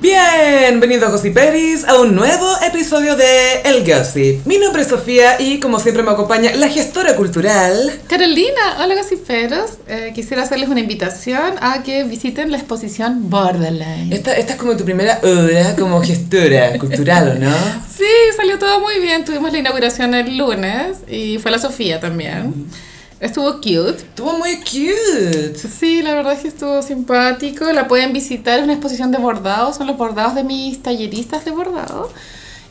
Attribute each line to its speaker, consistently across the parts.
Speaker 1: Bienvenidos Gossiperis a un nuevo episodio de El Gossip. Mi nombre es Sofía y como siempre me acompaña la gestora cultural.
Speaker 2: Carolina, hola gossiperos. Eh, quisiera hacerles una invitación a que visiten la exposición Borderline.
Speaker 1: Esta, esta es como tu primera obra como gestora cultural, ¿o no?
Speaker 2: Sí, salió todo muy bien. Tuvimos la inauguración el lunes y fue la Sofía también. Estuvo cute.
Speaker 1: Estuvo muy cute.
Speaker 2: Sí, la verdad es que estuvo simpático. La pueden visitar, es una exposición de bordados. Son los bordados de mis talleristas de bordado.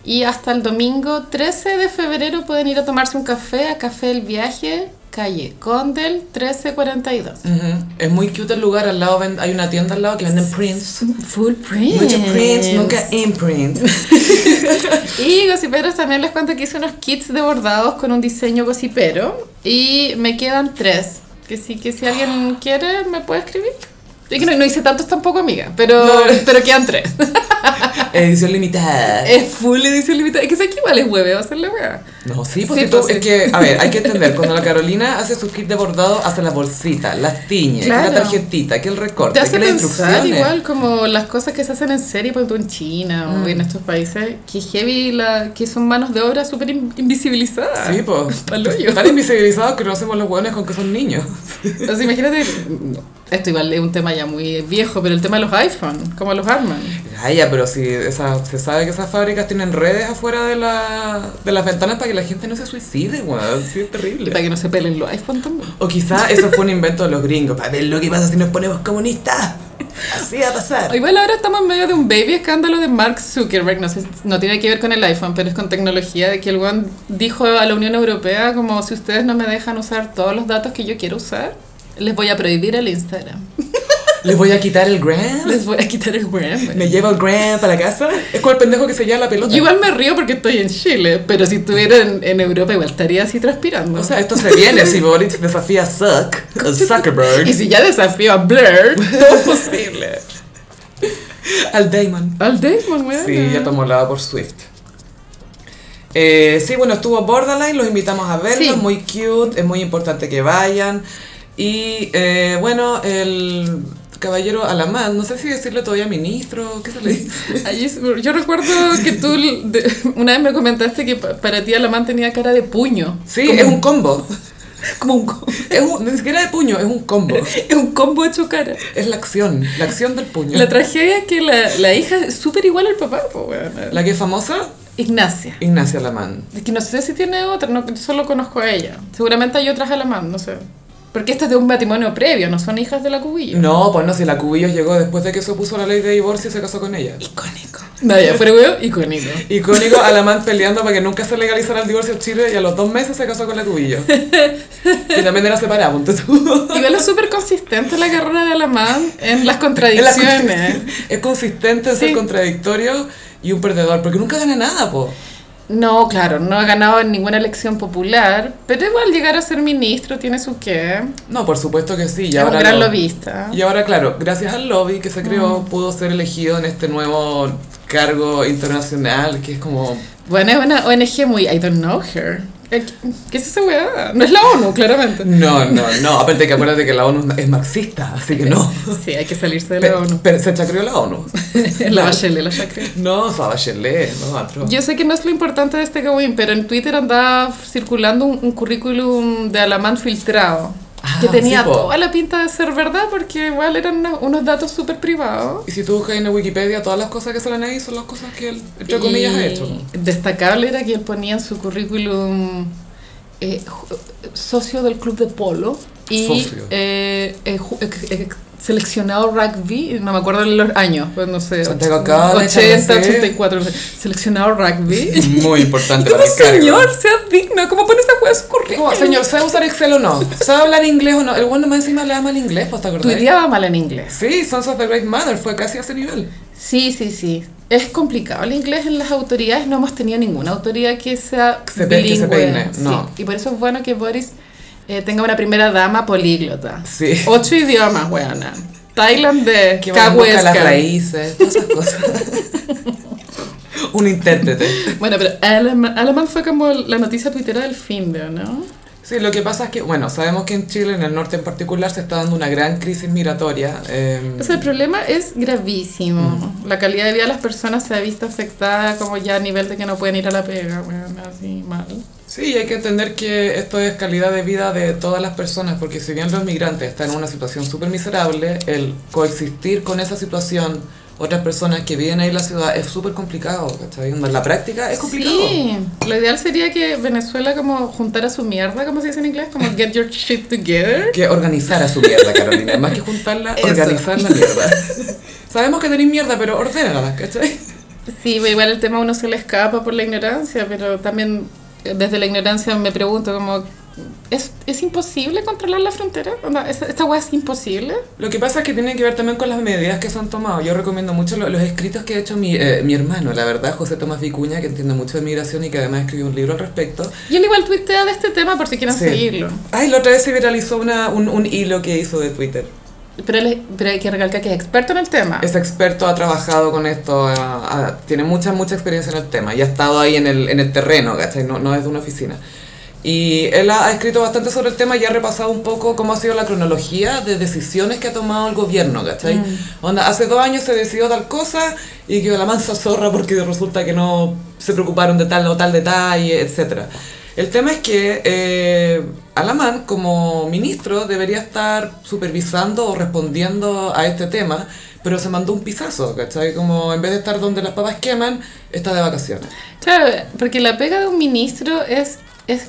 Speaker 2: Y hasta el domingo 13 de febrero pueden ir a tomarse un café a Café El Viaje, calle Condel 1342.
Speaker 1: Ujú. Es muy cute el lugar, al lado ven- hay una tienda al lado que venden prints.
Speaker 2: Full print.
Speaker 1: Muchos prints, nunca imprints.
Speaker 2: Y gossiperos también les cuento que hice unos kits de bordados con un diseño gossipero y me quedan tres. Que sí, que si alguien quiere me puede escribir. Y que no, no hice tantos tampoco, amiga, pero,
Speaker 1: No.
Speaker 2: pero quedan tres.
Speaker 1: Edición limitada.
Speaker 2: es full edición limitada. Es que sé que igual es hueveo hacerle hueá.
Speaker 1: No, sí, pues
Speaker 2: Sí,
Speaker 1: si tú-
Speaker 2: pues,
Speaker 1: es
Speaker 2: sí.
Speaker 1: que, a ver, hay que entender, cuando la Carolina hace su kit de bordado, hace las bolsitas, las tiñe, que
Speaker 2: Claro.
Speaker 1: la tarjetita, que el recorte,
Speaker 2: Te
Speaker 1: que
Speaker 2: hace
Speaker 1: las
Speaker 2: pensar
Speaker 1: instrucciones.
Speaker 2: igual como las cosas que se hacen en serie, por ejemplo en China o en estos países, que heavy, la, que son manos de obra súper in- invisibilizadas.
Speaker 1: Sí, pues.
Speaker 2: Pa'l hoyo.
Speaker 1: Están invisibilizados que no hacemos los hueones con que son niños.
Speaker 2: Entonces imagínate, no, esto igual es un tema ya muy viejo, pero el tema de los iPhone, como los arman.
Speaker 1: Gaya, pero si esa- se sabe que esas fábricas tienen redes afuera de, la, de las ventanas para que la gente no se suicide, weón. Sí, es
Speaker 2: Y para
Speaker 1: terrible.
Speaker 2: que no se pelen los iPhone también.
Speaker 1: O quizá eso fue un invento de los gringos, para ver lo que pasa si nos ponemos comunistas. Así va a pasar.
Speaker 2: Igual ahora estamos en medio de un baby escándalo de Mark Zuckerberg, no, sé, no tiene que ver con el iPhone, pero es con tecnología, de que el one dijo a la Unión Europea como si ustedes no me dejan usar todos los datos que yo quiero usar, les voy a prohibir el Instagram.
Speaker 1: Les voy a quitar el gram.
Speaker 2: Les voy a quitar el Gram.
Speaker 1: Me lleva el gram para la casa. Es como el pendejo que se lleva la pelota.
Speaker 2: Yo igual me río porque estoy en Chile, pero si estuviera en, en Europa igual estaría así transpirando.
Speaker 1: O sea, esto se viene si Boric desafía a Zuck, a
Speaker 2: y
Speaker 1: Zuckerberg,
Speaker 2: si ya desafío a Blur, todo es posible.
Speaker 1: al Damon.
Speaker 2: Al Damon, weón.
Speaker 1: Sí, ya tomó lado por Swift. Eh, sí, bueno, estuvo Borderline, los invitamos a verlo,
Speaker 2: Sí.
Speaker 1: es muy cute, es muy importante que vayan. Y eh, bueno, el caballero Alamán, no sé si decirle todavía ministro, ¿qué se le dice?
Speaker 2: Ay, es- Yo recuerdo que tú l- de- una vez me comentaste que pa- para ti Alamán tenía cara de puño.
Speaker 1: Sí,
Speaker 2: Como-
Speaker 1: es un combo.
Speaker 2: como un, co-
Speaker 1: Es un, ni siquiera de puño, es un combo.
Speaker 2: es un combo hecho cara.
Speaker 1: Es la acción, la acción del puño.
Speaker 2: La tragedia es que la, la hija es súper igual al papá, po, weón.
Speaker 1: la que es famosa,
Speaker 2: Ignacia.
Speaker 1: Ignacia Alamán.
Speaker 2: Es que no sé si tiene otra, no, yo solo conozco a ella. Seguramente hay otras Alamán, no sé. Porque esta es de un matrimonio previo, no son hijas de la cubilla.
Speaker 1: No, pues no, si la Cubillos llegó después de que se opuso a la ley de divorcio y se casó con ella.
Speaker 2: Icónico. Nadie, fuera weón, icónico.
Speaker 1: Icónico Alamán peleando para que nunca se legalizara el divorcio en Chile y a los dos meses se casó con la Cubillos. Que también era separada, ponte tú.
Speaker 2: Igual es súper consistente la carrera de Alamán en las
Speaker 1: Es la
Speaker 2: contradicciones.
Speaker 1: contradicción. Es consistente en ser
Speaker 2: Sí.
Speaker 1: contradictorio y un perdedor, porque nunca gana nada, po.
Speaker 2: No, claro, no ha ganado en ninguna elección popular, pero igual llegar a ser ministro tiene su qué.
Speaker 1: No, por supuesto que sí. Y
Speaker 2: es
Speaker 1: ahora
Speaker 2: un gran Mm.
Speaker 1: lo-
Speaker 2: lobista.
Speaker 1: Y ahora, claro, gracias al lobby que se creó, pudo ser elegido en este nuevo cargo internacional, que es como...
Speaker 2: Bueno, es una ONG muy I don't know her. Eh, ¿Qué es esa weá? No es la ONU, claramente.
Speaker 1: No, no, no. Aparte que acuérdate que la ONU es marxista, así que no.
Speaker 2: Sí, hay que salirse de
Speaker 1: Pe-
Speaker 2: la ONU.
Speaker 1: Pero se chacreó la ONU.
Speaker 2: la Bachelet, la Chacre.
Speaker 1: No, fue a Bachelet, no, otro.
Speaker 2: Yo sé que no es lo importante de este Gawain, pero en Twitter andaba circulando un, un currículum de Alamán filtrado.
Speaker 1: Ah,
Speaker 2: que tenía
Speaker 1: sí, po.
Speaker 2: toda la pinta de ser verdad porque igual eran unos- unos datos súper privados.
Speaker 1: Y si tú buscas en Wikipedia, todas las cosas que salen ahí son las cosas que él, entre comillas, ha
Speaker 2: Y
Speaker 1: hecho.
Speaker 2: Destacable era que él ponía en su currículum eh, ju- socio del club de polo y
Speaker 1: Socio.
Speaker 2: eh, eh, ju- ex- ex- seleccionado rugby, no me acuerdo los años, pues no sé,
Speaker 1: Santiago
Speaker 2: och-
Speaker 1: College,
Speaker 2: 80,
Speaker 1: no sé.
Speaker 2: 84, no sé, seleccionado rugby.
Speaker 1: Muy importante
Speaker 2: Como
Speaker 1: para el cargo.
Speaker 2: señor, sea digno, ¿cómo pone esa hueá en su
Speaker 1: Como,
Speaker 2: currículum?
Speaker 1: señor, ¿sabe usar Excel o no? ¿Sabe hablar inglés o no? El bueno más encima le ama el inglés, pues, ¿te acordás?
Speaker 2: Tuiteaba mal en inglés.
Speaker 1: Sí, Sons of the Great Mother fue casi a ese nivel.
Speaker 2: Sí, sí, sí. Es complicado el inglés en las autoridades. No hemos tenido ninguna autoridad que sea
Speaker 1: Que se pe- que se
Speaker 2: bilingüe.
Speaker 1: peine,
Speaker 2: sí.
Speaker 1: no.
Speaker 2: Y por eso es bueno que Boris eh, tenga una primera dama políglota.
Speaker 1: Sí.
Speaker 2: Ocho idiomas, weona. Tailandés,
Speaker 1: Que va en busca de las
Speaker 2: cahuesca.
Speaker 1: raíces, todas esas cosas. Un intérprete.
Speaker 2: Bueno, pero Alemán, Alemán fue como la noticia tuitera del fin de, ¿no?
Speaker 1: Sí, lo que pasa es que, bueno, sabemos que en Chile, en el norte en particular, se está dando una gran crisis migratoria. eh,
Speaker 2: O sea, el problema es gravísimo.
Speaker 1: Mm.
Speaker 2: La calidad de vida de las personas se ha visto afectada como ya a nivel de que no pueden ir a la pega, weón, así mal.
Speaker 1: Sí, hay que entender que esto es calidad de vida de todas las personas, porque si bien los migrantes están en una situación súper miserable, el coexistir con esa situación, otras personas que viven ahí en la ciudad, es súper complicado, ¿cachai? Onda, En la práctica es complicado.
Speaker 2: Sí, lo ideal sería que Venezuela como juntara su mierda, como se dice en inglés, como get your shit together.
Speaker 1: Que organizar a su mierda, Carolina. Más que juntarla,
Speaker 2: Eso.
Speaker 1: organizar la mierda. Sabemos que tenéis mierda, pero ordénala, ¿cachai?
Speaker 2: Sí, pero igual el tema a uno se le escapa por la ignorancia, pero también eh, desde la ignorancia me pregunto como, ¿es, es imposible controlar la frontera? Onda, ¿Esta, esta weá es imposible?
Speaker 1: Lo que pasa es que tiene que ver también con las medidas que se han tomado. Yo recomiendo mucho lo- los escritos que ha hecho mi, eh, mi hermano, la verdad, José Tomás Vicuña, que entiende mucho de migración y que además escribió un libro al respecto.
Speaker 2: Y él igual tuitea de este tema por si quieren
Speaker 1: Sí.
Speaker 2: seguirlo.
Speaker 1: Ay, la otra vez se viralizó una, un, un hilo que hizo de Twitter.
Speaker 2: Pero, él es- pero hay que recalcar que es experto en el tema.
Speaker 1: Es experto, ha trabajado con esto, ha- ha- tiene mucha, mucha experiencia en el tema y ha estado ahí en el, en el terreno, ¿cachai? No, no es de una oficina. Y él ha, ha escrito bastante sobre el tema y ha repasado un poco cómo ha sido la cronología de decisiones que ha tomado el gobierno, ¿cachai? Onda, hace dos años se decidió tal cosa y quedó la mansa zorra porque resulta que no se preocuparon de tal o tal detalle, etcétera. El tema es que eh, Alamán, como ministro, debería estar supervisando o respondiendo a este tema, pero se mandó un pizazo, ¿cachai? Como en vez de estar donde las papas queman, está de vacaciones.
Speaker 2: Claro, porque la pega de un ministro es, es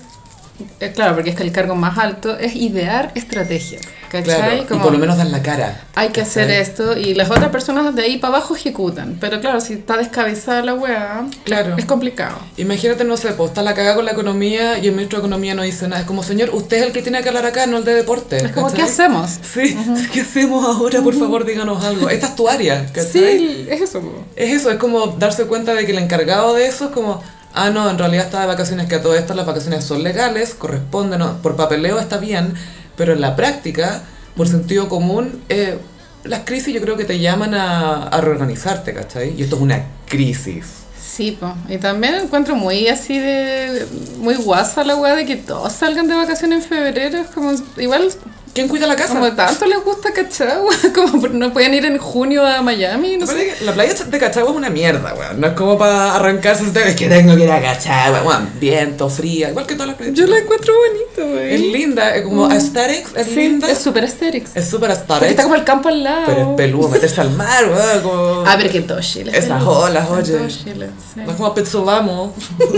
Speaker 2: eh, claro, porque es que el cargo más alto es idear estrategias. ¿Cachai?
Speaker 1: Claro, y
Speaker 2: Como-
Speaker 1: por lo menos dan la cara.
Speaker 2: hay que hacer
Speaker 1: ¿Cachai?
Speaker 2: esto y las otras personas de ahí para abajo ejecutan. Pero claro, si está descabezada la weá,
Speaker 1: Claro.
Speaker 2: es complicado.
Speaker 1: Imagínate, no sé, pues está la cagada con la economía y el ministro de Economía no dice nada. Es como, señor, usted es el que tiene que hablar acá, no el de deporte.
Speaker 2: Es como, ¿qué
Speaker 1: ¿cachai?
Speaker 2: hacemos?
Speaker 1: Sí, ¿qué hacemos ahora? Por favor, díganos algo. Esta es tu área, ¿cachai?
Speaker 2: Sí, es eso. po.
Speaker 1: Es eso, es como darse cuenta de que el encargado de eso es como, ah, no, en realidad está de vacaciones, que a todo esto las vacaciones son legales, corresponden, no, por papeleo está bien, pero en la práctica, por sentido común, eh, las crisis yo creo que te llaman a, a reorganizarte, ¿cachai? Y esto es una crisis.
Speaker 2: Sí, po. y también encuentro muy así de. muy guasa la weá de que todos salgan de vacaciones en febrero. Es como, igual,
Speaker 1: ¿Quién cuida la casa?
Speaker 2: como tanto les gusta Cachagua, como por- no pueden ir en junio a Miami, no sé.
Speaker 1: Aparte que La playa de Cachagua es una mierda, weón. No es como para arrancarse. Es que tengo que ir a Cachagua, weón. Viento, fría, igual que todas las playas.
Speaker 2: Yo la encuentro bonita, wey.
Speaker 1: Es linda, es como aesthetics, es linda.
Speaker 2: es súper aesthetics.
Speaker 1: Es súper
Speaker 2: Porque está
Speaker 1: aesthetics.
Speaker 2: como el campo al lado.
Speaker 1: Pero es peludo, meterse al mar, weón. Como...
Speaker 2: Oh. A ver, que todo Chile.
Speaker 1: Esas
Speaker 2: peludo.
Speaker 1: olas, oye.
Speaker 2: Todo Chile, sí.
Speaker 1: No es como a Pizzolamo.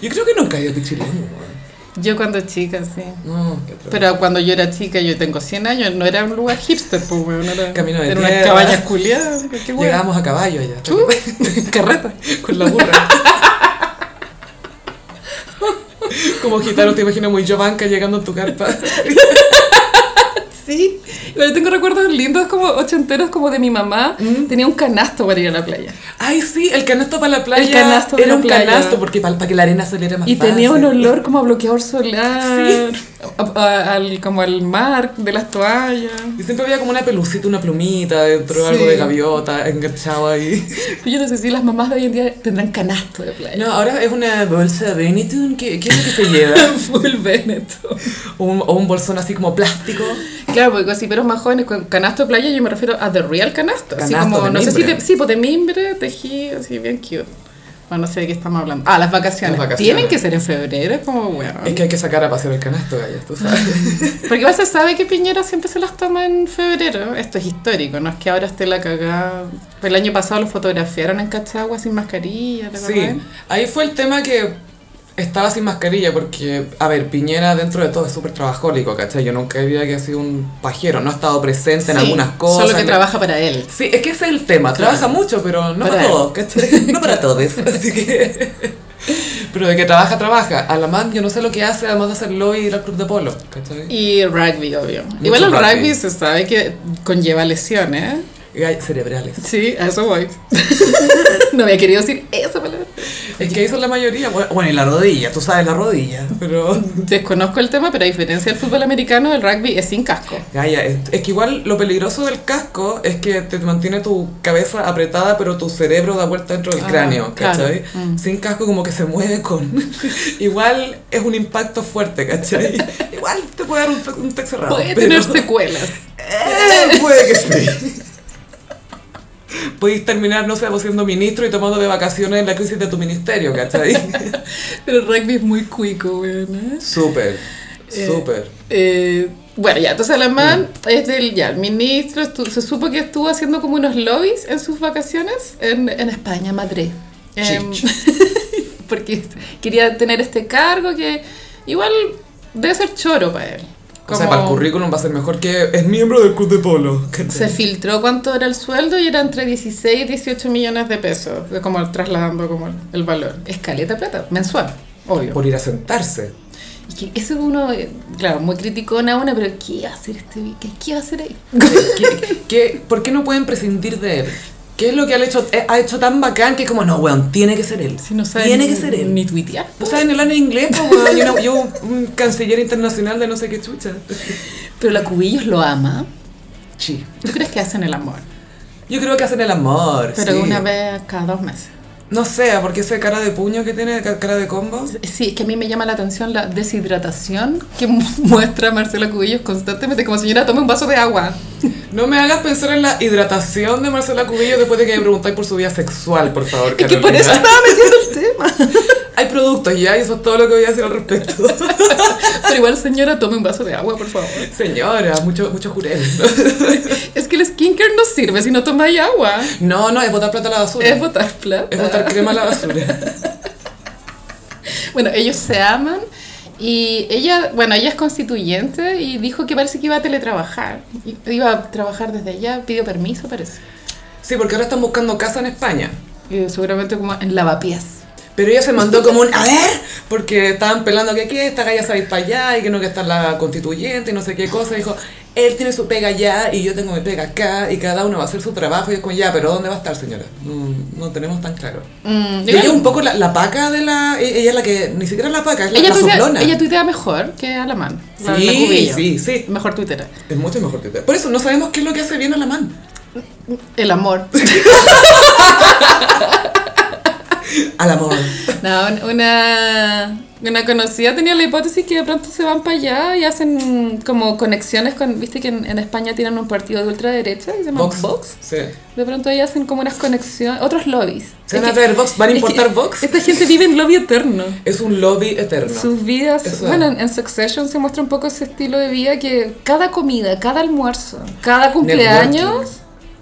Speaker 1: yo creo que nunca he ido a Pichilamo, weón.
Speaker 2: Yo cuando chica, sí.
Speaker 1: No, qué atroz.
Speaker 2: Pero cuando yo era chica, yo tengo 100 años, no era un lugar hipster, pues, weón. Era,
Speaker 1: Camino de
Speaker 2: era
Speaker 1: tierra.
Speaker 2: unas cabañas culiadas, qué weón.
Speaker 1: Llegábamos a caballo allá.
Speaker 2: Chu, Carreta.
Speaker 1: Con la burra. como gitano te imagino muy Jovanka llegando en tu carpa.
Speaker 2: Sí. Yo tengo recuerdos lindos, como ochenteros, como de mi mamá.
Speaker 1: Mm.
Speaker 2: Tenía un canasto para ir a la playa.
Speaker 1: Ay, sí, el canasto para la playa.
Speaker 2: El canasto de
Speaker 1: Era
Speaker 2: la
Speaker 1: un
Speaker 2: playa.
Speaker 1: canasto porque para, que la arena saliera más
Speaker 2: Y tenía un
Speaker 1: Ah, fácil.
Speaker 2: olor como a bloqueador solar. a- a- al, como al mar, de las toallas.
Speaker 1: Y siempre había como una pelucita, una plumita dentro,
Speaker 2: Sí.
Speaker 1: algo de gaviota, enganchado ahí.
Speaker 2: Pero Yo no sé si las mamás de hoy en día tendrán canasto de playa.
Speaker 1: No, ahora es una bolsa Benetton, ¿qué, qué es lo que se lleva?
Speaker 2: Full Benetton.
Speaker 1: Un- o un bolsón así como plástico.
Speaker 2: Claro, porque gossiperos más jóvenes con canasto de playa, yo me refiero a The Real Canasto. así
Speaker 1: Canasto
Speaker 2: como,
Speaker 1: de
Speaker 2: no sé si
Speaker 1: mimbre.
Speaker 2: te, sí, pues de mimbre, tejido, así bien cute. Bueno, no sé de qué estamos hablando. Ah, las vacaciones.
Speaker 1: Las vacaciones.
Speaker 2: Tienen que ser en febrero, es como, weón.
Speaker 1: Es que hay que sacar a pasear el canasto, gallas, tú sabes.
Speaker 2: Porque igual se sabe que Piñera siempre se las toma en febrero. Esto es histórico, no es que ahora esté la cagada. El año pasado lo fotografiaron en Cachagua sin mascarilla, ¿te
Speaker 1: Sí,
Speaker 2: acordás?
Speaker 1: ahí fue el tema que estaba sin mascarilla porque, a ver, Piñera dentro de todo es súper trabajólico, ¿cachai? Yo nunca diría que ha sido un pajero, no ha estado presente en
Speaker 2: Sí,
Speaker 1: algunas cosas.
Speaker 2: Solo que
Speaker 1: en-
Speaker 2: trabaja para él.
Speaker 1: Sí, es que ese es el tema, trabaja mucho, pero no
Speaker 2: Para
Speaker 1: para,
Speaker 2: él.
Speaker 1: todos, ¿cachai? No para todos, así que... Pero de que trabaja, trabaja. Alamán, yo no sé lo que hace, además de hacer lobby y ir al club de polo, ¿cachai?
Speaker 2: Y rugby, obvio. Igual el
Speaker 1: rugby.
Speaker 2: rugby se sabe que conlleva lesiones, ¿eh?
Speaker 1: Gall- cerebrales.
Speaker 2: Sí, a eso voy. no había querido decir esa palabra.
Speaker 1: Es que hizo la mayoría. Bueno, bueno, y la rodilla, tú sabes la rodilla. Pero.
Speaker 2: Desconozco el tema, pero a diferencia del fútbol americano, el rugby es sin casco.
Speaker 1: Gaya, es, es que igual lo peligroso del casco es que te mantiene tu cabeza apretada, pero tu cerebro da vuelta dentro del
Speaker 2: Ah,
Speaker 1: cráneo,
Speaker 2: claro.
Speaker 1: ¿cachai?
Speaker 2: Mm.
Speaker 1: Sin casco, como que se mueve con. igual es un impacto fuerte, ¿cachai? igual te puede dar un, un tec cerrado.
Speaker 2: Puede
Speaker 1: pero-
Speaker 2: tener secuelas.
Speaker 1: Eh, puede que sí. Puedes terminar, no sé, vos siendo ministro y tomando de vacaciones en la crisis de tu ministerio, ¿cachai?
Speaker 2: Pero el rugby es muy cuico, weón. ¿eh?
Speaker 1: Súper,
Speaker 2: Eh,
Speaker 1: súper.
Speaker 2: Eh, bueno, ya, entonces Alamán es del ya, el ministro, estu- se supo que estuvo haciendo como unos lobbies en sus vacaciones en, en España, Madrid. Em,
Speaker 1: Chich.
Speaker 2: porque quería tener este cargo que igual debe ser choro para él.
Speaker 1: O sea,
Speaker 2: Como
Speaker 1: para el currículum va a ser mejor que es miembro del club de polo.
Speaker 2: Se
Speaker 1: ¿cachai?
Speaker 2: filtró cuánto era el sueldo y era entre 16 y 18 millones de pesos, de como trasladando como el- el valor. Escaleta plata, mensual, obvio.
Speaker 1: Por ir a sentarse.
Speaker 2: Y que eso uno, eh, claro, muy criticón a uno, pero ¿qué va a hacer este vi- ¿Qué, qué va a hacer ahí?
Speaker 1: ¿Qué- qué- por qué no pueden prescindir de él? ¿Qué es lo que ha hecho, eh, ha hecho tan bacán que es como, no, weón, tiene que ser él?
Speaker 2: Si no sabe
Speaker 1: tiene
Speaker 2: ni-
Speaker 1: que ser él.
Speaker 2: ni tuitear.
Speaker 1: No saben hablar en inglés, po, weón. Yo, no- yo un- un canciller internacional de no sé qué chucha.
Speaker 2: Pero la Cubillos lo ama.
Speaker 1: Sí.
Speaker 2: ¿Tú crees que hacen el amor?
Speaker 1: Yo creo que hacen el amor.
Speaker 2: Pero
Speaker 1: Ah, sí.
Speaker 2: una vez cada dos meses.
Speaker 1: No sé, porque esa cara de puño que tiene, ca- cara de combo.
Speaker 2: Sí, es que a mí me llama la atención la deshidratación que mu- muestra Marcela Cubillos constantemente. Como señora, tome un vaso de agua.
Speaker 1: No me hagas pensar en la hidratación de Marcela Cubillo después de que me preguntáis por su vida sexual, por favor.
Speaker 2: Es que por
Speaker 1: Carolina.
Speaker 2: eso estaba metiendo el tema.
Speaker 1: Hay productos ya, y eso es todo lo que voy a decir al respecto.
Speaker 2: Pero igual, señora, tome un vaso de agua, por favor.
Speaker 1: Señora, mucho, mucho jurel.
Speaker 2: Es que el skincare no sirve si no tomáis agua.
Speaker 1: No, no, es botar plata a la basura.
Speaker 2: Es botar plata.
Speaker 1: Es botar crema a la basura.
Speaker 2: Bueno, ellos se aman y ella, bueno, ella es constituyente y dijo que parece que iba a teletrabajar. I- Iba a trabajar desde allá, pidió permiso, parece.
Speaker 1: Sí, porque ahora están buscando casa en España.
Speaker 2: Y seguramente como en lavapiés.
Speaker 1: Pero ella se mandó como un, a ver, porque estaban pelando que aquí esta galla se va a ir para allá y que no que está la constituyente y no sé qué cosa. Dijo, él tiene su pega allá y yo tengo mi pega acá y cada uno va a hacer su trabajo y es como, ya, pero ¿dónde va a estar, señora? No, no tenemos tan claro.
Speaker 2: Mm,
Speaker 1: Y ella es un poco la, la paca de la, e- ella es la que, ni siquiera la paca, es la,
Speaker 2: ella,
Speaker 1: la
Speaker 2: tuitea,
Speaker 1: soplona.
Speaker 2: ella tuitea mejor que Alamán. la-
Speaker 1: Sí,
Speaker 2: la Cubillo.
Speaker 1: sí, sí.
Speaker 2: Mejor tuitera.
Speaker 1: Es mucho mejor que Por eso no sabemos qué es lo que hace bien a la man.
Speaker 2: El amor.
Speaker 1: Al amor.
Speaker 2: No, un- una, una conocida tenía la hipótesis que de pronto se van para allá y hacen como conexiones con, viste que en, en España tienen un partido de ultraderecha que se llama
Speaker 1: Vox.
Speaker 2: Vox.
Speaker 1: Sí.
Speaker 2: De pronto ahí hacen como unas conexiones, otros lobbies.
Speaker 1: ¿Se van
Speaker 2: Es
Speaker 1: a
Speaker 2: que-
Speaker 1: traer Vox? ¿Van a
Speaker 2: es
Speaker 1: importar
Speaker 2: que
Speaker 1: Vox?
Speaker 2: Esta gente vive en lobby eterno.
Speaker 1: Es un lobby eterno.
Speaker 2: Sus vidas,
Speaker 1: Eso es.
Speaker 2: bueno, en en Succession se muestra un poco ese estilo de vida que cada comida, cada almuerzo, cada cumpleaños,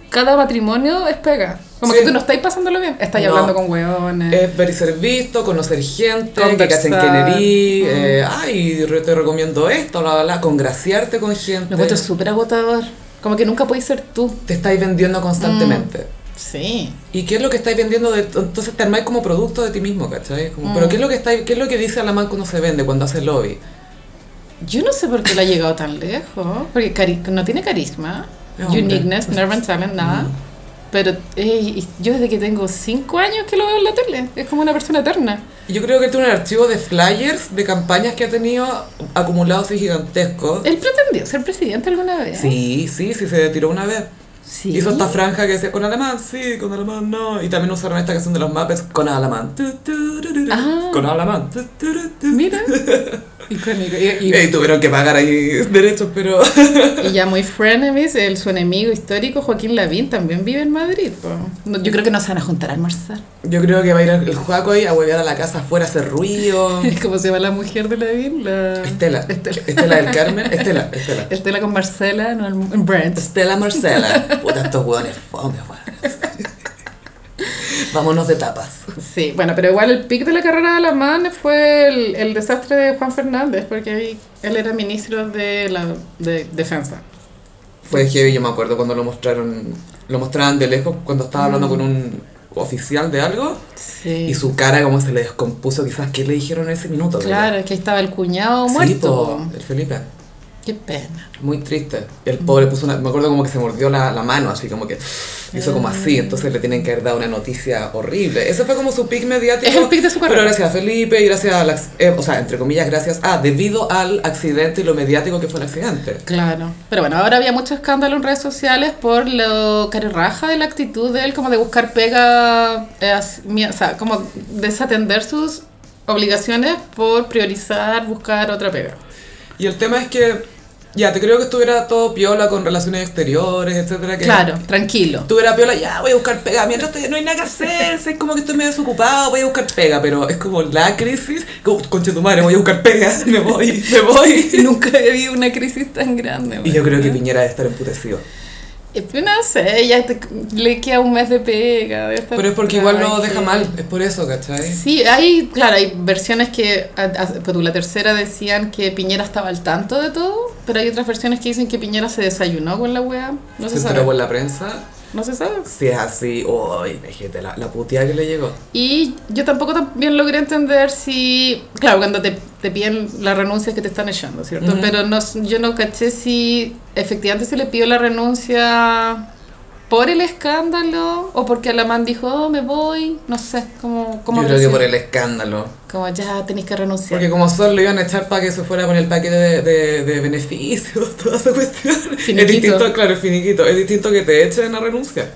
Speaker 2: cada matrimonio es pega. Como
Speaker 1: Sí.
Speaker 2: que tú no estáis pasándolo bien, estáis
Speaker 1: No. Eh,
Speaker 2: hablando con hueones.
Speaker 1: Es ver y ser visto, conocer gente, que
Speaker 2: Conversar.
Speaker 1: cachen quién erí, eh, ay, re- te recomiendo esto, bla, bla, bla, congraciarte con gente.
Speaker 2: Lo encuentro súper agotador. Como que nunca podéis ser tú.
Speaker 1: Te estáis vendiendo constantemente.
Speaker 2: Mm. Sí.
Speaker 1: ¿Y qué es lo que estáis vendiendo? De, entonces te armáis como producto de ti mismo, ¿cachai? Como, Pero ¿qué es lo que estáis, qué es lo que dice Alamán cuando se vende, cuando hace lobby?
Speaker 2: Yo no sé por qué la ha llegado tan lejos. Porque cari- no tiene carisma,
Speaker 1: Es hombre.
Speaker 2: uniqueness, nerve and talent, nada. Pero eh, yo desde que tengo 5 años que lo veo en la tele. Es como una persona eterna.
Speaker 1: Yo creo que él tiene un archivo de flyers, de campañas que ha tenido acumulados y gigantescos.
Speaker 2: Él pretendió ser presidente alguna vez.
Speaker 1: Sí, sí, sí, se tiró una vez.
Speaker 2: Sí.
Speaker 1: Hizo esta franja que decía con alemán, sí, con alemán no. Y también usaron esta canción de los Muppets con alemán. Tu, tu, ru, ru, ru.
Speaker 2: Ah.
Speaker 1: Con alemán. Tu, tu, ru, tu.
Speaker 2: Mira. Icónico. Y,
Speaker 1: Y
Speaker 2: y-
Speaker 1: tuvieron que pagar ahí derechos, pero.
Speaker 2: y ya muy frenemies, el, su enemigo histórico, Joaquín Lavín, también vive en Madrid. po. No, yo creo que no se van a juntar a almorzar.
Speaker 1: Yo creo que va a ir el Juaco ahí a huevear a la casa afuera, a hacer ruido.
Speaker 2: ¿Cómo se llama la mujer de Lavín? La...
Speaker 1: Estela.
Speaker 2: Estela.
Speaker 1: Estela del Carmen. Estela, Estela.
Speaker 2: Estela con Marcela, no, en Brent.
Speaker 1: Estela Marcela. Puta, estos hueones fome, hueón. Vámonos de tapas.
Speaker 2: Sí, bueno, pero igual el pic de la carrera de Alamán fue el, el desastre de Juan Fernández, porque ahí él era ministro de la de defensa.
Speaker 1: Fue heavy, yo me acuerdo cuando lo mostraron. Lo mostraban de lejos cuando estaba hablando con un oficial de algo.
Speaker 2: Sí.
Speaker 1: Y su cara como se le descompuso, quizás qué le dijeron en ese minuto.
Speaker 2: Claro, es que ahí estaba el cuñado
Speaker 1: Sí,
Speaker 2: muerto.
Speaker 1: po, el Felipe.
Speaker 2: Qué pena.
Speaker 1: Muy triste. Y el pobre puso una. Me acuerdo como que se mordió la, la mano, así como que hizo
Speaker 2: Ah.
Speaker 1: como así. Entonces le tienen que haber dado una noticia horrible. Ese fue como su pic mediático.
Speaker 2: Es el pic de su carrera.
Speaker 1: Pero gracias a Felipe y gracias a. la- eh, o sea, entre comillas, gracias a. Debido al accidente y lo mediático que fue el accidente.
Speaker 2: Claro. Pero bueno, ahora había mucho escándalo en redes sociales por lo raja de la actitud de él, como de buscar pega, eh, as- mi- o sea, como desatender sus obligaciones por priorizar buscar otra pega.
Speaker 1: Y el tema es que. Ya, te creo que estuviera todo piola con relaciones exteriores, etcétera. Que
Speaker 2: Claro, tranquilo.
Speaker 1: Estuviera piola, ya voy a buscar pega. Mientras estoy- no hay nada que hacer, es como que estoy medio desocupado, voy a buscar pega. Pero es como la crisis. Como, conche tu madre, voy a buscar pega. Me voy, me voy.
Speaker 2: Nunca había una crisis tan grande.
Speaker 1: Y yo
Speaker 2: bueno.
Speaker 1: creo que Piñera debe estar emputecido.
Speaker 2: Eh, No sé, ya te- le queda un mes de pega. de estar
Speaker 1: Pero es porque igual lo
Speaker 2: tranqui.
Speaker 1: deja mal, es por eso, ¿cachai?
Speaker 2: Sí, hay, claro, hay versiones que, a- a- pues, la tercera decían que Piñera estaba al tanto de todo, pero hay otras versiones que dicen que Piñera se desayunó con la wea. No se
Speaker 1: se enteró por
Speaker 2: sabe.
Speaker 1: la prensa.
Speaker 2: No se sabe.
Speaker 1: Si es así, uy, gente, la, la puteada que le llegó.
Speaker 2: Y yo tampoco también logré entender si, claro, cuando te, te piden la renuncia que te están echando, ¿cierto?
Speaker 1: Ujú.
Speaker 2: Pero no, s- yo no caché si efectivamente se le pidió la renuncia por el escándalo o porque Alamán dijo, "Oh, me voy, no sé, como... como
Speaker 1: Yo creo que por el escándalo.
Speaker 2: Como ya tenéis que renunciar.
Speaker 1: Porque como Sol lo iban a echar para que se fuera con el paquete de, de, de beneficios, toda esa cuestión. Es
Speaker 2: Finiquito.
Speaker 1: distinto, claro, es finiquito. Es distinto que te echen a renuncia.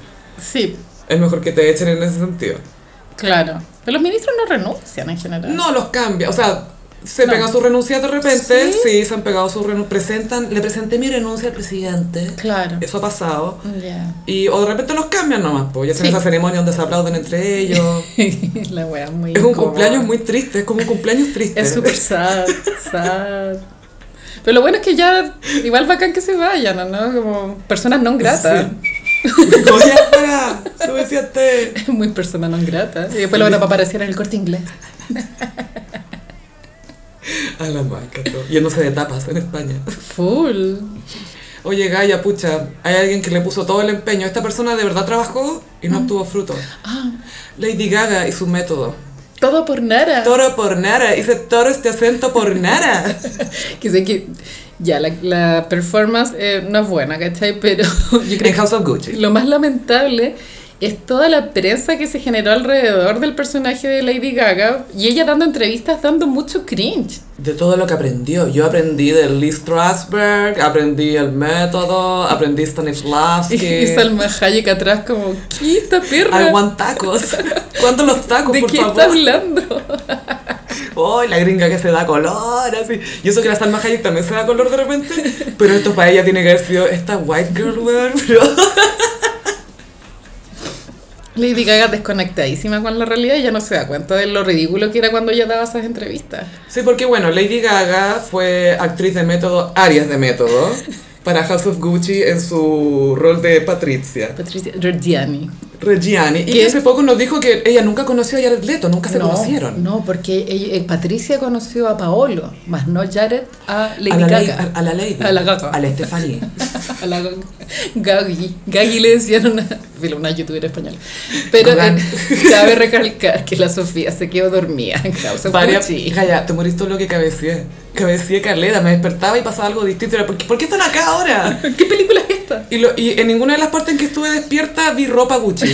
Speaker 2: Sí,
Speaker 1: Es mejor que te echen en ese sentido.
Speaker 2: Claro. Pero los ministros no renuncian en general.
Speaker 1: No los cambia, o sea, se
Speaker 2: No.
Speaker 1: pegan su renuncia de repente.
Speaker 2: ¿Sí?
Speaker 1: ¿Sí? se han pegado su renuncia. Presentan, le presenté mi renuncia al presidente.
Speaker 2: Claro.
Speaker 1: Eso ha pasado.
Speaker 2: Ya.
Speaker 1: Y o de repente los cambian nomás, pues ya hacen
Speaker 2: Sí.
Speaker 1: esa ceremonia donde se aplauden entre ellos.
Speaker 2: La wea muy.
Speaker 1: es un
Speaker 2: incómoda.
Speaker 1: cumpleaños muy triste, es como un cumpleaños triste.
Speaker 2: Es súper sad, sad. Pero lo bueno es que ya, igual bacán que se vayan, ¿no? Como personas non gratas.
Speaker 1: Como ya fuera, suficiente.
Speaker 2: Muy personas non gratas. Y después lo van a aparecer en el corte inglés.
Speaker 1: A la marca, todo. Yéndose de tapas en España.
Speaker 2: Full.
Speaker 1: Oye, Gaya, pucha, hay alguien que le puso todo el empeño. Esta persona de verdad trabajó y no obtuvo fruto.
Speaker 2: Ah,
Speaker 1: Lady Gaga y su método.
Speaker 2: todo por nada.
Speaker 1: Toro por nada, hice toro este acento por nada.
Speaker 2: Que sé que ya la, la performance eh, no es buena, ¿cachai? Pero yo creo
Speaker 1: en House of Gucci.
Speaker 2: Lo más lamentable es toda la prensa que se generó alrededor del personaje de Lady Gaga y ella dando entrevistas dando mucho cringe.
Speaker 1: De todo lo que aprendió. Yo aprendí de Lee Strasberg, aprendí el método, aprendí Stanislavski.
Speaker 2: Y Salma Hayek atrás como, ¿qué esta perra?
Speaker 1: Aguan tacos. ¿Cuántos los tacos,
Speaker 2: ¿De
Speaker 1: por
Speaker 2: qué
Speaker 1: favor?
Speaker 2: está hablando?
Speaker 1: ¡Ay, la gringa que se da color! Así. Y eso que la Salma Hayek también se da color de repente. Pero esto para ella tiene que haber sido esta white girl, weón. Pero
Speaker 2: Lady Gaga desconectadísima con la realidad y ya no se da cuenta de lo ridículo que era cuando ella daba esas entrevistas.
Speaker 1: Sí, porque bueno, Lady Gaga fue actriz de método, Arias de método, para House of Gucci en su rol de Patricia
Speaker 2: Patricia Giorgiani.
Speaker 1: Reggiani. Y
Speaker 2: ¿Qué?
Speaker 1: que hace poco nos dijo que ella nunca conoció a Jared Leto, nunca se
Speaker 2: no,
Speaker 1: conocieron.
Speaker 2: No, porque ella- eh, Patricia conoció a Paolo, más no Jared a Lady
Speaker 1: a, la ley-
Speaker 2: Gaga.
Speaker 1: a- a la Lady.
Speaker 2: A la Gaga.
Speaker 1: A la Stephanie.
Speaker 2: A la Gag- Gagi. Gagi le decían a una, filo, una youtuber española. Pero
Speaker 1: Gag.
Speaker 2: eh, cabe recalcar que la Sofía se quedó dormida en causa
Speaker 1: Varias.
Speaker 2: Gucci.
Speaker 1: Gaya, te morís todo lo que cabeceé. Cabeceé Carleta, me despertaba y pasaba algo distinto. Era, ¿por qué, por qué están acá ahora?
Speaker 2: ¿Qué película es esta?
Speaker 1: Y, lo- y en ninguna de las partes en que estuve despierta vi ropa Gucci.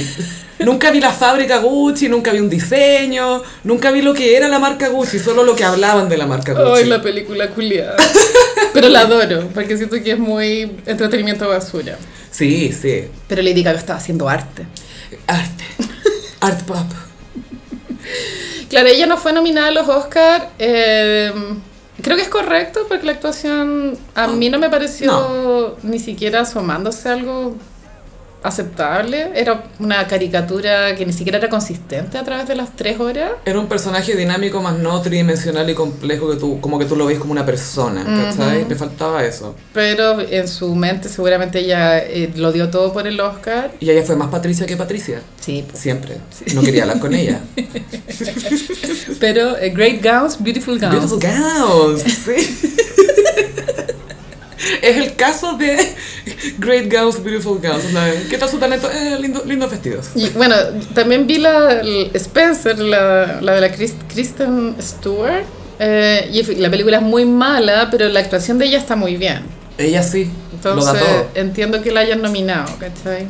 Speaker 1: Nunca vi la fábrica Gucci, nunca vi un diseño, nunca vi lo que era la marca Gucci, solo lo que hablaban de la marca Gucci.
Speaker 2: Ay, la película culiada. Pero la adoro, porque siento que es muy entretenimiento basura.
Speaker 1: Sí, sí.
Speaker 2: Pero Lady Gaga estaba haciendo arte.
Speaker 1: Arte. Art pop.
Speaker 2: Claro, ella no fue nominada a los Oscars. creo que es correcto porque la actuación a mí no me pareció ni siquiera asomándose a algo aceptable. Era una caricatura que ni siquiera era consistente a través de las tres horas.
Speaker 1: Era un personaje dinámico más no tridimensional y complejo que tú, como que tú lo ves como una persona, ¿cachai? Le faltaba eso.
Speaker 2: Pero en su mente seguramente ella eh, lo dio todo por el Oscar.
Speaker 1: Y ella fue más Patricia que Patricia.
Speaker 2: Sí.
Speaker 1: Siempre. No quería hablar con ella.
Speaker 2: Pero eh, Great Gowns, Beautiful Gowns.
Speaker 1: Beautiful gowns. Sí. es el caso de Great Gowns, Beautiful Gowns. ¿no? ¿Qué tal su talento? Eh, lindo- lindos vestidos.
Speaker 2: Y, bueno, también vi la l- Spencer, la, la de la Chris- Kristen Stewart, Eh, y en fin, la película es muy mala, pero la actuación de ella está muy bien.
Speaker 1: Ella sí, lo da
Speaker 2: Entonces,
Speaker 1: todo.
Speaker 2: entiendo que la hayan nominado, ¿cachai?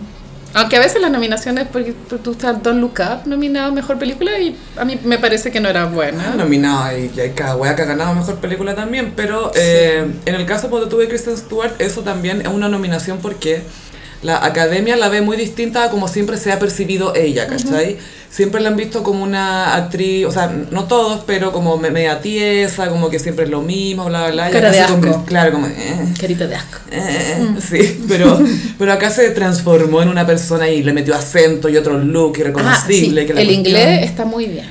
Speaker 2: Aunque a veces las nominaciones, porque tú, tú estás Don't Look Up nominado a Mejor Película y a mí me parece que no era
Speaker 1: Ah,
Speaker 2: buena.
Speaker 1: nominado y hay cada wea que ha ganado mejor película también, pero
Speaker 2: Sí.
Speaker 1: eh, en el caso cuando tuve Kristen Stewart, eso también es una nominación porque la academia la ve muy distinta a como siempre se ha percibido ella, ¿cachai? Siempre la han visto como una actriz, o sea, no todos, pero como me- media tiesa, como que siempre es lo mismo, bla, bla, bla. y
Speaker 2: Cara
Speaker 1: acá
Speaker 2: de
Speaker 1: se
Speaker 2: asco. Mm.
Speaker 1: convirt- Claro, como... eh,
Speaker 2: Carita de asco.
Speaker 1: eh, Sí, pero, pero acá se transformó en una persona y le metió acento y otro look irreconocible.
Speaker 2: Ah, sí,
Speaker 1: que la
Speaker 2: el
Speaker 1: cuestión-
Speaker 2: inglés está muy bien.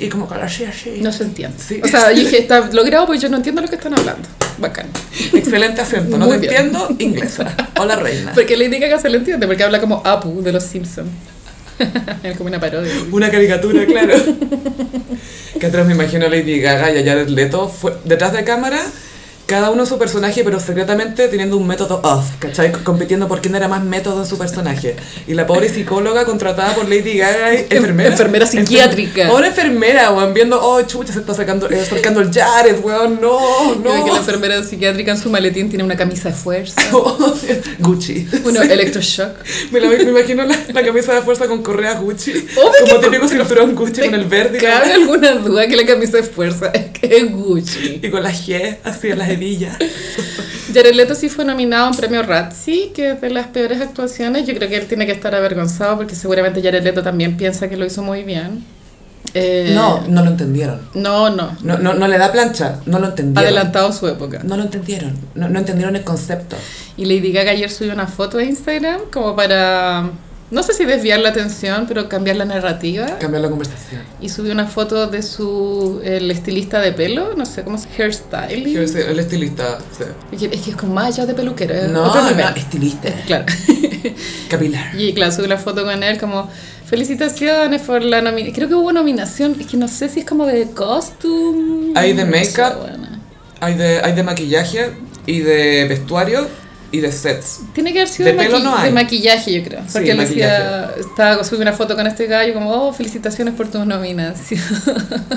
Speaker 1: Y como que así, así.
Speaker 2: No se entiende.
Speaker 1: Sí.
Speaker 2: O sea, yo dije, está logrado, pues yo no entiendo lo que están hablando. Bacán.
Speaker 1: Excelente acento, no
Speaker 2: Muy
Speaker 1: te
Speaker 2: bien.
Speaker 1: entiendo, inglesa. Hola reina.
Speaker 2: Porque Lady Gaga se le entiende, porque habla como Apu de los Simpsons. es como una parodia.
Speaker 1: Una caricatura, claro. que atrás me imagino a Lady Gaga y a Jared Leto fue- detrás de cámara, cada uno su personaje, pero secretamente teniendo un método off, ¿cachai? Compitiendo por quién era más método en su personaje. Y la pobre psicóloga contratada por Lady Gaga, enfermera.
Speaker 2: enfermera
Speaker 1: Enfer-
Speaker 2: psiquiátrica.
Speaker 1: Pobre enfermera, weón, viendo, oh, chucha, se está sacando, eh, acercando el Jared, weón, no,
Speaker 2: Creo que la
Speaker 1: no.
Speaker 2: enfermera psiquiátrica en su maletín tiene una camisa de fuerza,
Speaker 1: Gucci.
Speaker 2: uno electroshock.
Speaker 1: Me, la- me imagino la, la camisa de fuerza con correa Gucci.
Speaker 2: Obvio
Speaker 1: como
Speaker 2: que
Speaker 1: típico cinturón Gucci con el verde y con,
Speaker 2: ¿Cabe alguna duda que la camisa de fuerza es que es Gucci?
Speaker 1: y con la G así en las hebillas.
Speaker 2: Jared Leto sí fue nominado a un premio Razzie, que es de las peores actuaciones. Yo creo que él tiene que estar avergonzado porque seguramente Jared Leto también piensa que lo hizo muy bien. Eh,
Speaker 1: No, no lo entendieron.
Speaker 2: No, no.
Speaker 1: No, no, no le da plancha, no lo entendieron.
Speaker 2: Adelantado su época.
Speaker 1: No lo entendieron, no, no entendieron el concepto.
Speaker 2: Y Lady Gaga ayer subió una foto a Instagram como para, no sé si desviar la atención, pero cambiar la narrativa.
Speaker 1: Cambiar la conversación.
Speaker 2: Y subió una foto de su el estilista de pelo, no sé cómo se
Speaker 1: Quiero
Speaker 2: hairstyle.
Speaker 1: decir, El estilista, sí.
Speaker 2: Es que es con malla de peluquero. es
Speaker 1: No,
Speaker 2: otro
Speaker 1: no,
Speaker 2: nivel.
Speaker 1: estilista,
Speaker 2: Claro.
Speaker 1: capilar.
Speaker 2: Y claro, subió la foto con él como, felicitaciones por la nominación. Creo que hubo nominación, es que no sé si es como de costume.
Speaker 1: Hay de
Speaker 2: no sé,
Speaker 1: makeup.
Speaker 2: bueno.
Speaker 1: Hay de, hay de maquillaje y de vestuario y de sets.
Speaker 2: Tiene que haber sido
Speaker 1: De
Speaker 2: de,
Speaker 1: pelo
Speaker 2: maqui-
Speaker 1: no hay.
Speaker 2: de maquillaje, yo creo.
Speaker 1: Sí,
Speaker 2: Porque él decía,
Speaker 1: maquillaje.
Speaker 2: estaba, subí una foto con este gallo como, oh, felicitaciones por tu nominación.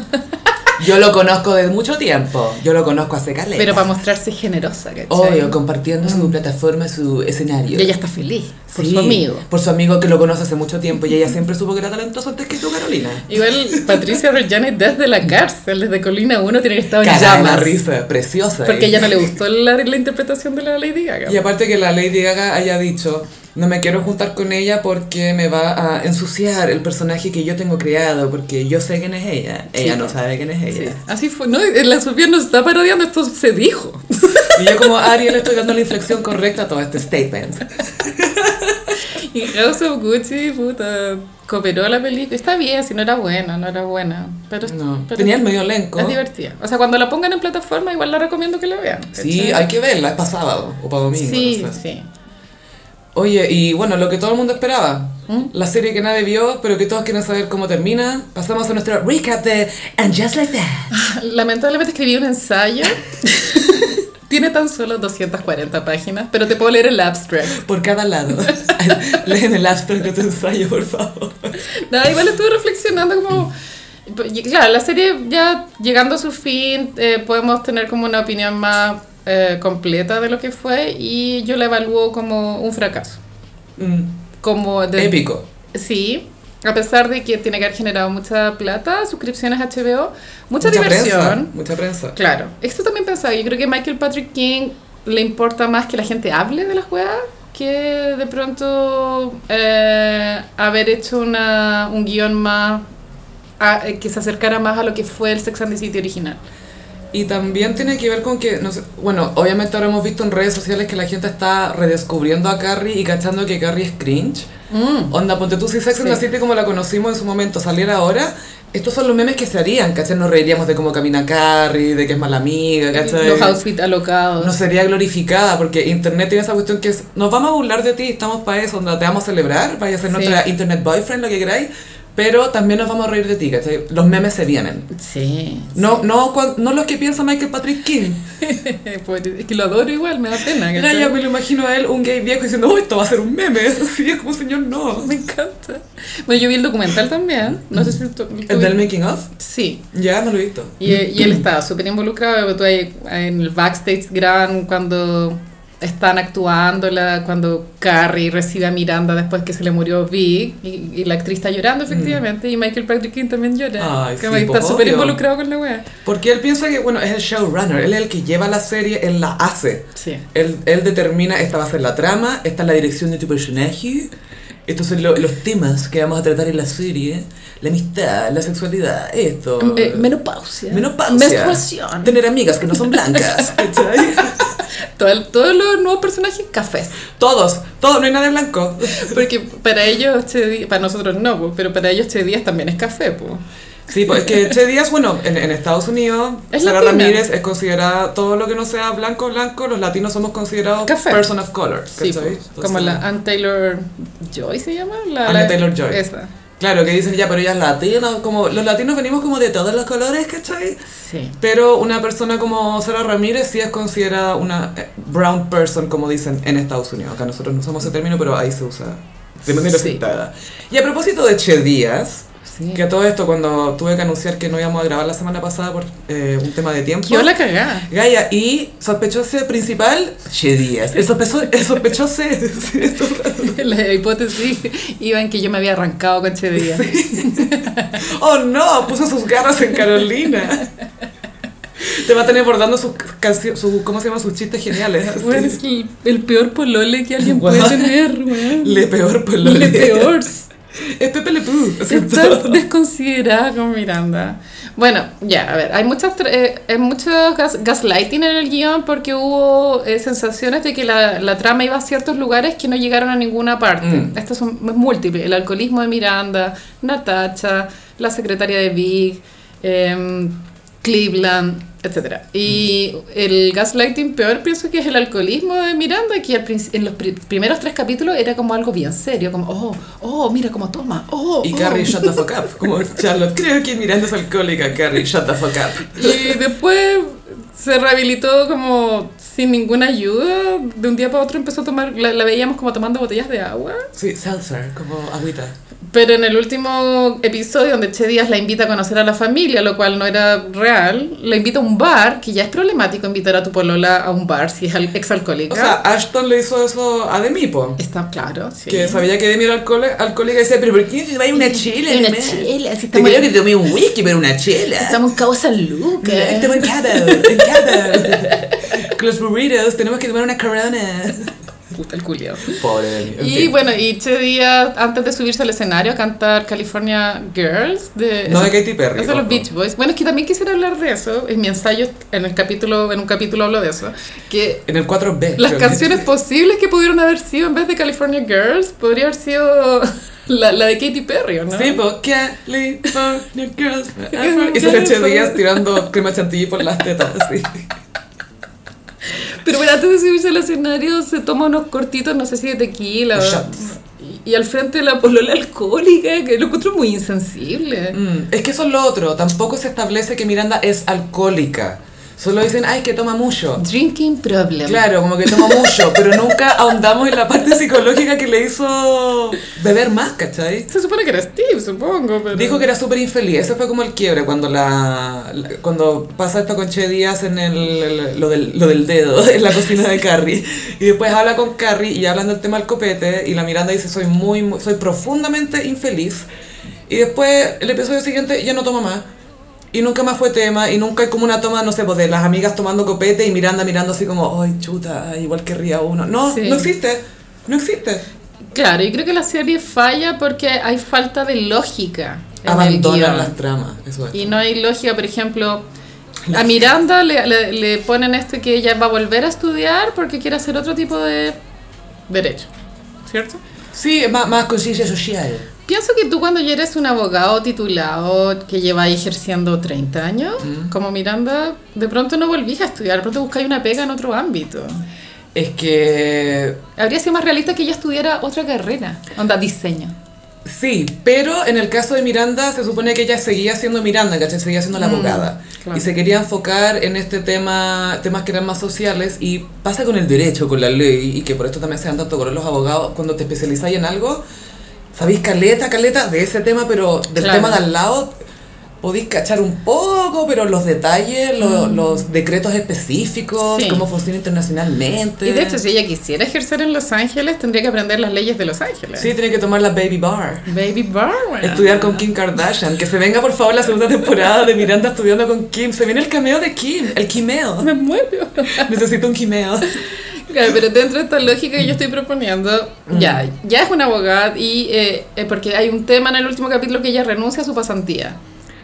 Speaker 1: Yo lo conozco desde mucho tiempo. Yo lo conozco hace caleta.
Speaker 2: Pero para mostrarse generosa, ¿cachai?
Speaker 1: Obvio, compartiendo su plataforma, su escenario.
Speaker 2: y Mm. ella está feliz por
Speaker 1: Sí,
Speaker 2: su amigo.
Speaker 1: Por su amigo que lo conoce hace mucho tiempo y ella siempre supo que era talentoso antes que tú, Carolina.
Speaker 2: Igual Patricia Reggiani desde la cárcel, desde Colina 1, tiene que estar en
Speaker 1: Cara de la
Speaker 2: llamas.
Speaker 1: risa, preciosa.
Speaker 2: Porque
Speaker 1: ella.
Speaker 2: a ella no le gustó la, la interpretación de la Lady Gaga.
Speaker 1: Y aparte que la Lady Gaga haya dicho, no me quiero juntar con ella porque me va a ensuciar el personaje que yo tengo creado, porque yo sé quién es ella. Ella
Speaker 2: Sí.
Speaker 1: no sabe quién es
Speaker 2: Sí,
Speaker 1: ella.
Speaker 2: Así fue, no, la Sofía nos está parodiando, esto se dijo.
Speaker 1: Y yo como Ariel estoy dando la inflexión correcta a todo este statement.
Speaker 2: Y House of Gucci, puta, cooperó la película. Está bien, si no era buena, no era buena. Pero,
Speaker 1: No.
Speaker 2: pero
Speaker 1: Tenía el medio elenco.
Speaker 2: es divertida. O sea, cuando la pongan en plataforma, igual la recomiendo que la vean.
Speaker 1: Sí,
Speaker 2: ¿cachai?
Speaker 1: hay que verla, es para sábado o para domingo.
Speaker 2: Sí,
Speaker 1: no sé.
Speaker 2: sí.
Speaker 1: Oye, y bueno, lo que todo el mundo esperaba.
Speaker 2: ¿Mm?
Speaker 1: La serie que nadie vio, pero que todos quieren saber cómo termina. Pasamos a nuestro recap de And Just Like That.
Speaker 2: Lamentablemente escribí un ensayo. Tiene tan solo 240 páginas, pero te puedo leer el abstract.
Speaker 1: Por cada lado. Leen el abstract de tu ensayo, por favor.
Speaker 2: Nada, igual estuve reflexionando como... y Claro, la serie ya llegando a su fin, eh, podemos tener como una opinión más eh, completa de lo que fue y yo la evalúo como un fracaso.
Speaker 1: Mm,
Speaker 2: Como de-
Speaker 1: épico.
Speaker 2: Sí, a pesar de que tiene que haber generado mucha plata, suscripciones a HBO, mucha,
Speaker 1: Prensa,
Speaker 2: diversión.
Speaker 1: mucha prensa.
Speaker 2: Claro, esto también pensaba, yo creo que a Michael Patrick King le importa más que la gente hable de las juegas que de pronto eh, haber hecho una, un guión más a- eh, que se acercara más a lo que fue el Sex and the City original.
Speaker 1: Y también tiene que ver con que, no sé, bueno, obviamente ahora hemos visto en redes sociales que la gente está redescubriendo a Carrie y cachando que Carrie es cringe.
Speaker 2: Eh,
Speaker 1: Onda, ponte tú, si Sex and the
Speaker 2: Sí.
Speaker 1: City como la conocimos en su momento saliera ahora, estos son los memes que se harían, ¿cachai? Nos reiríamos de cómo camina Carrie, de que es mala amiga, ¿cachai?
Speaker 2: Los outfits alocados.
Speaker 1: No sería glorificada, porque internet tiene esa cuestión que es, nos vamos a burlar de ti, estamos para eso, onda, te vamos a celebrar, vaya a ser
Speaker 2: Sí.
Speaker 1: nuestra internet boyfriend, lo que queráis, Pero también nos vamos a reír de ti, ¿cachai? Los memes se vienen.
Speaker 2: Sí.
Speaker 1: No, no, cuan- no los que piensa Michael Patrick King.
Speaker 2: Pues, es que lo adoro igual, me da pena.
Speaker 1: Mira, ya me lo imagino a él, un gay viejo, diciendo, oh, esto va a ser un meme. Sí, es como, señor, no.
Speaker 2: Me encanta. Bueno, yo vi el documental también. No sé si tú-
Speaker 1: ¿El del Mm. making of?
Speaker 2: Sí.
Speaker 1: Ya, no lo he visto.
Speaker 2: Y, eh, y él estaba súper involucrado. porque tú ahí eh, en el backstage graban cuando están actuando, la, cuando Carrie recibe a Miranda después que se le murió Vic. Y, y la actriz está llorando, efectivamente. Y Michael Patrick King también llora.
Speaker 1: Mm. Ay,
Speaker 2: Como
Speaker 1: sí,
Speaker 2: está
Speaker 1: po,
Speaker 2: súper
Speaker 1: obvio.
Speaker 2: involucrado con la wea.
Speaker 1: Porque él piensa que, bueno, es el showrunner, él es el que lleva la serie, él la hace.
Speaker 2: Sí.
Speaker 1: Él, él determina, esta va a ser la trama, esta es la dirección de tu personaje, estos son lo- los temas que vamos a tratar en la serie, la amistad, la sexualidad, esto.
Speaker 2: Eh, menopausia.
Speaker 1: Menopausia.
Speaker 2: Menstruación.
Speaker 1: Tener amigas que no son blancas. ¿cachai?
Speaker 2: Todo el- todos los nuevos personajes, cafés.
Speaker 1: todos, todos, no hay nada de blanco.
Speaker 2: Porque para ellos, Che Díaz- para nosotros no, po, pero para ellos Che Díaz también es café. po.
Speaker 1: Sí, pues es que Che Díaz, bueno, en, en Estados Unidos,
Speaker 2: Es
Speaker 1: Sara
Speaker 2: latina.
Speaker 1: Ramírez es considerada todo lo que no sea blanco, blanco, los latinos somos considerados
Speaker 2: Café.
Speaker 1: person of color. ¿cachai?
Speaker 2: Sí, po.
Speaker 1: Entonces,
Speaker 2: como la Ann Taylor Joy se llama. La,
Speaker 1: Anna
Speaker 2: la-
Speaker 1: Taylor-Joy.
Speaker 2: Esa.
Speaker 1: Claro, que dicen ya, pero ella es latina, como los latinos venimos como de todos los colores, ¿cachai?
Speaker 2: Sí.
Speaker 1: Pero una persona como Sara Ramírez sí es considerada una eh, brown person, como dicen en Estados Unidos. Acá nosotros no usamos ese término, pero ahí se usa de manera
Speaker 2: Sí.
Speaker 1: aceptada. Y a propósito de Che Díaz,
Speaker 2: sí.
Speaker 1: que a todo esto cuando tuve que anunciar que no íbamos a grabar la semana pasada por eh, un tema de tiempo.
Speaker 2: Yo la cagá.
Speaker 1: Gaia, y sospechoso principal, Che Díaz. El sospechoso, el sospechoso
Speaker 2: La hipótesis iba en que yo me había arrancado con este Che Díaz.
Speaker 1: oh no, puso sus garras en Carolina. Te va a tener bordando sus canciones, su, ¿cómo se llama? Sus chistes geniales. así.
Speaker 2: Bueno, es el, el peor polole que alguien
Speaker 1: Guau.
Speaker 2: puede tener, weón.
Speaker 1: Le peor pues lo
Speaker 2: Le peor.
Speaker 1: Es Pepe Le Pew. así
Speaker 2: Estás
Speaker 1: todo.
Speaker 2: desconsiderada con Miranda. Bueno, ya, a ver, hay muchas tra- eh, hay muchos gas- gaslighting en el guión porque hubo eh, sensaciones de que la, la trama iba a ciertos lugares que no llegaron a ninguna parte.
Speaker 1: Mm.
Speaker 2: Estos son múltiples, el alcoholismo de Miranda, Natacha, la secretaria de Big, em, Cleveland, etc.
Speaker 1: Mm.
Speaker 2: Y el gaslighting peor pienso que es el alcoholismo de Miranda, que al princi- en los pri- primeros tres capítulos era como algo bien serio, como, oh, oh, mira cómo toma, oh.
Speaker 1: Y
Speaker 2: oh".
Speaker 1: Carrie, shut the fuck up. Como Charlotte, creo que Miranda es alcohólica, Carrie, shut the fuck up.
Speaker 2: Y después se rehabilitó como sin ninguna ayuda. De un día para otro empezó a tomar, la, la veíamos como tomando botellas de agua.
Speaker 1: Sí, seltzer, como agüita.
Speaker 2: Pero en el último episodio donde Che Díaz la invita a conocer a la familia, lo cual no era real, la invita a un bar, que ya es problemático invitar a tu polola a un bar si es al- exalcohólica.
Speaker 1: O sea, Ashton le hizo eso a Demi, po.
Speaker 2: Está claro, sí.
Speaker 1: Que sabía que Demi era alcohol- alcohólica y decía, pero ¿por qué no te tomáis una chela?
Speaker 2: Una
Speaker 1: Demi?
Speaker 2: chela, si
Speaker 1: Te
Speaker 2: estamos-
Speaker 1: creo que te tomé un whisky, pero una chela.
Speaker 2: Estamos en Cabo San Lucas.
Speaker 1: Estamos en Cabo, en Cabo. Con los burritos tenemos que tomar una corona.
Speaker 2: Puta el culiao.
Speaker 1: Pobre Demi. en
Speaker 2: Y
Speaker 1: fin.
Speaker 2: bueno, y Che Díaz, antes de subirse al escenario a cantar California Girls, de,
Speaker 1: No de
Speaker 2: eso-
Speaker 1: Katy Perry.
Speaker 2: eso de los
Speaker 1: ojo.
Speaker 2: Beach Boys. Bueno, es que también quisiera hablar de eso. En mi ensayo, en el capítulo, en un capítulo hablo de eso. Que
Speaker 1: En el 4B.
Speaker 2: las
Speaker 1: creo que-
Speaker 2: canciones posibles que pudieron haber sido en vez de California Girls, podría haber sido la, la de Katy Perry, ¿o ¿no?
Speaker 1: Sí, po. California girls. Y se le eché días tirando crema chantilly por las tetas, así.
Speaker 2: Pero bueno, antes de subirse al escenario se toma unos cortitos, no sé si de tequila.
Speaker 1: Los
Speaker 2: o-
Speaker 1: shots.
Speaker 2: Y, y al frente la polola alcohólica, que lo encuentro muy insensible.
Speaker 1: Mm, es que eso es lo otro. Tampoco se establece que Miranda es alcohólica. Solo dicen, ay, que toma mucho.
Speaker 2: Drinking problem.
Speaker 1: Claro, como que toma mucho, pero nunca ahondamos en la parte psicológica que le hizo beber más, ¿cachai?
Speaker 2: Se supone que era Steve, supongo, pero...
Speaker 1: Dijo que era súper infeliz, ese fue como el quiebre cuando la, la- cuando pasa esto con Che Díaz en el, el- lo, del, lo del dedo, en la cocina de Carrie. Y después habla con Carrie y hablan del tema del copete y la Miranda dice soy muy, muy- soy profundamente infeliz. Y después el episodio siguiente ya no toma más. Y nunca más fue tema, y nunca hay como una toma, no sé, pues de las amigas tomando copete y Miranda mirando así como, ay, chuta, ay, igual querría uno. No,
Speaker 2: Sí.
Speaker 1: no existe, no existe.
Speaker 2: Claro, yo creo que la serie falla porque hay falta de lógica en el
Speaker 1: Abandonan
Speaker 2: guión.
Speaker 1: las tramas, eso es.
Speaker 2: Y no hay lógica, por ejemplo, a Miranda le, le- le ponen este que ella va a volver a estudiar porque quiere hacer otro tipo de derecho, ¿cierto?
Speaker 1: Sí, más, más conciencia social.
Speaker 2: Pienso que tú cuando ya eres un abogado titulado que lleva ahí ejerciendo 30 años,
Speaker 1: Mm.
Speaker 2: como Miranda, de pronto no volvís a estudiar, de pronto buscáis una pega en otro ámbito.
Speaker 1: Es que
Speaker 2: Habría sido más realista que ella estudiara otra carrera, onda diseño.
Speaker 1: Sí, pero en el caso de Miranda se supone que ella seguía siendo Miranda, ¿cachai? Seguía siendo la
Speaker 2: Mm,
Speaker 1: abogada.
Speaker 2: claro.
Speaker 1: Y se quería enfocar en este tema, temas que eran más sociales y pasa con el derecho, con la ley, y que por esto también se dan tanto color los abogados, cuando te especializáis en algo, sabéis caleta, caleta de ese tema, pero del
Speaker 2: Claro.
Speaker 1: tema de al lado podéis cachar un poco, pero los detalles, lo- los decretos específicos,
Speaker 2: Mm. Sí.
Speaker 1: cómo funciona internacionalmente.
Speaker 2: Y de hecho, si ella quisiera ejercer en Los Ángeles, tendría que aprender las leyes de Los Ángeles.
Speaker 1: Sí, tiene que tomar la baby bar.
Speaker 2: Baby Barwell.
Speaker 1: Estudiar con Kim Kardashian. Que se venga, por favor, la segunda temporada de Miranda estudiando con Kim. Se viene el cameo de Kim. El quimeo.
Speaker 2: Me muero.
Speaker 1: Necesito un quimeo.
Speaker 2: Claro, pero dentro de esta lógica que yo estoy proponiendo, ya,
Speaker 1: Mm.
Speaker 2: ya es una abogada y eh, eh, porque hay un tema en el último capítulo que ella renuncia a su pasantía.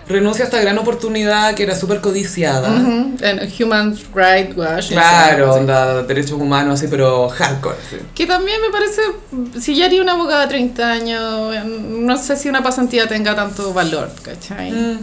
Speaker 1: Renuncia a esta gran oportunidad que era súper codiciada.
Speaker 2: Ujú, En Human Rights Watch.
Speaker 1: Ah. Claro, onda, derechos humanos, así, pero hardcore. sí.
Speaker 2: Que también me parece, si ya haría una abogada de 30 años, eh, no sé si una pasantía tenga tanto valor, ¿cachai?
Speaker 1: Mm,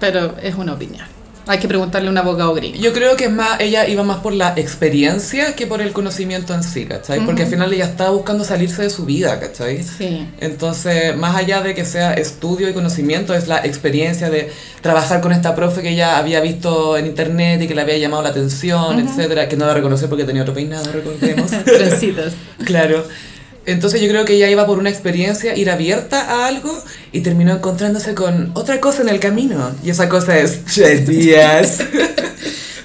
Speaker 2: Pero es una opinión. Hay que preguntarle a un abogado gringo.
Speaker 1: Yo creo que es más, ella iba más por la experiencia que por el conocimiento en sí, ¿cachai? Porque al final ella estaba buscando salirse de su vida, ¿cachai?
Speaker 2: Sí.
Speaker 1: Entonces, más allá de que sea estudio y conocimiento, es la experiencia de trabajar con esta profe que ya había visto en internet y que le había llamado la atención, etcétera, que no la reconocer porque tenía otro peinado, recordemos.
Speaker 2: Trencitas.
Speaker 1: claro. Entonces, yo creo que ella iba por una experiencia, ir abierta a algo y terminó encontrándose con otra cosa en el camino. Y esa cosa es Che Díaz.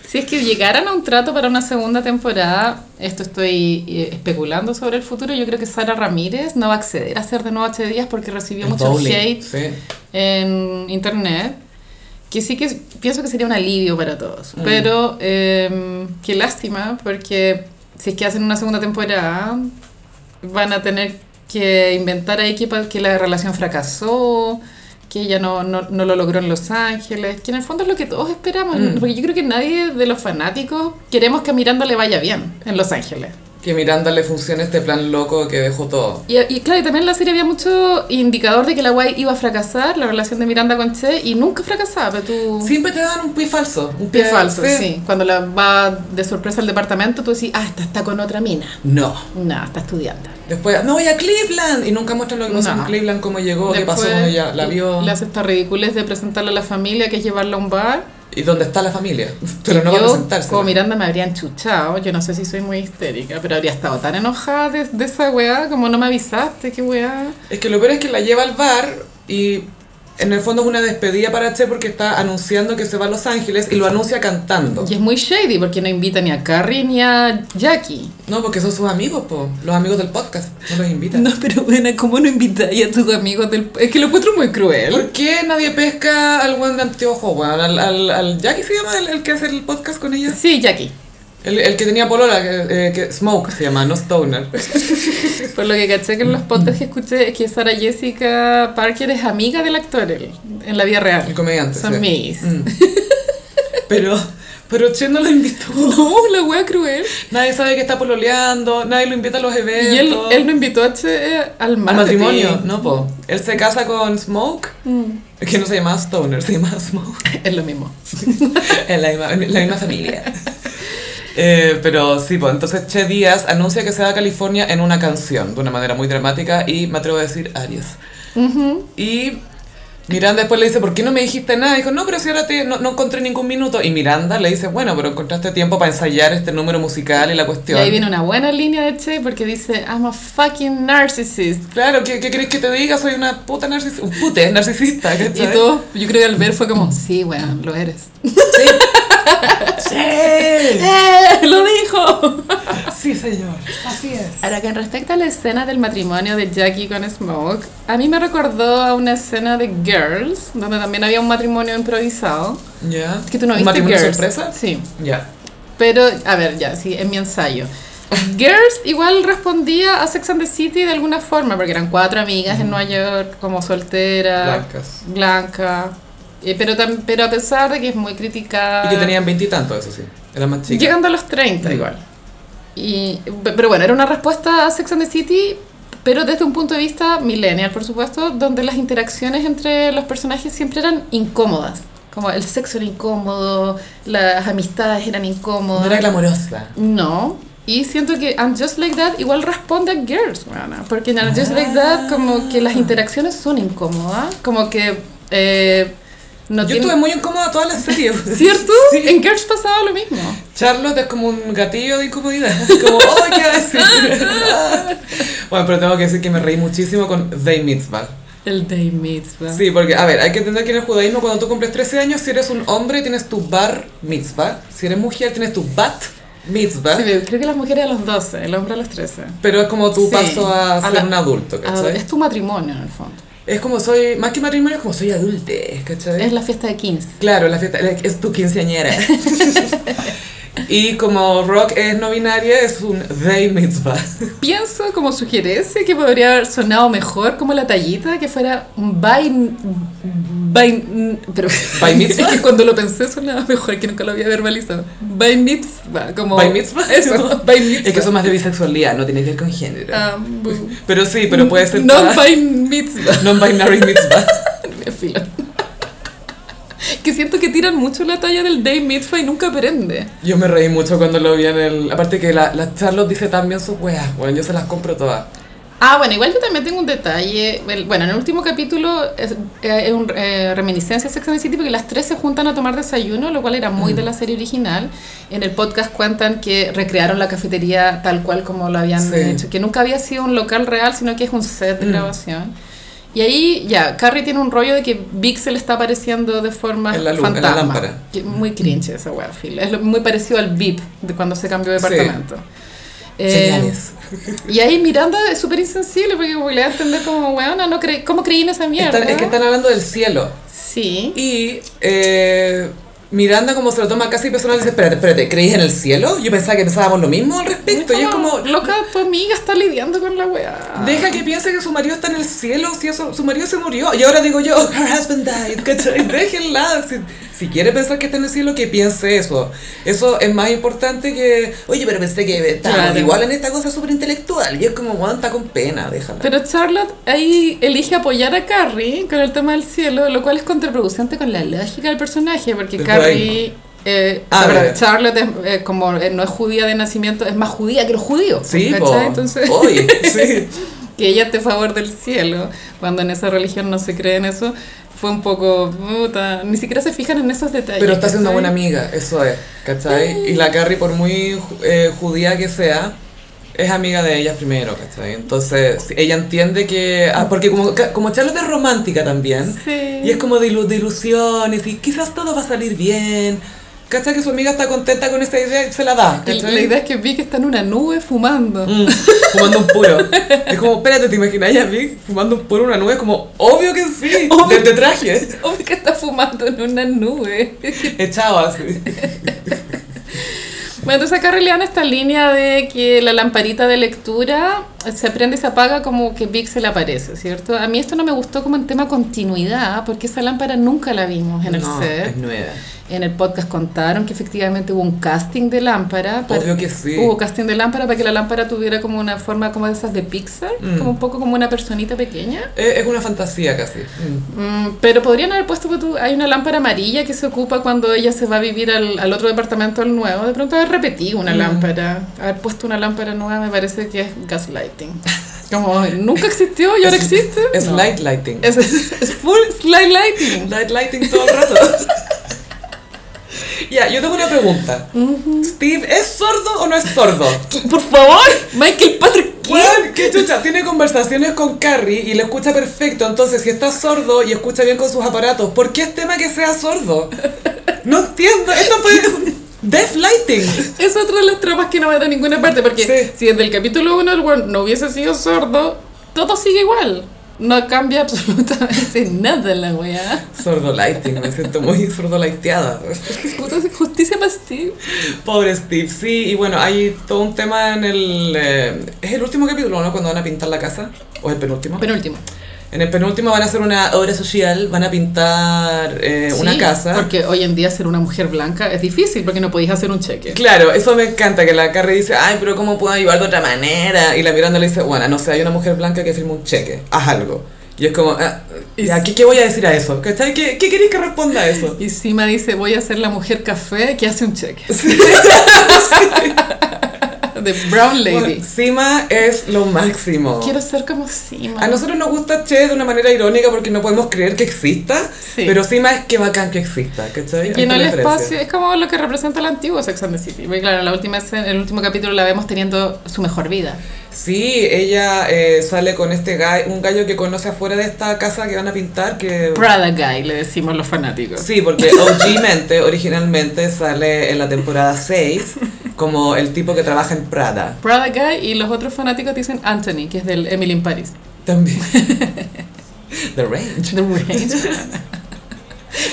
Speaker 2: Si es que llegaran a un trato para una segunda temporada, esto estoy eh, especulando sobre el futuro, yo creo que Sara Ramírez no va a acceder a ser de nuevo H. Díaz porque recibió
Speaker 1: El
Speaker 2: mucho
Speaker 1: bowling,
Speaker 2: hate
Speaker 1: sí.
Speaker 2: en internet. Que sí que pienso que sería un alivio para todos. Pero eh, qué lástima, porque si es que hacen una segunda temporada, van a tener que inventar ahí que, pa- que la relación fracasó, que ella no, no, no lo logró en Los Ángeles, que en el fondo es lo que todos esperamos,
Speaker 1: Mm.
Speaker 2: porque yo creo que nadie de los fanáticos queremos que a Miranda le vaya bien en Los Ángeles.
Speaker 1: Que Miranda le funcione este plan loco que dejó todo.
Speaker 2: Y, y claro, y también en la serie había mucho indicador de que la guay iba a fracasar, la relación de Miranda con Che, y nunca fracasaba, pero tú...
Speaker 1: Siempre te dan un pie falso. Un
Speaker 2: Pie falso, sí. Cuando la va de sorpresa al departamento, tú decís, ah, esta está con otra mina.
Speaker 1: No.
Speaker 2: No, está estudiando.
Speaker 1: Después, no voy a Cleveland. Y nunca muestran lo que pasó
Speaker 2: No.
Speaker 1: en Cleveland, cómo llegó, qué pasó cuando ella la vio
Speaker 2: Le hace esta ridiculez de presentarla a la familia, que es llevarla a un bar.
Speaker 1: y dónde está la familia. Pero
Speaker 2: Y
Speaker 1: no va a
Speaker 2: yo,
Speaker 1: presentarse.
Speaker 2: Como Miranda me habría enchuchado, yo no sé si soy muy histérica, pero habría estado tan enojada de, de esa weá, como no me avisaste, qué weá.
Speaker 1: Es que lo peor es que la lleva al bar y en el fondo es una despedida para Che porque está anunciando que se va a Los Ángeles y lo anuncia cantando.
Speaker 2: Y es muy shady porque no invita ni a Carrie ni a Jackie.
Speaker 1: No, porque son sus amigos, po. los amigos del podcast. No los invitan.
Speaker 2: No, pero bueno, ¿cómo no invitáis a tus amigos del.? Es que lo encuentro muy cruel.
Speaker 1: ¿Por qué nadie pesca al buen de anteojo, weón? Al, al, al Jackie se llama el, el que hace el podcast con ella.
Speaker 2: Sí, Jackie.
Speaker 1: El, el que tenía Polola, que, eh, que Smoke se llama, no Stoner.
Speaker 2: Por lo que caché que en los podcasts que escuché es que Sara Jessica Parker es amiga del actor él, en la vida
Speaker 1: El
Speaker 2: real.
Speaker 1: comediante.
Speaker 2: Son
Speaker 1: sí.
Speaker 2: mis.
Speaker 1: Mm. Pero, pero Che no lo invitó.
Speaker 2: No, la wea cruel.
Speaker 1: Nadie sabe que está pololeando, nadie lo invita a los eventos.
Speaker 2: Y él, él no invitó a Che eh, al
Speaker 1: Al
Speaker 2: marketing.
Speaker 1: matrimonio, no, po. Él se casa con Smoke,
Speaker 2: Mm.
Speaker 1: que no se llama Stoner, se llama Smoke.
Speaker 2: Es lo mismo.
Speaker 1: en la misma, en la misma familia. Eh, pero sí, pues entonces Che Díaz anuncia que se va a California en una canción, de una manera muy dramática, y me atrevo a decir Aries. Y Miranda después le dice, ¿por qué no me dijiste nada? Y dijo, no, pero si ahora te, no, no encontré ningún minuto. Y Miranda le dice, bueno, pero encontraste tiempo para ensayar este número musical y la
Speaker 2: Y
Speaker 1: cuestión.
Speaker 2: ahí viene una buena línea de Che porque dice, I'm a fucking narcissist.
Speaker 1: Claro, ¿qué, ¿qué crees que te diga? Soy una puta narcisista, un pute narcisista,
Speaker 2: Y
Speaker 1: ¿cachai?
Speaker 2: todo, yo creo que al ver fue como, sí, weón, lo eres.
Speaker 1: ¡Sí!
Speaker 2: ¡Eh! ¡Lo dijo!
Speaker 1: Sí, señor. Así es.
Speaker 2: Ahora, con respecto a la escena del matrimonio de Jackie con Smoke, a mí me recordó a una escena de Girls, donde también había un matrimonio improvisado.
Speaker 1: ¿Ya?
Speaker 2: Es que tú no
Speaker 1: ¿Un
Speaker 2: viste
Speaker 1: matrimonio
Speaker 2: Girls.
Speaker 1: sorpresa?
Speaker 2: Sí.
Speaker 1: Ya.
Speaker 2: Pero, a ver, ya, sí, en mi ensayo. Girls igual respondía a Sex and the City de alguna forma, porque eran cuatro amigas en Nueva York, como soltera,
Speaker 1: Blancas.
Speaker 2: blanca. Eh, pero, tam- pero a pesar de que es muy criticada.
Speaker 1: Y que tenían veintitantos, eso sí. Eran más chicas.
Speaker 2: Llegando a los 30
Speaker 1: Mm.
Speaker 2: igual. Y, pe- pero bueno, era una respuesta a Sex and the City, pero desde un punto de vista millennial, por supuesto, donde las interacciones entre los personajes siempre eran incómodas. Como el sexo era incómodo, las amistades eran
Speaker 1: No
Speaker 2: incómodas.
Speaker 1: era glamorosa.
Speaker 2: No, Y siento que And Just Like That igual responde a Girls, weona, porque en And Just Like That como que las
Speaker 1: Ah.
Speaker 2: interacciones son incómodas, como que... eh, no
Speaker 1: Yo
Speaker 2: tiene-
Speaker 1: estuve muy incómoda toda la serie.
Speaker 2: ¿Cierto?
Speaker 1: Sí.
Speaker 2: En Girls pasaba lo mismo.
Speaker 1: Charlotte es como un gatillo de incomodidad. Como, oh, ¿qué va a decir? bueno, pero tengo que decir que me reí muchísimo con Day Mitzvah.
Speaker 2: El Day Mitzvah.
Speaker 1: Sí, porque, a ver, hay que entender que en el judaísmo cuando tú cumples 13 años, si eres un hombre, tienes tu bar mitzvah. Si eres mujer, tienes tu bat mitzvah.
Speaker 2: Sí, pero creo que las mujeres a los 12, el hombre a los 13.
Speaker 1: pero es como tu
Speaker 2: Sí.
Speaker 1: paso a,
Speaker 2: A
Speaker 1: ser
Speaker 2: la-
Speaker 1: un adulto,
Speaker 2: Ah,
Speaker 1: ¿cachai?
Speaker 2: es tu matrimonio en el fondo.
Speaker 1: Es como soy, más que matrimonio, es como soy adulte, ¿cachai?
Speaker 2: Es la fiesta de 15.
Speaker 1: Claro, la fiesta la- es tu quinceañera. y como rock es no binaria, es un day mitzvah.
Speaker 2: Pienso como sugerencia que podría haber sonado mejor como la tallita, que fuera un vain... vain- pero,
Speaker 1: ¿Bai mitzvah?
Speaker 2: Es que cuando lo pensé sonaba mejor, que nunca lo había verbalizado. Vain mitzvah, como...
Speaker 1: ¿Bai mitzvah?
Speaker 2: Eso, vain mitzvah.
Speaker 1: Es que son más de bisexualidad, no tiene que ver con género.
Speaker 2: Ah, bu-
Speaker 1: Pero sí, pero puede ser
Speaker 2: No,
Speaker 1: todas-
Speaker 2: vain mitzvah.
Speaker 1: non-binary mitzvah.
Speaker 2: Me filo. Que siento que tiran mucho la talla del Day Mitzvah y nunca aprende.
Speaker 1: Yo me reí mucho cuando lo vi en el... Aparte que la, la Charlotte dice también sus weas, bueno, yo se las compro todas.
Speaker 2: Ah, bueno, igual yo también tengo un detalle. El- Bueno, en el último capítulo es, eh, es un, eh, reminiscencia de Sex and the City porque las tres se juntan a tomar desayuno, lo cual era muy
Speaker 1: Mm.
Speaker 2: de la serie original. En el podcast cuentan que recrearon la cafetería tal cual como lo habían
Speaker 1: Sí.
Speaker 2: hecho, que nunca había sido un local real, sino que es un set de
Speaker 1: Mm.
Speaker 2: grabación. Y ahí ya, Carrie tiene un rollo de que Vic se le está apareciendo de forma
Speaker 1: En la luz, en la
Speaker 2: fantasma.
Speaker 1: lámpara.
Speaker 2: Que Muy cringe esa wea, Phil. Es lo- muy parecido al VIP de cuando se cambió de
Speaker 1: Sí.
Speaker 2: departamento. Eh,
Speaker 1: Señales.
Speaker 2: y ahí Miranda es súper insensible porque como que le da a entender como, weona, no cre ¿cómo creí en esa mierda?
Speaker 1: Están- es que están hablando del cielo.
Speaker 2: Sí.
Speaker 1: Y eh, Miranda como se lo toma casi personal dice, espérate, espérate, ¿creís en el cielo? Yo pensaba que pensábamos lo mismo al respecto. Y es como,
Speaker 2: loca, tu amiga está lidiando con la weá.
Speaker 1: deja que piense que su marido está en el cielo, si eso, su marido se murió. Y ahora digo yo, her husband died, ¿cachai? Déjenla. Si, si quiere pensar que está en el cielo, que piense eso. Eso es más importante que, oye, pero pensé que estábamos
Speaker 2: Claro.
Speaker 1: igual en esta cosa súper intelectual. Y es como, bueno, está con pena, déjala.
Speaker 2: Pero Charlotte ahí elige apoyar a Carrie con el tema del cielo, lo cual es contraproducente con la lógica del personaje, porque
Speaker 1: Del
Speaker 2: Carrie... eh,
Speaker 1: Ah,
Speaker 2: o sea,
Speaker 1: verdad.
Speaker 2: Charlotte es, eh, como eh, no es judía de nacimiento, es más judía que los judíos.
Speaker 1: Sí,
Speaker 2: ¿cachai?
Speaker 1: po. Oh,
Speaker 2: Entonces,
Speaker 1: Oye, sí.
Speaker 2: que ella esté a favor del cielo, cuando en esa religión no se cree en eso, fue un poco puta. Ni siquiera se fijan en esos detalles.
Speaker 1: Pero está siendo
Speaker 2: ¿cachai?
Speaker 1: buena amiga, eso es, ¿cachai? Y la Carrie, por muy ju- eh, judía que sea, es amiga de ellas primero, ¿cachai? Entonces, sí, ella entiende que... ah, porque como, ca- como Charlotte es romántica también,
Speaker 2: Sí.
Speaker 1: y es como de, ilu- de ilusiones, y quizás todo va a salir bien, ¿cachai? Que su amiga está contenta con esa idea y se la da,
Speaker 2: Y
Speaker 1: ¿cachai?
Speaker 2: la idea es que Vic está en una nube fumando.
Speaker 1: Mm, fumando un puro. Es como, espérate, ¿te imaginas a Vic fumando un puro en una nube? Es Como, obvio que sí,
Speaker 2: Obvio.
Speaker 1: desde traje,
Speaker 2: Obvio que está fumando en una nube.
Speaker 1: echado así.
Speaker 2: Bueno, entonces acá relevan esta línea de que la lamparita de lectura se prende y se apaga como que Vic se le aparece, ¿cierto? A mí esto no me gustó como en tema continuidad, porque esa lámpara nunca la vimos en el
Speaker 1: no,
Speaker 2: set.
Speaker 1: es nueva.
Speaker 2: En el podcast contaron que efectivamente hubo un casting de lámpara.
Speaker 1: Obvio que sí.
Speaker 2: Hubo casting de lámpara para que la lámpara tuviera como una forma como de esas de Pixar,
Speaker 1: Mm.
Speaker 2: como un poco como una personita pequeña.
Speaker 1: Eh, Es, es una fantasía casi. Mm.
Speaker 2: Mm, pero podrían haber puesto, pues, tú- hay una lámpara amarilla que se ocupa cuando ella se va a vivir al, al otro departamento, al nuevo. De pronto haber repetido una
Speaker 1: Mm.
Speaker 2: lámpara, haber puesto una lámpara nueva me parece que es gaslighting. Como nunca existió y ahora
Speaker 1: Es-
Speaker 2: existe.
Speaker 1: Es
Speaker 2: No.
Speaker 1: light lighting.
Speaker 2: Es, es full slide lighting.
Speaker 1: light lighting todo el rato. Ya, yo tengo una pregunta. ¿Steve es sordo o no es sordo?
Speaker 2: Por favor, Michael Patrick King.
Speaker 1: Weón, ¿Qué chucha? Tiene conversaciones con Carrie y le escucha perfecto. Entonces, si está sordo y escucha bien con sus aparatos, ¿por qué es tema que sea sordo? No entiendo. Esto fue deaf lighting.
Speaker 2: Es otra de las tramas que no va a dar ninguna parte, porque
Speaker 1: Sí.
Speaker 2: si desde el capítulo 1 el weón no hubiese sido sordo, todo sigue igual. No cambia absolutamente nada la weá.
Speaker 1: Sordo lighting. Me siento muy sordo lighteada.
Speaker 2: Puta, Justicia para Steve.
Speaker 1: Pobre Steve, sí, y bueno, hay todo un tema en el... eh, es el último capítulo, ¿no? Cuando van a pintar la casa, o es el penúltimo.
Speaker 2: Penúltimo.
Speaker 1: en el penúltimo van a hacer una obra social, van a pintar eh, una
Speaker 2: Sí,
Speaker 1: casa.
Speaker 2: Porque hoy en día ser una mujer blanca es difícil porque no podéis hacer un cheque.
Speaker 1: Claro, eso me encanta, que la Carrie dice, ay, pero ¿cómo puedo ayudar de otra manera? Y la Miranda le dice, bueno, no sé, hay una mujer blanca que firma un cheque, haz algo. Y es como, ah, ¿y a qué, qué voy a decir a eso? ¿Cachai? ¿Qué, ¿Qué queréis que responda a eso?
Speaker 2: Y encima dice, voy a ser la mujer café que hace un cheque.
Speaker 1: Sí.
Speaker 2: de Brown Lady.
Speaker 1: Bueno, Sima es lo máximo.
Speaker 2: Quiero ser como Sima.
Speaker 1: A nosotros nos gusta Che de una manera irónica porque no podemos creer que exista,
Speaker 2: Sí.
Speaker 1: pero Sima es que bacán que exista, ¿cachai? Esa
Speaker 2: Llenó el
Speaker 1: es la diferencia.
Speaker 2: espacio, es como lo que representa el antiguo Sex and the City. Porque claro, la última escena- el último capítulo la vemos teniendo su mejor vida.
Speaker 1: Sí, ella eh, sale con este gallo, un gallo que conoce afuera de esta casa que van a pintar, que...
Speaker 2: Prada Guy, le decimos los fanáticos.
Speaker 1: Sí, porque OG Mente originalmente sale en la temporada 6 como el tipo que trabaja en Prada.
Speaker 2: Prada Guy y los otros fanáticos dicen Anthony, que es del Emily in Paris.
Speaker 1: También. The Range.
Speaker 2: The Range.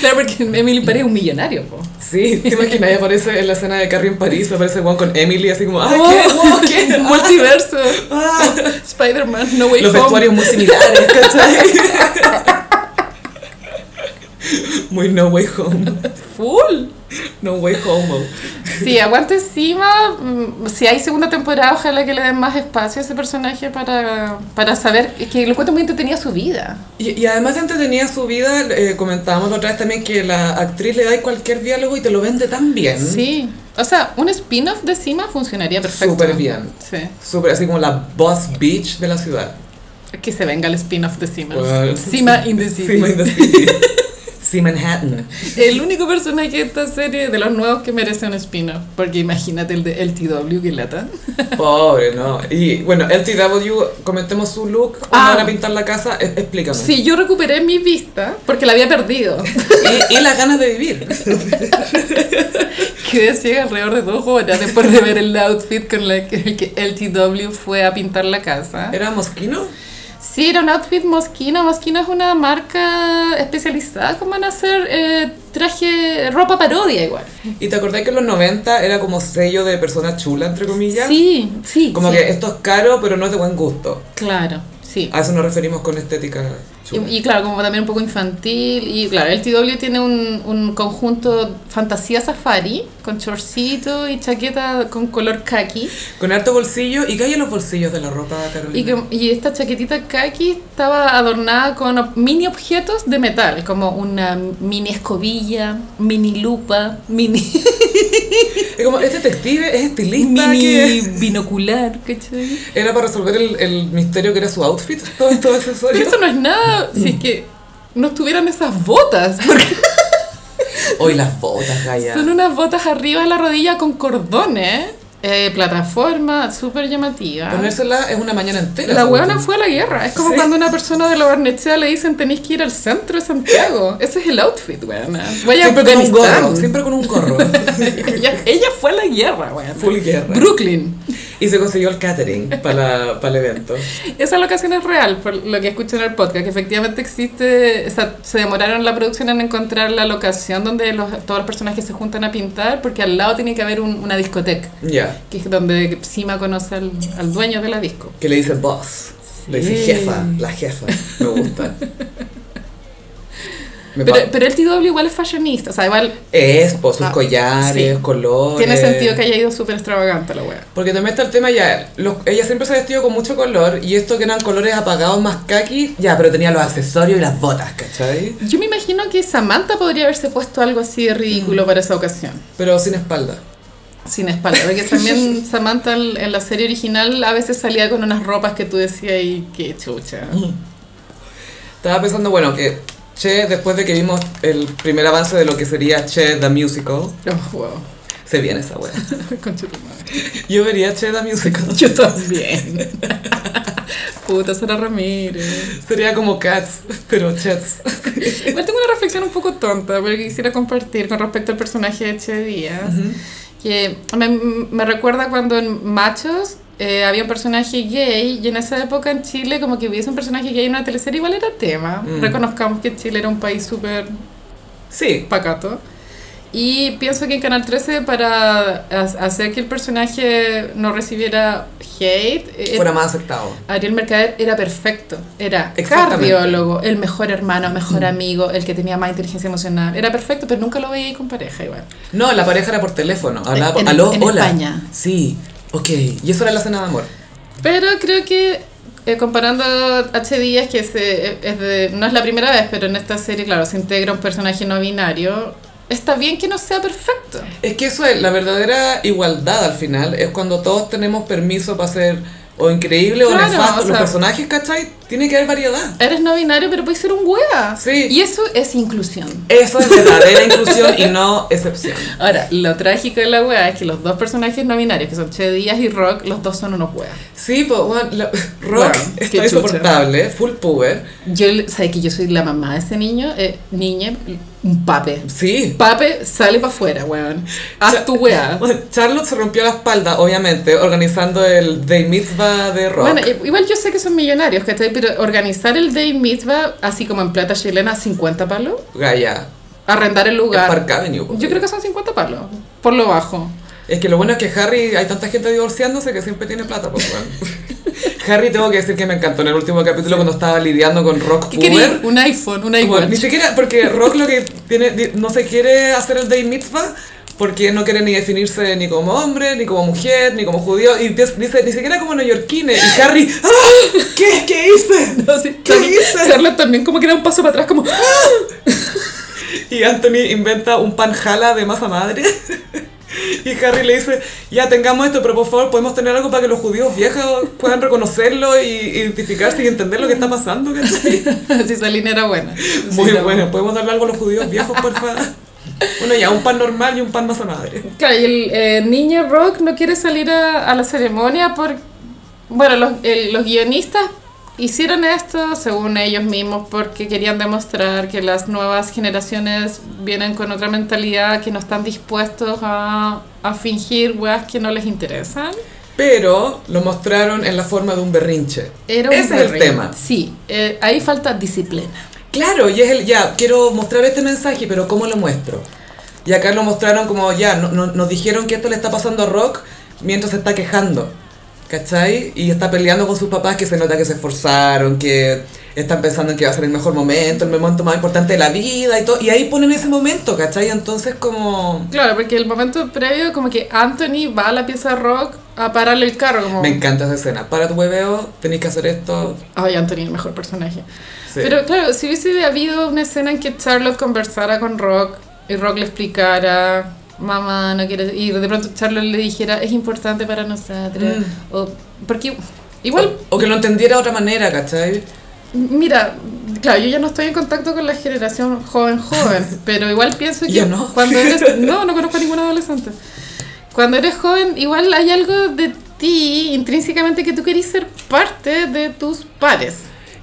Speaker 2: claro, porque Emily in Paris es un millonario, po.
Speaker 1: Sí, te imaginas, aparece en la escena de Carrie en París, aparece Juan con Emily, así como, ¡ay, qué!
Speaker 2: Oh,
Speaker 1: wow, qué!
Speaker 2: Multiverso.
Speaker 1: Ah.
Speaker 2: Spider-Man, No Way
Speaker 1: Los
Speaker 2: Home.
Speaker 1: vestuarios muy similares, ¿cachai? Muy no way home.
Speaker 2: Full.
Speaker 1: No way home.
Speaker 2: Sí, aguante encima. mm, Si hay segunda temporada, ojalá que le den más espacio a ese personaje para, para saber es que lo cuento muy entretenida su vida.
Speaker 1: Y, y además de entretenida su vida, eh, comentábamos la otra vez también que la actriz le da cualquier diálogo y te lo vende tan bien.
Speaker 2: Sí. O sea, un spin-off de Sima funcionaría perfecto.
Speaker 1: Súper bien.
Speaker 2: Sí.
Speaker 1: Súper así como la boss bitch de la ciudad.
Speaker 2: Que se venga el spin-off de Sima.
Speaker 1: Well,
Speaker 2: Sima in the City.
Speaker 1: Sima in the city. Sí, Manhattan.
Speaker 2: El único personaje de esta serie de los nuevos que merece un spin-off. Porque imagínate el de LTW que lata.
Speaker 1: Pobre, no. Y bueno, LTW, comentemos su look. Cuando
Speaker 2: Ah.
Speaker 1: van a pintar la casa, E- explícame.
Speaker 2: Sí, yo recuperé mi vista porque la había perdido.
Speaker 1: Y, y las ganas de vivir.
Speaker 2: Quedé ciega alrededor de dos horas después de ver el outfit con la que, el que LTW fue a pintar la casa.
Speaker 1: ¿Era mosquino?
Speaker 2: Sí, era un outfit Moschino. Moschino es una marca especializada como en hacer eh, traje, ropa parodia igual.
Speaker 1: ¿Y te acordás que en los 90 era como sello de persona chula, entre comillas?
Speaker 2: Sí, sí.
Speaker 1: Como
Speaker 2: sí.
Speaker 1: que esto es caro, pero no es de buen gusto.
Speaker 2: Claro, sí.
Speaker 1: A eso nos referimos con estética chula.
Speaker 2: Y, y claro, como también un poco infantil. Y claro, el TW tiene un, un conjunto fantasía safari con chorcito y chaqueta con color khaki.
Speaker 1: Con harto bolsillo. ¿Y qué hay en los bolsillos de la ropa, Carolina?
Speaker 2: Y, que- y esta chaquetita khaki estaba adornada con ob- mini objetos de metal, como una mini escobilla, mini lupa, mini,
Speaker 1: Es como, es detective, es estilista.
Speaker 2: mini
Speaker 1: que-
Speaker 2: binocular, ¿cachai?
Speaker 1: Era para resolver el, el misterio que era su outfit, todos estos
Speaker 2: Pero
Speaker 1: accesorios.
Speaker 2: esto no es nada si es que no tuvieran esas botas, porque
Speaker 1: Hoy las botas, Gaya.
Speaker 2: son unas botas arriba de la rodilla con cordones, eh, plataforma súper llamativa.
Speaker 1: Ponérsela es una mañana entera.
Speaker 2: La
Speaker 1: según
Speaker 2: huevona
Speaker 1: tú.
Speaker 2: fue a la guerra. Es como
Speaker 1: Sí.
Speaker 2: cuando a una persona de la barnechea le dicen tenéis que ir al centro de Santiago. Ese es el outfit, weona. Vaya
Speaker 1: Siempre con un
Speaker 2: Afganistán.
Speaker 1: gorro, siempre con un gorro.
Speaker 2: ella, ella fue a la guerra, weona.
Speaker 1: Full guerra.
Speaker 2: Brooklyn.
Speaker 1: Y se consiguió el catering para, la- para el evento.
Speaker 2: Esa locación es real, por lo que escuché en el podcast, que efectivamente existe, o sea, se demoraron la producción en encontrar la locación donde los, todos los personajes se juntan a pintar, porque al lado tiene que haber un- una discoteca,
Speaker 1: Ya.
Speaker 2: que es donde Sima conoce al, al dueño de la disco.
Speaker 1: Que le dice boss. Le dice
Speaker 2: Sí.
Speaker 1: jefa, la jefa. Me gusta. Me
Speaker 2: Pero,
Speaker 1: pa-
Speaker 2: pero el TW igual es fashionista, o sea, igual
Speaker 1: es, por sus
Speaker 2: Ah,
Speaker 1: collares,
Speaker 2: sí.
Speaker 1: colores.
Speaker 2: tiene sentido que haya ido súper extravagante la wea.
Speaker 1: Porque también está el tema ya, los- ella siempre se ha vestido con mucho color y esto que eran colores apagados más kaki, ya, pero tenía los accesorios y las botas, ¿cachai?
Speaker 2: Yo me imagino que Samantha podría haberse puesto algo así de ridículo para esa ocasión.
Speaker 1: Pero sin espalda.
Speaker 2: Sin espalda, porque también Samantha en en la serie original a veces salía con unas ropas que tú decías y qué chucha.
Speaker 1: Estaba pensando, bueno, que Che, después de que vimos el primer avance de lo que sería Che The Musical,
Speaker 2: Oh, wow.
Speaker 1: se viene esa wea.
Speaker 2: Con madre.
Speaker 1: Yo vería Che The Musical.
Speaker 2: Yo también. Puta, Sara Ramírez.
Speaker 1: Sería como Cats, pero Chets.
Speaker 2: Igual tengo una reflexión un poco tonta, pero que quisiera compartir con respecto al personaje de Che Díaz. Que me, me recuerda cuando en Machos eh, había un personaje gay y en esa época en Chile como que hubiese un personaje gay en una teleserie igual era tema.
Speaker 1: Mm.
Speaker 2: Reconozcamos que Chile era un país súper
Speaker 1: Sí,
Speaker 2: pacato. Y pienso que en Canal 13 para ha- hacer que el personaje no recibiera hate, eh,
Speaker 1: fuera más aceptado.
Speaker 2: Ariel Mercader era perfecto. Era
Speaker 1: Exactamente. Mm.
Speaker 2: cardiólogo, el mejor hermano, mejor amigo, el que tenía más inteligencia emocional. Era perfecto, pero nunca lo veía ahí con pareja igual.
Speaker 1: No, la pareja era por teléfono. Hablaba por,
Speaker 2: En-
Speaker 1: aló,
Speaker 2: en
Speaker 1: hola.
Speaker 2: España.
Speaker 1: Sí, ok. Y eso era la cena de amor.
Speaker 2: Pero creo que eh, comparando a H. Díaz, que se- es de- no es la primera vez, pero en esta serie, claro, se integra un personaje no binario. está bien que no sea perfecto.
Speaker 1: Es que eso es, la verdadera igualdad al final es cuando todos tenemos permiso para ser o increíble
Speaker 2: Claro,
Speaker 1: o nefasto.
Speaker 2: o
Speaker 1: Los
Speaker 2: sea-
Speaker 1: personajes, ¿cachai? Tiene que haber variedad.
Speaker 2: Eres no binario, pero puedes ser un wea.
Speaker 1: Sí.
Speaker 2: Y eso es inclusión.
Speaker 1: Eso es verdadera inclusión y no excepción.
Speaker 2: Ahora, lo trágico de la wea es que los dos personajes no binarios, que son Che Díaz y Rock, los dos son unos weas.
Speaker 1: Sí, pues, bueno, la- Rock
Speaker 2: Bueno, qué
Speaker 1: está
Speaker 2: chucha.
Speaker 1: insoportable, full puber.
Speaker 2: Yo, ¿sabes que yo soy la mamá de ese niño? Eh, niña, un pape.
Speaker 1: Sí.
Speaker 2: Pape sale para afuera, weón. Haz tu wea.
Speaker 1: Bueno, Charlotte se rompió la espalda, obviamente, organizando el Day Mitzvah de Rock.
Speaker 2: Bueno, i- igual yo sé que son millonarios, ¿cachai? Pero organizar el Day Mitzvah, así como en plata chilena, 50 palos.
Speaker 1: Gaia.
Speaker 2: Arrendar el
Speaker 1: el
Speaker 2: lugar.
Speaker 1: Park Avenue. pues.
Speaker 2: Yo creo que son 50 palos, por lo bajo.
Speaker 1: Es que lo bueno es que Harry, hay tanta gente divorciándose que siempre tiene plata, pues, weón. Harry, tengo que decir que me encantó en el último capítulo cuando estaba lidiando con Rock
Speaker 2: ¿Qué
Speaker 1: Puber.
Speaker 2: quería? Un iPhone, un
Speaker 1: Bueno, ni
Speaker 2: iWatch.
Speaker 1: siquiera, porque Rock lo que tiene, di- no se quiere hacer el Day Mitzvah porque no quiere ni definirse ni como hombre, ni como mujer, ni como judío. Y pi- dice, ni siquiera como neoyorquine. Y Harry, ¡Ah! ¿Qué, ¿qué hice?
Speaker 2: No, sí,
Speaker 1: ¿Qué
Speaker 2: Charlotte-
Speaker 1: hice?
Speaker 2: Charlotte también como que da un paso para atrás, como...
Speaker 1: Y Anthony inventa un pan jala de masa madre. Y Harry le dice, ya tengamos esto, pero por favor podemos tener algo para que los judíos viejos puedan reconocerlo y identificarse y entender lo que está pasando. ¿cachai?
Speaker 2: Si esa línea era buena. Sí,
Speaker 1: Muy
Speaker 2: era
Speaker 1: bueno, podemos darle algo a los judíos viejos, por favor. Bueno, ya, un pan normal y un pan masa madre.
Speaker 2: Claro, y el eh, niño Rock no quiere salir a, a la ceremonia por... Bueno, los, el- los guionistas hicieron esto, según ellos mismos, porque querían demostrar que las nuevas generaciones vienen con otra mentalidad, que no están dispuestos a, a fingir weas que no les interesan.
Speaker 1: Pero lo mostraron en la forma de un berrinche.
Speaker 2: Era un
Speaker 1: Ese es el
Speaker 2: berrinche.
Speaker 1: tema.
Speaker 2: Sí, eh, ahí falta disciplina.
Speaker 1: Claro, y es el ya, quiero mostrar este mensaje, pero ¿cómo lo muestro? Y acá lo mostraron como ya, no- no- nos dijeron que esto le está pasando a Rock mientras se está quejando. ¿Cachai? Y está peleando con sus papás que se nota que se esforzaron, que están pensando en que va a ser el mejor momento, el momento más importante de la vida y todo. Y ahí ponen ese momento, ¿cachai? Entonces como...
Speaker 2: Claro, porque el momento previo como que Anthony va a la pieza de Rock a pararle el carro, como...
Speaker 1: Me encanta esa escena. Para tu hueveo, tenéis que hacer esto.
Speaker 2: Ay, Anthony, el mejor personaje.
Speaker 1: Sí.
Speaker 2: Pero claro, si hubiese habido una escena en que Charlotte conversara con Rock y Rock le explicara, mamá, no quiere... Y de pronto Charlotte le dijera, es importante para nosotros.
Speaker 1: Mm.
Speaker 2: O, porque igual,
Speaker 1: o, o que lo entendiera de otra manera, ¿cachai?
Speaker 2: mira, claro, yo ya no estoy en contacto con la generación joven, joven, pero igual pienso que
Speaker 1: Ya no.
Speaker 2: cuando eres... No, no conozco a ningún adolescente. Cuando eres joven, igual hay algo de ti intrínsecamente que tú querís ser parte de tus pares.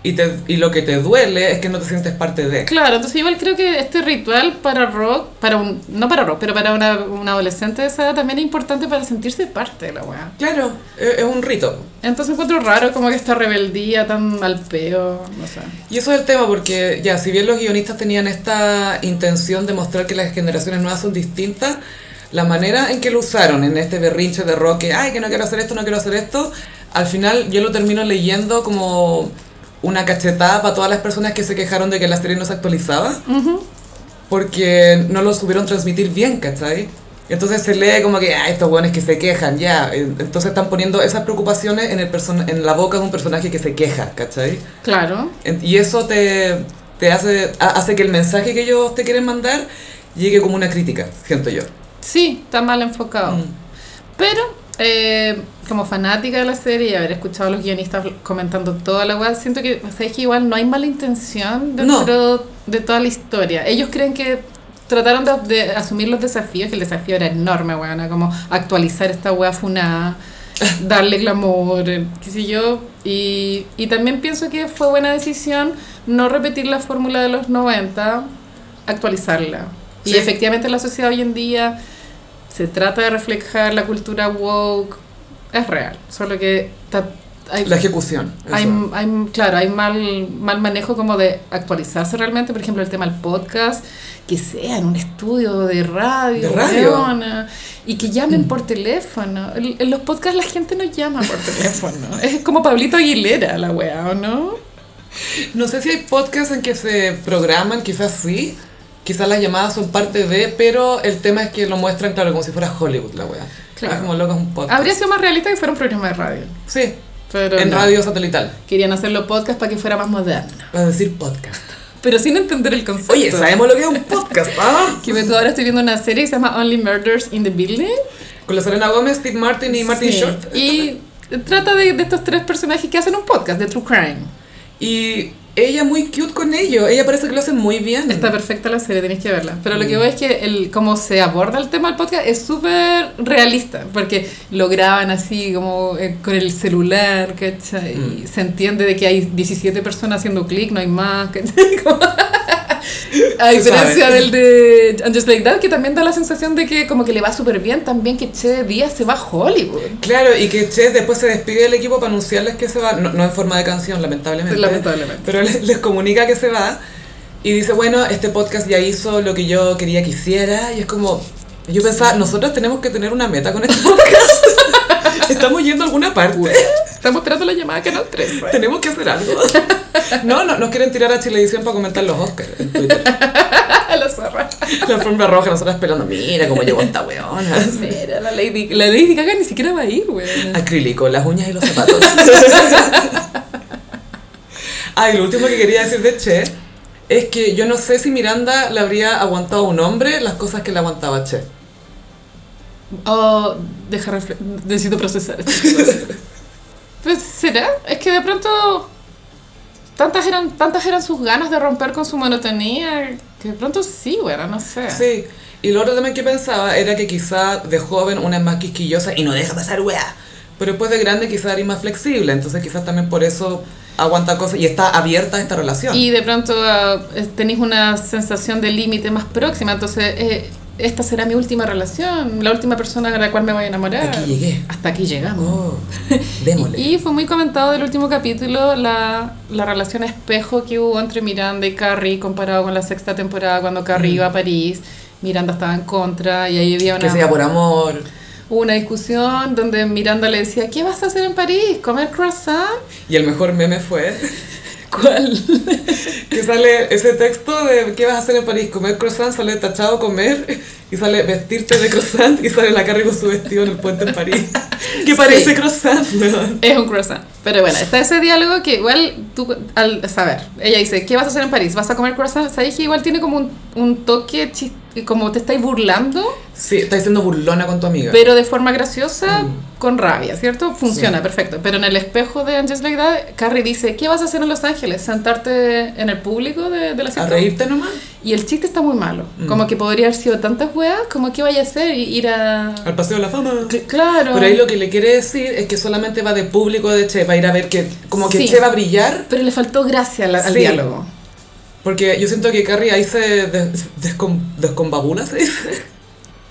Speaker 1: Y, te, y lo que te duele es que no te sientes parte de...
Speaker 2: Claro, entonces igual creo que este ritual para rock, para un, no para rock, pero para una, un adolescente de esa edad también es importante para sentirse parte de la weá.
Speaker 1: Claro, es, es un rito.
Speaker 2: Entonces encuentro raro como que esta rebeldía tan al peo, no sé.
Speaker 1: Y eso es el tema, porque ya, si bien los guionistas tenían esta intención de mostrar que las generaciones nuevas son distintas, la manera en que lo usaron en este berrinche de rock, que, ay, que no quiero hacer esto, no quiero hacer esto, al final yo lo termino leyendo como una cachetada para todas las personas que se quejaron de que la serie no se actualizaba, porque no lo supieron transmitir bien, ¿cachai? Entonces se lee como que, ah, estos hueones que se quejan, ya. en- Entonces están poniendo esas preocupaciones en, el person- en la boca de un personaje que se queja, ¿cachai?
Speaker 2: Claro,
Speaker 1: En- Y eso te, te hace, ha- hace que el mensaje que ellos te quieren mandar llegue como una crítica, siento yo.
Speaker 2: sí, está mal enfocado.
Speaker 1: Mm.
Speaker 2: Pero eh, como fanática de la serie y haber escuchado a los guionistas comentando toda la weá, siento que, sabes que igual no hay mala intención
Speaker 1: No.
Speaker 2: dentro de toda la historia. Ellos creen que trataron de, de asumir los desafíos, que el desafío era enorme, weona, como actualizar esta weá funada, darle glamour, eh, qué sé yo. Y, y también pienso que fue buena decisión no repetir la fórmula de los 90, actualizarla. Y
Speaker 1: Sí.
Speaker 2: efectivamente la sociedad hoy en día se trata de reflejar la cultura woke, es real, solo que ta- hay-
Speaker 1: La ejecución. eso.
Speaker 2: hay, hay- claro, hay mal, mal manejo como de actualizarse realmente, por ejemplo, el tema del podcast, que sea en un estudio de radio,
Speaker 1: De radio. Mm.
Speaker 2: weona, y que llamen por teléfono. El- En los podcasts la gente no llama por teléfono, es como Pablito Aguilera la wea, ¿o no?
Speaker 1: No sé si hay podcasts en que se programan, quizás sí. Quizás las llamadas son parte de, pero el tema es que lo muestran, claro, como si fuera Hollywood la wea.
Speaker 2: Claro.
Speaker 1: Es como loco, es un podcast.
Speaker 2: Habría sido más realista que fuera un programa de radio,
Speaker 1: Sí,
Speaker 2: pero
Speaker 1: en
Speaker 2: no.
Speaker 1: radio satelital.
Speaker 2: querían hacerlo podcast para que fuera más moderno.
Speaker 1: Para decir podcast.
Speaker 2: pero sin entender el concepto.
Speaker 1: Oye, sabemos lo que es un podcast, ¿ah?
Speaker 2: Que me tú ahora estoy viendo una serie que se llama Only Murders in the Building.
Speaker 1: Con la Selena Gómez, Steve Martin y Martin
Speaker 2: Sí.
Speaker 1: Short.
Speaker 2: Y trata de, de estos tres personajes que hacen un podcast de True Crime.
Speaker 1: Mm. Y ella muy cute con ello. Ella parece que lo hace muy bien.
Speaker 2: Está perfecta la serie, tenéis que verla. Pero lo
Speaker 1: Mm.
Speaker 2: que veo es que el, como se aborda el tema del podcast es súper realista, porque lo graban así como eh, con el celular, ¿cachai?
Speaker 1: Mm.
Speaker 2: Y se entiende de que hay 17 personas haciendo clic, no hay más, ¿cachai? Como- A
Speaker 1: Se
Speaker 2: diferencia
Speaker 1: sabe.
Speaker 2: del de And Just Like That, que también da la sensación de que como que le va súper bien también que Che Díaz se va a Hollywood.
Speaker 1: Claro, y que Chess después se despide del equipo para anunciarles que se va, no, no en forma de canción, lamentablemente.
Speaker 2: Lamentablemente.
Speaker 1: Pero les, les comunica que se va y dice, bueno, este podcast ya hizo lo que yo quería que hiciera. Y es como, yo pensaba, nosotros tenemos que tener una meta con este podcast. Estamos yendo a alguna parte.
Speaker 2: Estamos esperando la llamada Canal 3.
Speaker 1: Tenemos que hacer algo. No, no, nos quieren tirar a Chilevisión para comentar los Oscars en Twitter.
Speaker 2: la zorra.
Speaker 1: La forma roja, nosotros esperando, mira cómo llegó esta weona.
Speaker 2: Mira, la Lady, la Lady Gaga ni siquiera va a ir, güey.
Speaker 1: Acrílico, las uñas y los zapatos. Ay, lo último que quería decir de Che es que yo no sé si Miranda le habría aguantado a un hombre las cosas que le aguantaba Che.
Speaker 2: Oh, deja refle- necesito procesar. pues será, es que de pronto tantas eran tantas eran sus ganas de romper con su monotonía que de pronto sí, bueno, no sé.
Speaker 1: Sí. Y lo otro también que pensaba era que quizá de joven una es más quisquillosa y no deja pasar weá. Pero después de grande quizá eres más flexible, entonces quizás también por eso aguanta cosas y está abierta a esta relación.
Speaker 2: Y de pronto ah, es- tenéis una sensación de límite más próxima, entonces eh, esta será mi última relación, la última persona a la cual me voy a enamorar.
Speaker 1: Aquí llegué.
Speaker 2: Hasta aquí llegamos.
Speaker 1: Oh, démosle.
Speaker 2: Y fue muy comentado del último capítulo la, la relación espejo que hubo entre Miranda y Carrie comparado con la sexta temporada cuando Carrie iba a París, Miranda estaba en contra y ahí había
Speaker 1: Mm. que sea
Speaker 2: una,
Speaker 1: por amor.
Speaker 2: hubo una discusión donde Miranda le decía, ¿qué vas a hacer en París? ¿Comer croissant?
Speaker 1: Y el mejor meme fue
Speaker 2: ¿Cuál?
Speaker 1: que sale ese texto de qué vas a hacer en París, comer croissant, sale tachado comer y sale vestirte de croissant y sale la Carrie con su vestido en el puente en París. Que parece
Speaker 2: Sí.
Speaker 1: croissant, weón.
Speaker 2: Es un croissant. Pero bueno, está ese diálogo que igual tú, al saber, ella dice, ¿qué vas a hacer en París? ¿Vas a comer croissant? ¿Sabes que igual tiene como un, un toque, chis- como te estáis burlando?
Speaker 1: Sí, está diciendo burlona con tu amiga.
Speaker 2: pero de forma graciosa,
Speaker 1: Mm.
Speaker 2: con rabia, ¿cierto? Funciona, perfecto. Pero en el espejo de Angels Like That, Carrie dice, ¿qué vas a hacer en Los Ángeles? ¿Sentarte en el público de, de la
Speaker 1: a Mm.
Speaker 2: sitcom?"
Speaker 1: reírte nomás.
Speaker 2: Y el chiste está muy malo. Como que podría haber sido tantas weas, como que vaya a hacer y ir a...
Speaker 1: Al paseo de la fama.
Speaker 2: Cl- Claro.
Speaker 1: Pero ahí lo que le quiere decir es que solamente va de público de Che, va a ir a ver que como que
Speaker 2: Sí.
Speaker 1: Che va a brillar.
Speaker 2: Pero le faltó gracia al, al
Speaker 1: Sí.
Speaker 2: diálogo.
Speaker 1: Porque yo siento que Carrie ahí se des- descom- descombabula, ¿se dice?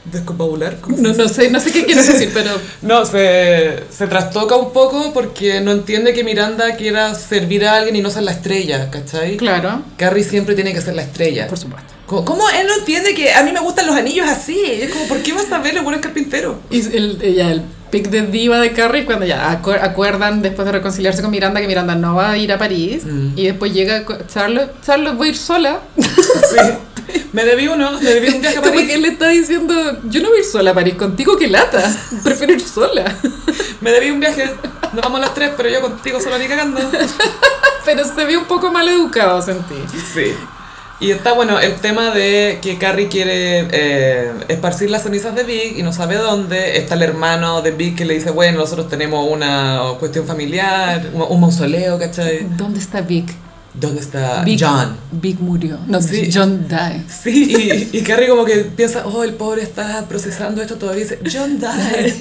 Speaker 1: Descombabular. ¿cómo se
Speaker 2: No, no sé, no sé qué quieres decir, pero...
Speaker 1: No, se, se trastoca un poco porque no entiende que Miranda quiera servir a alguien y no ser la estrella, ¿cachai?
Speaker 2: Claro.
Speaker 1: Carrie siempre tiene que ser la estrella.
Speaker 2: Por supuesto.
Speaker 1: ¿Cómo, cómo él no entiende que a mí me gustan los anillos así? Y Es como, ¿por qué vas a ver el buen carpintero?
Speaker 2: Y el, ella, el pic de diva de Carrie cuando ya acu- acuerdan después de reconciliarse con Miranda que Miranda no va a ir a París
Speaker 1: Mm.
Speaker 2: y después llega co- Charlotte, Charlotte voy a ir sola.
Speaker 1: Sí. Me debí uno, me debí un viaje a
Speaker 2: Como
Speaker 1: París.
Speaker 2: que él le está diciendo, yo no voy a ir sola a París contigo, que lata. Prefiero ir sola.
Speaker 1: Me debí un viaje. Nos vamos las tres, pero yo contigo solo ni cagando.
Speaker 2: Pero se ve un poco mal educado, sentí.
Speaker 1: Sí. Y está, bueno, el tema de que Carrie quiere eh, esparcir las cenizas de Big y no sabe dónde. Está el hermano de Big que le dice, bueno, nosotros tenemos una cuestión familiar, un, un mausoleo, ¿cachai?
Speaker 2: ¿Dónde está Vic?
Speaker 1: ¿Dónde está
Speaker 2: Vic
Speaker 1: Eh, ah, John?
Speaker 2: Vic murió. No,
Speaker 1: Sí.
Speaker 2: John died.
Speaker 1: Sí, y, y Carrie como que piensa, oh, el pobre está procesando esto todavía. Y dice, John died.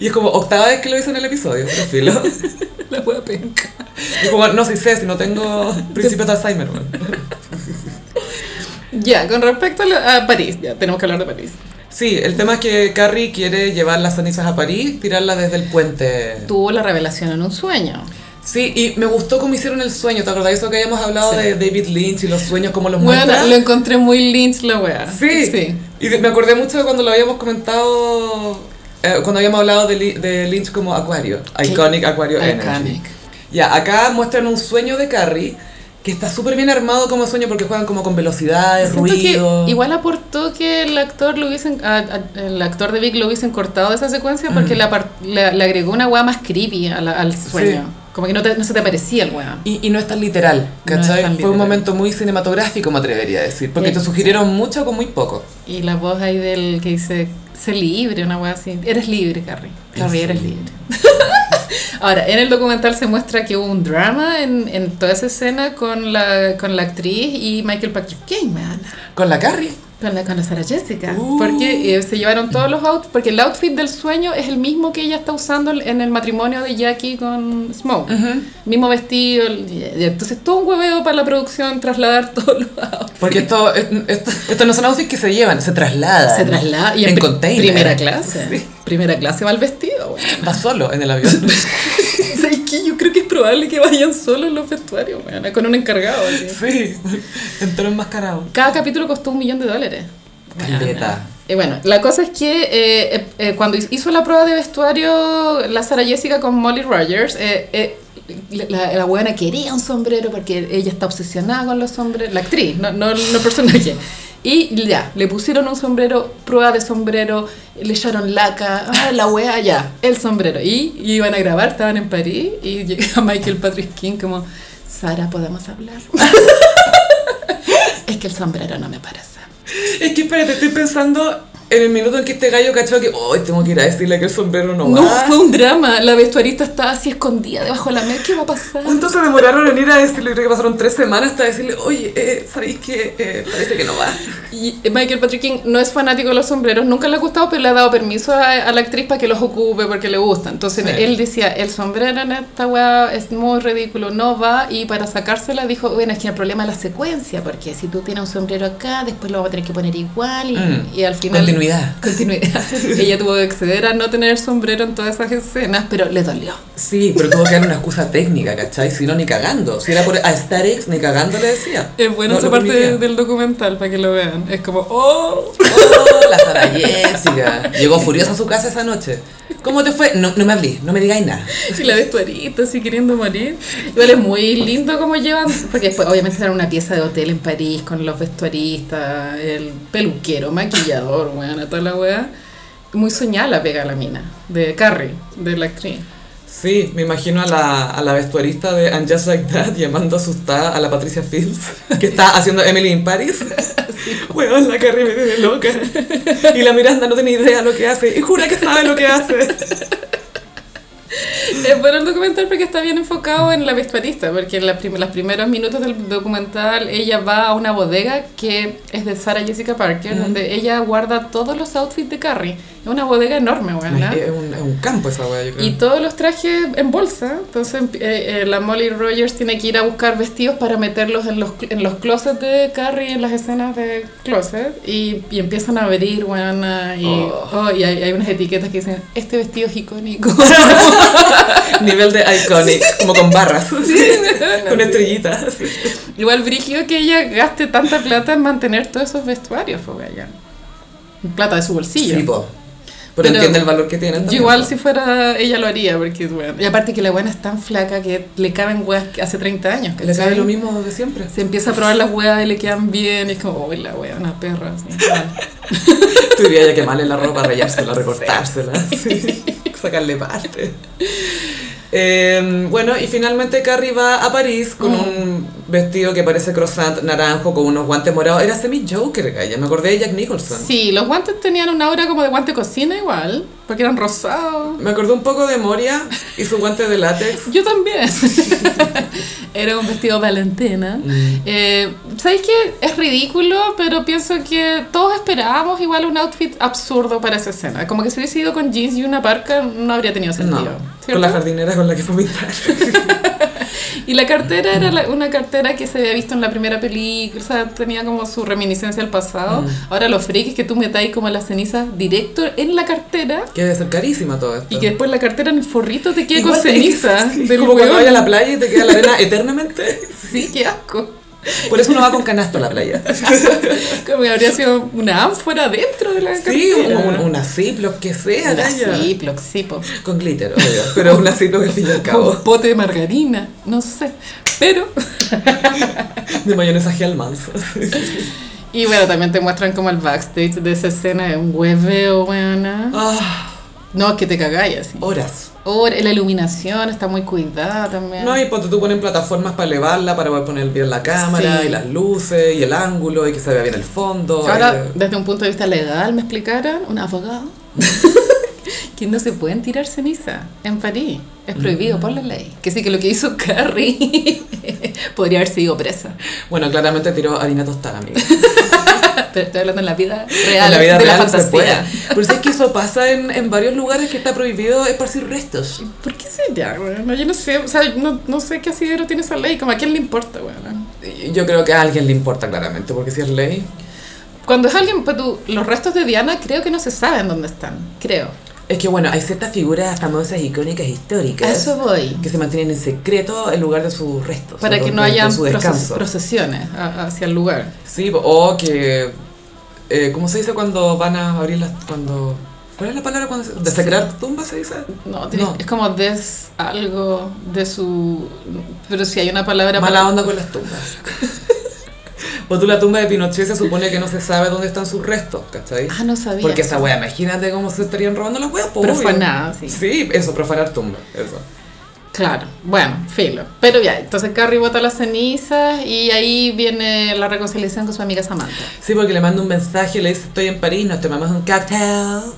Speaker 1: Y es como octava vez que lo hizo en el episodio, pero filo.
Speaker 2: La wea penca.
Speaker 1: Y como, no, si sé, si no tengo principios de Alzheimer, weón".
Speaker 2: Ya, con respecto a, la- a París, ya tenemos que hablar de París.
Speaker 1: Sí, el tema es que Carrie quiere llevar las cenizas a París, tirarlas desde el puente.
Speaker 2: Tuvo la revelación en un sueño.
Speaker 1: Sí, y me gustó cómo hicieron el sueño. ¿Te acordás de eso que habíamos hablado
Speaker 2: Sí.
Speaker 1: de David Lynch y los sueños, cómo los
Speaker 2: Bueno,
Speaker 1: muestra?
Speaker 2: lo encontré muy lynch la wea.
Speaker 1: Sí. Y de- me acordé mucho de cuando lo habíamos comentado, eh, cuando habíamos hablado de, Li- de Lynch como Acuario, Iconic Acuario Energy.
Speaker 2: Iconic.
Speaker 1: Ya, acá muestran un sueño de Carrie que está súper bien armado como sueño porque juegan como con velocidades,
Speaker 2: Siento
Speaker 1: ruido.
Speaker 2: que igual aportó que el actor lo hubiesen, a- a- el actor
Speaker 1: Mm.
Speaker 2: de Vic lo hubiesen cortado de esa secuencia porque le, apar- le- le agregó una hueá más creepy a la- al sueño. Como que no, te- no se te parecía el weón.
Speaker 1: Y, y no es tan literal,
Speaker 2: No es
Speaker 1: ¿cachai?
Speaker 2: tan
Speaker 1: Fue un
Speaker 2: literal.
Speaker 1: momento muy cinematográfico, me atrevería a decir, porque
Speaker 2: Sí.
Speaker 1: te sugirieron mucho con muy poco.
Speaker 2: Y la voz ahí del que dice, sé libre, una weá así. Eres libre, Carrie. Carrie, eres
Speaker 1: libre.
Speaker 2: libre. Ahora, en el documental se muestra que hubo un drama en, en toda esa escena con la, con la actriz y Michael Patrick Kamen.
Speaker 1: Con la Carrie.
Speaker 2: Con la, con la Sarah Jessica.
Speaker 1: Uh.
Speaker 2: Porque eh, se llevaron todos los outfits. Porque el outfit del sueño es el mismo que ella está usando en el matrimonio de Jackie con Smoke. Mismo vestido. el- y- y entonces, todo un hueveo para la producción trasladar todos los outfits.
Speaker 1: Porque esto, es- esto, estos no son outfits que se llevan, se trasladan.
Speaker 2: Se traslada y
Speaker 1: en,
Speaker 2: pri-
Speaker 1: container.
Speaker 2: primera clase.
Speaker 1: Sí.
Speaker 2: Primera clase va el vestido. güey.
Speaker 1: Va solo en el avión.
Speaker 2: ¿Sabes qué? Yo creo que es probable que vayan solos los vestuarios, güey, con un encargado. así.
Speaker 1: sí, entró enmascarado.
Speaker 2: Cada capítulo costó un millón de dólares.
Speaker 1: Caleta.
Speaker 2: Y bueno, la cosa es que eh, eh, eh, cuando hizo la prueba de vestuario la Sara Jessica con Molly Rogers, eh, eh, la, la buena quería un sombrero porque ella está obsesionada con los sombreros, la actriz, no, no, no el personaje. Y ya, le pusieron un sombrero, prueba de sombrero, le echaron laca, ah, la wea ya, el sombrero. Y, y iban a grabar, estaban en París y llega Michael Patrick King como, Sara, podemos hablar. es que el sombrero no me parece.
Speaker 1: Es que espérate, estoy pensando en el minuto en que este gallo cachó que, hoy tengo que ir a decirle que el sombrero no va.
Speaker 2: No, fue un drama. La vestuarista estaba así escondida debajo de la mesa. ¿Qué va a pasar?
Speaker 1: Entonces demoraron en ir a decirle, creo que pasaron tres semanas hasta decirle, oye, eh, ¿sabéis que parece que no va?
Speaker 2: Y eh, Michael Patrick King no es fanático de los sombreros, nunca le ha gustado, pero le ha dado permiso a, a la actriz para que los ocupe porque le gusta. Entonces
Speaker 1: Sí.
Speaker 2: él decía, el sombrero en esta weá es muy ridículo, no va. Y para sacársela dijo, bueno, es que el problema es la secuencia, porque si tú tienes un sombrero acá, después lo vas a tener que poner igual y,
Speaker 1: Mm.
Speaker 2: y al final...
Speaker 1: Continuidad.
Speaker 2: Continuidad. Ella tuvo que acceder a no tener sombrero en todas esas escenas, pero le dolió.
Speaker 1: Sí, pero tuvo que dar una excusa técnica, ¿cachai? Si no, ni cagando. Si era por aesthetics, ni cagando le decía.
Speaker 2: Es bueno
Speaker 1: No
Speaker 2: esa
Speaker 1: lo
Speaker 2: parte
Speaker 1: permitía.
Speaker 2: del documental para que lo vean. Es como, ¡oh!
Speaker 1: Oh, la Sara Jessica. Llegó furiosa a su casa esa noche. ¿Cómo te fue? No, no me hablé, no me digáis nada.
Speaker 2: Y la vestuarita así queriendo morir. Igual es muy lindo como llevan. Porque después, obviamente, era una pieza de hotel en París con los vestuaristas, el peluquero, maquillador, weón, toda la weá. Muy soñada la pega a la mina de Carrie, de la actriz.
Speaker 1: Sí, me imagino a la, a la vestuarista de And Just Like That llamando asustada a la Patricia Fields, que está haciendo Emily in Paris. Weón, la Carrie me tiene loca. Y la Miranda no tiene idea lo que hace y jura que sabe lo que hace.
Speaker 2: Es bueno el documental porque está bien enfocado en la vestuarista, porque en la prim- los primeros minutos del documental ella va a una bodega que es de Sarah Jessica Parker, donde ella guarda todos los outfits de Carrie. Es una bodega enorme, ¿verdad?
Speaker 1: Es un, es un campo esa weá, yo creo.
Speaker 2: Y todos los trajes en bolsa. Entonces eh, eh, la Molly Rogers tiene que ir a buscar vestidos para meterlos en los, en los closets de Carrie, en las escenas de closet. Y, y empiezan a abrir, buena, y,
Speaker 1: Oh.
Speaker 2: oh, y hay, hay unas etiquetas que dicen, este vestido es icónico.
Speaker 1: Nivel de iconic, como con barras, con estrellitas.
Speaker 2: Igual brígido que ella gaste tanta plata en mantener todos esos vestuarios, fue allá. Plata de su bolsillo.
Speaker 1: Sí, po. Pero,
Speaker 2: Pero
Speaker 1: entiende el valor que tienen.
Speaker 2: Yo
Speaker 1: también,
Speaker 2: igual
Speaker 1: po.
Speaker 2: si fuera ella lo haría, porque es bueno. Y aparte que la buena es tan flaca que le caben weas que hace 30 años.
Speaker 1: Le
Speaker 2: ¿cachai?
Speaker 1: cabe lo mismo de siempre.
Speaker 2: Se empieza a probar las weas y le quedan bien. Y es como, uy, la wea, una perra. así, mal.
Speaker 1: Tú irías ya quemarle la ropa, rayársela, recortársela, sí, sacarle parte. Eh, bueno, y finalmente Carrie va a París con
Speaker 2: Mm.
Speaker 1: un vestido que parece croissant naranjo con unos guantes morados. Era semi-Joker, gaya. Me acordé de Jack Nicholson.
Speaker 2: Sí, los guantes tenían una aura como de guante de cocina igual, porque eran rosados.
Speaker 1: Me acordé un poco de Moria y su guante de látex.
Speaker 2: Yo también. Era un vestido Valentina.
Speaker 1: Mm.
Speaker 2: Eh, ¿Sabéis que es ridículo? Pero pienso que todos esperábamos igual un outfit absurdo para esa escena. Como que si hubiese ido con jeans y una parca, no habría tenido
Speaker 1: No,
Speaker 2: sentido.
Speaker 1: con la
Speaker 2: ¿cierto?
Speaker 1: jardinera con la que fue pintar.
Speaker 2: Y la cartera era la- una cartera que se había visto en la primera película, o sea, tenía como su reminiscencia al pasado.
Speaker 1: Mm.
Speaker 2: Ahora los frikis que tú metáis como las cenizas directo en la cartera
Speaker 1: Que debe ser carísima todo esto.
Speaker 2: y que después la cartera en el forrito te quede
Speaker 1: Igual
Speaker 2: con
Speaker 1: te-
Speaker 2: ceniza
Speaker 1: sí,
Speaker 2: del
Speaker 1: Como cuando
Speaker 2: hueón.
Speaker 1: vaya a la playa y te queda la arena eternamente.
Speaker 2: Sí, qué asco.
Speaker 1: Por eso no va con canasto a la playa.
Speaker 2: Como que habría sido una ánfora dentro de la
Speaker 1: Sí, un-
Speaker 2: cartera.
Speaker 1: un- una Ziploc que sea,
Speaker 2: Una
Speaker 1: gaya.
Speaker 2: Ziploc, sí, po.
Speaker 1: Con glitter, obvio. Pero una Ziploc al fin y al
Speaker 2: Un
Speaker 1: cabo.
Speaker 2: pote de margarina, no sé. Pero
Speaker 1: De mayonesa Hellmann's.
Speaker 2: Y bueno, también te muestran como el backstage de esa escena, es un hueveo, weona.
Speaker 1: Ah,
Speaker 2: No, es que te cagáis así.
Speaker 1: horas.
Speaker 2: obras, la iluminación está muy cuidada también.
Speaker 1: No, y ponte tú ponen plataformas para elevarla, para poder poner bien la cámara,
Speaker 2: Sí.
Speaker 1: y las luces, y el ángulo, y que se vea bien el fondo.
Speaker 2: Ahora,
Speaker 1: eh,
Speaker 2: desde un punto de vista legal, me explicaron, un abogado, que no se pueden tirar ceniza en París. Es prohibido
Speaker 1: Mm.
Speaker 2: por la ley. Que sí, que lo que hizo Carrie podría haber sido presa.
Speaker 1: Bueno, claramente tiró harina tostada, amiga.
Speaker 2: Pero estoy hablando en la vida real.
Speaker 1: en la vida
Speaker 2: de
Speaker 1: real
Speaker 2: la
Speaker 1: no se puede.
Speaker 2: fantasía.
Speaker 1: Pero si es que eso pasa en, en varios lugares que está prohibido esparcir restos.
Speaker 2: ¿Por qué será, weón? Yo no sé, o sea, no, no sé qué asidero tiene esa ley, como a quién le importa, weón.
Speaker 1: Y Yo creo que a alguien le importa claramente, porque si es ley,
Speaker 2: Cuando es alguien, pues tú, los restos de Diana creo que no se saben dónde están, creo.
Speaker 1: Es que bueno, hay ciertas figuras famosas, icónicas, históricas.
Speaker 2: A eso voy.
Speaker 1: Que se mantienen en secreto en lugar de sus restos.
Speaker 2: Para
Speaker 1: o
Speaker 2: que
Speaker 1: con-
Speaker 2: no
Speaker 1: con
Speaker 2: haya
Speaker 1: su descanso.
Speaker 2: procesiones a- hacia el lugar.
Speaker 1: Sí, o que. Eh, ¿Cómo se dice cuando van a abrir las. cuando. ¿Cuál es la palabra cuando se, desecrar tumbas se dice?
Speaker 2: No, tenés-
Speaker 1: No.
Speaker 2: es como des algo de su... Pero si hay una palabra...
Speaker 1: Mala
Speaker 2: para-
Speaker 1: onda con las tumbas. Pues tú la tumba de Pinochet se supone que no se sabe dónde están sus restos, ¿cachai?
Speaker 2: Ah, no sabía.
Speaker 1: Porque esa wea, imagínate cómo se estarían robando las weas, pues. obvio.
Speaker 2: Profanada, sí.
Speaker 1: Sí, eso, profanar tumbas, eso.
Speaker 2: Claro, bueno, filo. Pero ya, entonces Carrie bota las cenizas y ahí viene la reconciliación con su amiga Samantha.
Speaker 1: Sí, porque le manda un mensaje, le dice, estoy en París, nos tomamos un cóctel.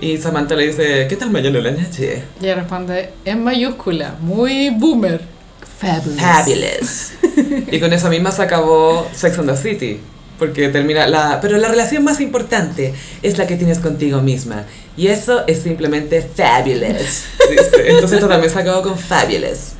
Speaker 1: Y Samantha le dice, ¿qué tal mañana en la noche?
Speaker 2: Y ella responde en mayúscula, muy boomer. Fabulous.
Speaker 1: Fabulous. y con esa misma se acabó Sex and the City. Porque termina la... Pero la relación más importante es la que tienes contigo misma. Y eso es simplemente fabulous. dice. Entonces esto también se acabó con fabulous.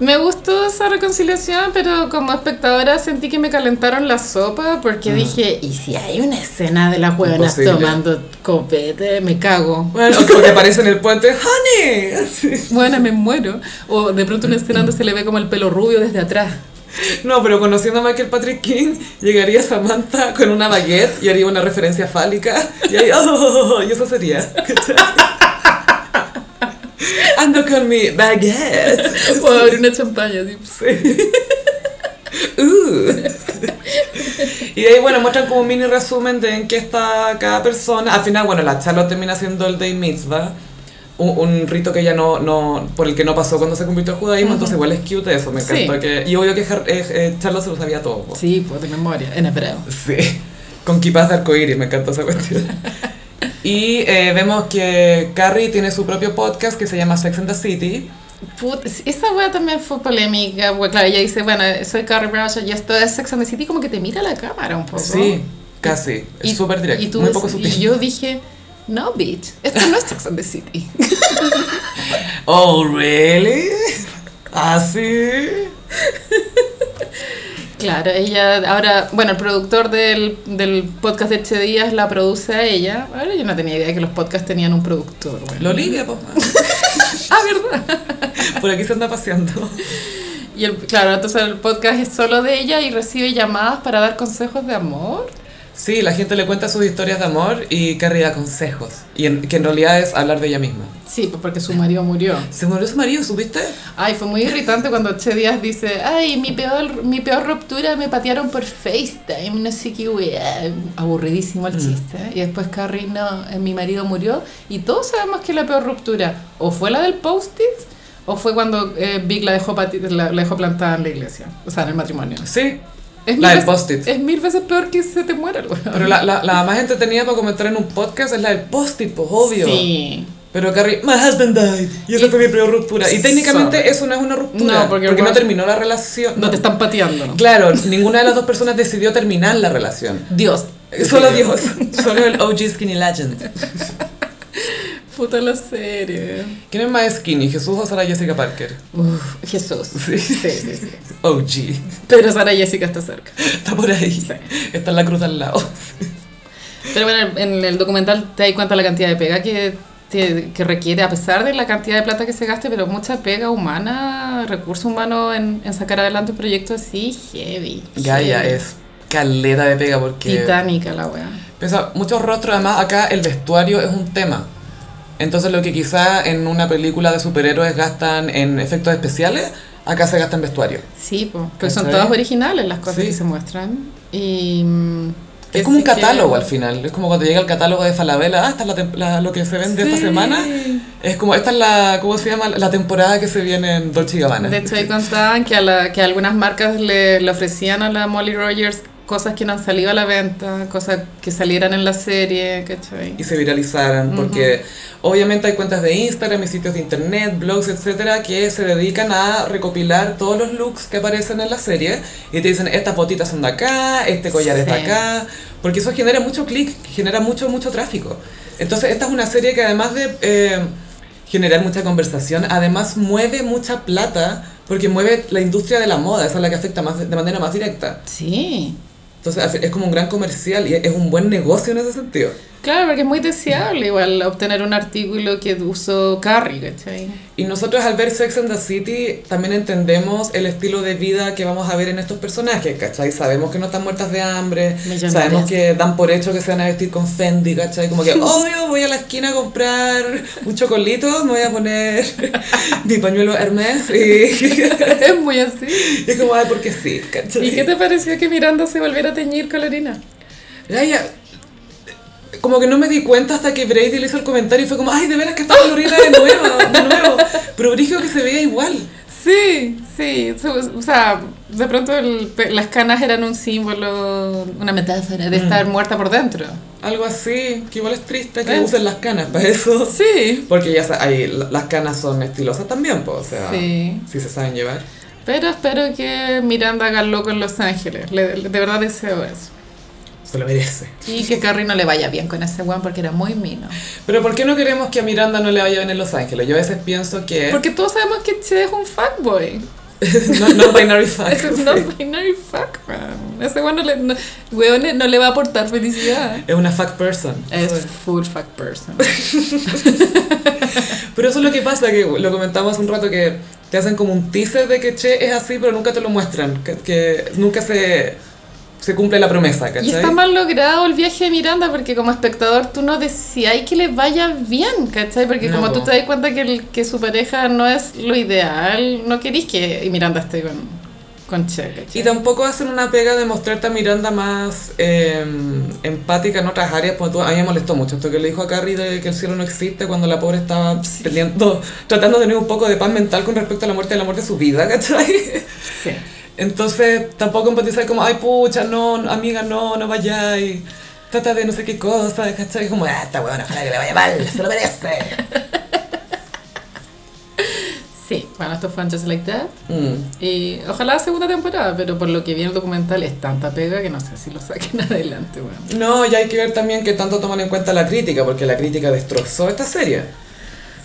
Speaker 2: Me gustó esa reconciliación, pero como espectadora sentí que me calentaron la sopa porque dije, ¿y si hay una escena de las huevonas
Speaker 1: Imposible.
Speaker 2: tomando copete? Me cago.
Speaker 1: Bueno, o que aparece en el puente, ¡Honey! Así.
Speaker 2: Bueno, me muero. O de pronto una escena donde se le ve como el pelo rubio desde atrás.
Speaker 1: No, pero conociendo a Michael Patrick King, llegaría Samantha con una baguette y haría una referencia fálica. Y ahí, oh, y eso sería. Ando con mi baguette.
Speaker 2: O abrir una champaña. así.
Speaker 1: Sí. Uh. Y de ahí, bueno, muestran como un mini resumen de en qué está cada persona. Al final, bueno, la charla termina siendo el Day Mitzvah. Un, un rito que ya no, no, por el que no pasó cuando se convirtió al judaísmo, entonces igual es cute eso, me encantó
Speaker 2: Sí.
Speaker 1: que... Y obvio que Har- eh, eh, Charlo se lo sabía todo. po.
Speaker 2: Sí, pues de memoria, en hebreo.
Speaker 1: Sí, con kipas de arcoíris, me encanta esa cuestión. Y eh, vemos que Carrie tiene su propio podcast que se llama Sex and the City.
Speaker 2: Puta, esa wea también fue polémica, porque claro, ella dice, bueno, soy Carrie Bradshaw y esto es Sex and the City, como que te mira la cámara un poco.
Speaker 1: Sí, casi.
Speaker 2: Y-
Speaker 1: Es súper
Speaker 2: y
Speaker 1: directo,
Speaker 2: tú
Speaker 1: muy poco
Speaker 2: des-
Speaker 1: sutil.
Speaker 2: Y yo dije, no, bitch, esto no es Sex and the City.
Speaker 1: Oh, really? Ah, ¿Así?
Speaker 2: claro, ella ahora, bueno, el productor del, del podcast de Che Díaz la produce a ella. Ahora yo no tenía idea que los podcasts tenían un productor. bueno.
Speaker 1: Lo Olivia, po.
Speaker 2: Ah, ¿verdad?
Speaker 1: Por aquí se anda paseando.
Speaker 2: Y el, claro, entonces el podcast es solo de ella y recibe llamadas para dar consejos de amor.
Speaker 1: Sí, la gente le cuenta sus historias de amor y Carrie da consejos. Y en- que en realidad es hablar de ella misma.
Speaker 2: Sí, pues porque su marido murió.
Speaker 1: Se murió su marido, ¿supiste?
Speaker 2: Ay, fue muy irritante cuando Che Díaz dice, ay, mi peor, mi peor ruptura me patearon por FaceTime, no sé qué weá". Aburridísimo
Speaker 1: Mm.
Speaker 2: el chiste. Y después Carrie, no, eh, mi marido murió. Y todos sabemos que la peor ruptura o fue la del post-it o fue cuando eh, Big la dejó, pati- la, la dejó plantada en la iglesia, o sea, en el matrimonio.
Speaker 1: Sí.
Speaker 2: Es
Speaker 1: La
Speaker 2: mil
Speaker 1: del
Speaker 2: veces-
Speaker 1: post-it.
Speaker 2: Es mil veces peor que se te muera el weón.
Speaker 1: Pero la, la, la más entretenida para comentar en un podcast es la del post-it, pues, obvio.
Speaker 2: Sí.
Speaker 1: Pero Carrie, my husband died. Y esa
Speaker 2: Y-
Speaker 1: fue mi peor ruptura. Y técnicamente
Speaker 2: Sorry.
Speaker 1: eso no es una ruptura.
Speaker 2: No, porque
Speaker 1: porque no
Speaker 2: igual-
Speaker 1: terminó la relación.
Speaker 2: No te están pateando. ¿no?
Speaker 1: Claro, ninguna de las dos personas decidió terminar la relación.
Speaker 2: Dios.
Speaker 1: Solo Dios. Solo el OG Skinny Legend.
Speaker 2: Puta la serie.
Speaker 1: ¿Quién es más skinny, Jesús o Sara Jessica Parker?
Speaker 2: Uf, Jesús.
Speaker 1: Sí.
Speaker 2: sí, sí. sí.
Speaker 1: OG.
Speaker 2: Pero Sara Jessica está cerca.
Speaker 1: Está por ahí. Está en la cruz al lado.
Speaker 2: Pero bueno, en el documental te das cuenta de la cantidad de pega que, te- que requiere, a pesar de la cantidad de plata que se gaste, pero mucha pega humana, recurso humano en, en sacar adelante un proyecto así, heavy.
Speaker 1: Gaia
Speaker 2: heavy.
Speaker 1: es caleta de pega porque...
Speaker 2: Titánica la wea.
Speaker 1: Pesa muchos rostros, además acá el vestuario es un tema. Entonces lo que quizá en una película de superhéroes gastan en efectos especiales, acá se gasta en vestuario.
Speaker 2: Sí, po, porque son
Speaker 1: ¿Cachai?
Speaker 2: todas originales las cosas
Speaker 1: Sí.
Speaker 2: que se muestran. Y, mm, que
Speaker 1: Es como un
Speaker 2: sí que-
Speaker 1: catálogo al final, es como cuando llega el catálogo de Falabella, ah, esta es la tem- la- lo que se vende esta
Speaker 2: Sí.
Speaker 1: semana, Es como, esta es la, ¿cómo se llama? La temporada que se viene en Dolce y Gabbana.
Speaker 2: De hecho, ahí contaban que, a la- que algunas marcas le, le ofrecían a la Molly Rogers cosas que no han salido a la venta, cosas que salieran en la serie, ¿cachai?
Speaker 1: y se viralizaran, porque obviamente hay cuentas de Instagram y sitios de internet, blogs, etcétera, que se dedican a recopilar todos los looks que aparecen en la serie y te dicen estas botitas son de acá, este collar es de
Speaker 2: Sí.
Speaker 1: acá, porque eso genera mucho clic, genera mucho, mucho tráfico. Entonces, esta es una serie que además de eh, generar mucha conversación, además mueve mucha plata. Porque mueve la industria de la moda, esa es la que afecta más, de manera más directa.
Speaker 2: Sí.
Speaker 1: Entonces hace- es como un gran comercial y es un buen negocio en ese sentido.
Speaker 2: Claro, porque es muy deseable igual obtener un artículo que usó Carrie, ¿cachai?
Speaker 1: Y nosotros al ver Sex and the City también entendemos el estilo de vida que vamos a ver en estos personajes, ¿cachai? Sabemos que no están muertas de hambre,
Speaker 2: Millonarias.
Speaker 1: sabemos que dan por hecho que se van a vestir con Fendi, ¿cachai? Como que, obvio, voy a la esquina a comprar un chocolito, me voy a poner mi pañuelo Hermes y,
Speaker 2: es muy así.
Speaker 1: y es como, ay, porque sí, ¿cachai?
Speaker 2: ¿Y qué te pareció que Miranda se volviera a teñir colorina?
Speaker 1: Raya, como que no me di cuenta hasta que Brady le hizo el comentario y fue como, ay, de veras que está colorida de nuevo, de nuevo. Pero brígido que se veía igual.
Speaker 2: Sí, sí. su- O sea, de pronto el pe- las canas eran un símbolo, una metáfora de estar muerta por dentro.
Speaker 1: Algo así, que igual es triste que
Speaker 2: Eh.
Speaker 1: usen las canas para eso.
Speaker 2: Sí.
Speaker 1: Porque ya sa- ahí, la- las canas son estilosas también, pues, o sea,
Speaker 2: Sí.
Speaker 1: si se saben llevar.
Speaker 2: Pero espero que Miranda haga loco en Los Ángeles. Le- le- de verdad deseo eso.
Speaker 1: Se lo merece.
Speaker 2: Y que Carrie no le vaya bien con ese weón porque era muy mino.
Speaker 1: Pero ¿por qué no queremos que a Miranda no le vaya bien en Los Ángeles? Yo a veces pienso que...
Speaker 2: Porque todos sabemos que Che es un fuckboy.
Speaker 1: no, no binary fuck.
Speaker 2: Es un
Speaker 1: sí.
Speaker 2: non-binary fuckman. Ese weón no le, no, weón no le va a aportar felicidad.
Speaker 1: Es una fuck person.
Speaker 2: Es full fuck person.
Speaker 1: Pero eso es lo que pasa, que lo comentamos hace un rato, que te hacen como un teaser de que Che es así, pero nunca te lo muestran, que, que nunca se, se cumple la promesa, ¿cachai?
Speaker 2: Y está mal logrado el viaje de Miranda porque como espectador tú no decías que le vaya bien, ¿cachai? Porque
Speaker 1: No,
Speaker 2: como tú
Speaker 1: po.
Speaker 2: te das cuenta que, el- que su pareja no es lo ideal, no querís que Miranda esté con, con Che, ¿cachai?
Speaker 1: Y tampoco hacen una pega de mostrarte a Miranda más eh, empática en otras áreas, porque tú- a mí me molestó mucho esto que le dijo a Carrie de que el cielo no existe cuando la pobre estaba peleando, tratando de tener un poco de paz mental con respecto a la muerte del amor de su vida, ¿cachai?
Speaker 2: Sí.
Speaker 1: Entonces tampoco empatizar como, ay pucha, no, amiga, no, no vayáis. Trata de no sé qué cosa, ¿cachai? Como, ah, esta weona, ojalá que le vaya mal, se lo merece.
Speaker 2: Sí, bueno, esto fue un Just Like That.
Speaker 1: Mm.
Speaker 2: Y ojalá segunda temporada, pero por lo que vi en el documental es tanta pega que no sé si lo saquen adelante, bueno.
Speaker 1: No, y hay que ver también que tanto toman en cuenta la crítica, porque la crítica destrozó esta serie.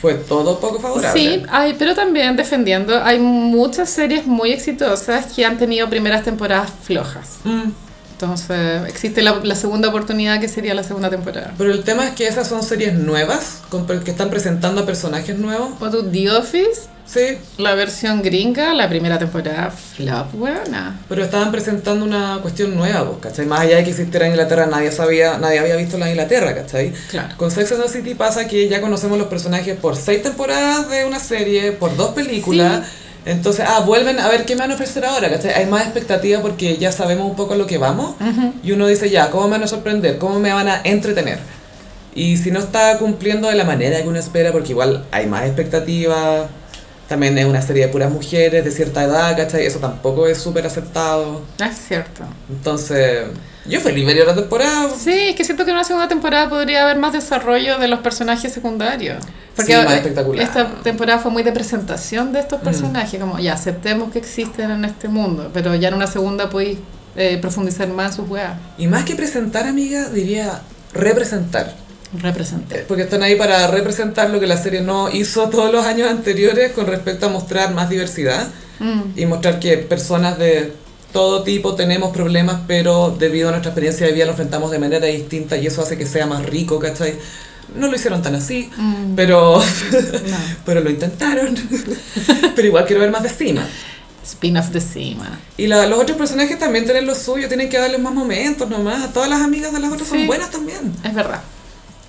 Speaker 1: Fue todo poco favorable.
Speaker 2: Sí, hay, pero también defendiendo, hay muchas series muy exitosas que han tenido primeras temporadas flojas.
Speaker 1: Mm.
Speaker 2: Entonces, existe la, la segunda oportunidad que sería la segunda temporada.
Speaker 1: Pero el tema es que esas son series nuevas, con per- que están presentando a personajes nuevos.
Speaker 2: Por tu The Office,
Speaker 1: Sí,
Speaker 2: la versión gringa, la primera temporada flop, buena.
Speaker 1: pero estaban presentando una cuestión nueva, pues, ¿cachai? Más allá de que existiera en Inglaterra, nadie sabía, nadie había visto la Inglaterra, ¿cachai?
Speaker 2: Claro.
Speaker 1: Con Sex and the City pasa que ya conocemos los personajes por seis temporadas de una serie, por dos películas. Entonces, ah, vuelven a ver qué me van a ofrecer ahora, ¿cachai? Hay más expectativa porque ya sabemos un poco a lo que vamos. Y uno dice, ya, ¿cómo me van a sorprender? ¿Cómo me van a entretener? Y si no está cumpliendo de la manera que uno espera, porque igual hay más expectativas, también es una serie de puras mujeres de cierta edad, ¿cachai? Eso tampoco es súper aceptado.
Speaker 2: Ah, Es cierto.
Speaker 1: Entonces, yo feliz vería la temporada.
Speaker 2: Sí, es que siento que en una segunda temporada podría haber más desarrollo de los personajes secundarios. Porque
Speaker 1: Sí, más
Speaker 2: eh,
Speaker 1: espectacular. Mm.
Speaker 2: esta temporada fue muy de presentación de estos personajes, como ya aceptemos que existen en este mundo, pero ya en una segunda podéis eh, profundizar más en sus weas.
Speaker 1: Y más que presentar, amiga, diría representar.
Speaker 2: Representé.
Speaker 1: Eh, Porque están ahí para representar lo que la serie no hizo todos los años anteriores con respecto a mostrar más diversidad
Speaker 2: Mm,
Speaker 1: y mostrar que personas de todo tipo tenemos problemas, pero debido a nuestra experiencia de vida lo enfrentamos de manera distinta y eso hace que sea más rico, ¿cachai? No lo hicieron tan así,
Speaker 2: mm,
Speaker 1: pero, pero lo intentaron. pero igual quiero ver más de cima.
Speaker 2: Spin-off de Cima.
Speaker 1: Y la- los otros personajes también tienen lo suyo, tienen que darles más momentos nomás. A todas las amigas de las otras
Speaker 2: Sí.
Speaker 1: son buenas también.
Speaker 2: Es verdad.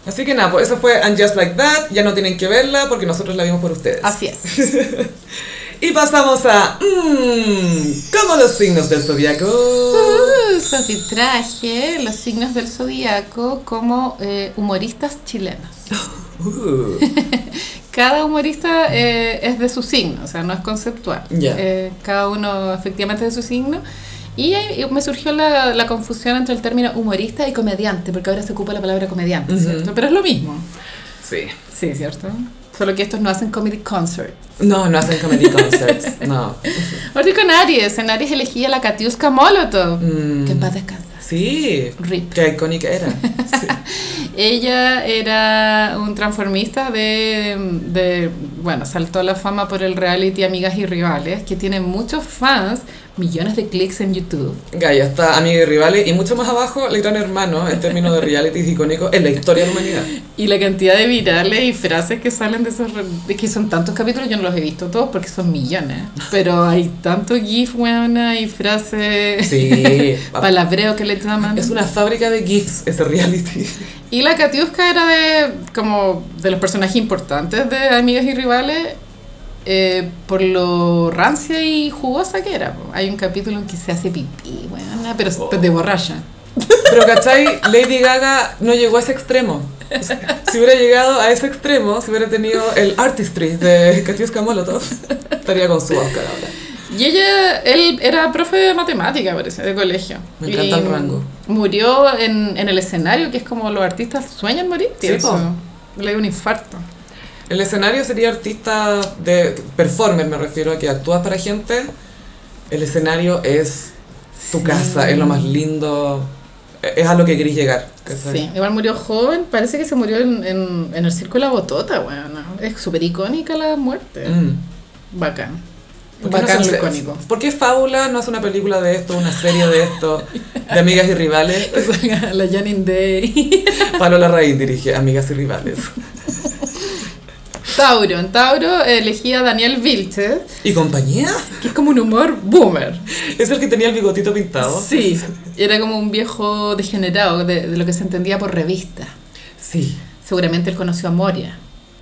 Speaker 1: Así que nada, pues eso fue And Just Like That. Ya no tienen que verla porque nosotros la vimos por ustedes.
Speaker 2: Así es.
Speaker 1: Y pasamos a. Mmm, como los signos del zodiaco.
Speaker 2: Uh, Sophie Traje, los signos del zodiaco como eh, humoristas chilenos.
Speaker 1: Uh,
Speaker 2: cada humorista eh, es de su signo, o sea, no es conceptual.
Speaker 1: Ya.
Speaker 2: Eh, cada uno efectivamente es de su signo. Y ahí eh, me surgió la, la confusión entre el término humorista y comediante, porque ahora se ocupa la palabra comediante,
Speaker 1: Ujú.
Speaker 2: ¿cierto? Pero es lo mismo.
Speaker 1: Sí.
Speaker 2: Sí, ¿cierto? Solo que estos no hacen comedy concert.
Speaker 1: No, no hacen comedy concerts, no.
Speaker 2: Ahorita con Aries, en Aries elegí a la Katiuska Molotov,
Speaker 1: Mm.
Speaker 2: que en paz descansa.
Speaker 1: Sí,
Speaker 2: RIP.
Speaker 1: qué icónica era. Sí.
Speaker 2: Ella era un transformista de, de- Bueno, saltó a la fama por el reality Amigas y Rivales, que tiene muchos fans, millones de clics en YouTube.
Speaker 1: Gaya está amiga y rivales y mucho más abajo el gran hermano en términos de realities icónicos en la historia de la humanidad.
Speaker 2: Y la cantidad de virales y frases que salen de esos... re- Es que son tantos capítulos, yo no los he visto todos porque son millones. Pero hay tanto gif, weona, y frases...
Speaker 1: Sí,
Speaker 2: Palabreo que le llaman.
Speaker 1: es una fábrica de gifs ese reality.
Speaker 2: Y la Katiuska era de como de los personajes importantes de Amigas y Rivales eh, por lo rancia y jugosa que era. po. Hay un capítulo en que se hace pipí, weona, pero
Speaker 1: Oh.
Speaker 2: de borracha.
Speaker 1: Pero ¿cachai? Lady Gaga no llegó a ese extremo. O sea, Si hubiera llegado a ese extremo, si hubiera tenido el artistry de Katiuska Molotov, estaría con su Oscar ahora.
Speaker 2: Y ella, él era profe de matemática, parece, de colegio.
Speaker 1: Me encanta
Speaker 2: Y
Speaker 1: el rango.
Speaker 2: Murió en, en el escenario, que es como los artistas sueñan morir,
Speaker 1: Sí,
Speaker 2: ¿cierto?
Speaker 1: po.
Speaker 2: Le dio un infarto.
Speaker 1: El escenario sería artista de performer, me refiero a que actúas para gente. El escenario es tu casa, es lo más lindo, es a lo que querís llegar. ¿cachai?
Speaker 2: Sí, igual murió joven, parece que se murió en, en, en el circo de la botota, weona. Es súper icónica la muerte.
Speaker 1: Mm.
Speaker 2: Bacán.
Speaker 1: ¿Por qué no
Speaker 2: Bacán
Speaker 1: se
Speaker 2: lo
Speaker 1: hace-
Speaker 2: icónico.
Speaker 1: ¿Por qué Fábula no hace una película de esto, una serie de esto, de amigas y rivales?
Speaker 2: La Janine Day.
Speaker 1: Pablo Larraín dirige Amigas y Rivales.
Speaker 2: Tauro. En Tauro elegí a Daniel Vilche,
Speaker 1: ¿Y compañía?
Speaker 2: que es como un humor boomer.
Speaker 1: Es el que tenía el bigotito pintado.
Speaker 2: Sí. Era como un viejo degenerado de, de lo que se entendía por revista.
Speaker 1: Sí.
Speaker 2: Seguramente él conoció a Moria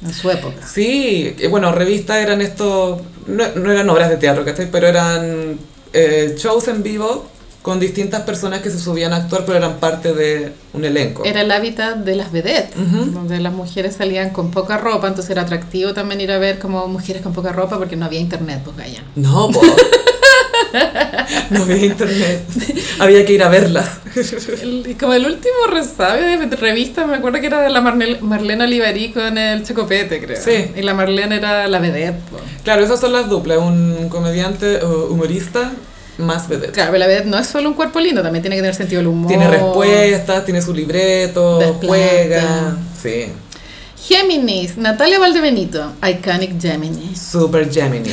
Speaker 2: en su época.
Speaker 1: Sí, eh, bueno, revistas eran estos, no, no eran obras de teatro, ¿cachai? Pero eran eh, shows en vivo con distintas personas que se subían a actuar, pero eran parte de un elenco.
Speaker 2: Era el hábitat de las vedettes,
Speaker 1: Ujú.
Speaker 2: donde las mujeres salían con poca ropa, entonces era atractivo también ir a ver como mujeres con poca ropa porque no había internet, pues Gaya.
Speaker 1: No, po. no había internet. Había que ir a verlas.
Speaker 2: El- como el último resabio de revista, me acuerdo que era de la Marnel- Marlene Olivarí con el Chocopete, creo.
Speaker 1: Sí.
Speaker 2: Y la Marlene era la vedette. po.
Speaker 1: Claro, esas son las duplas, un comediante o humorista más vedette.
Speaker 2: Claro, pero la vedette no es solo un cuerpo lindo, también tiene que tener sentido del humor.
Speaker 1: Tiene respuestas, tiene su libreto,
Speaker 2: Desplante.
Speaker 1: juega. Sí.
Speaker 2: Géminis, Natalia Valdebenito, Iconic Géminis.
Speaker 1: Super Gemini.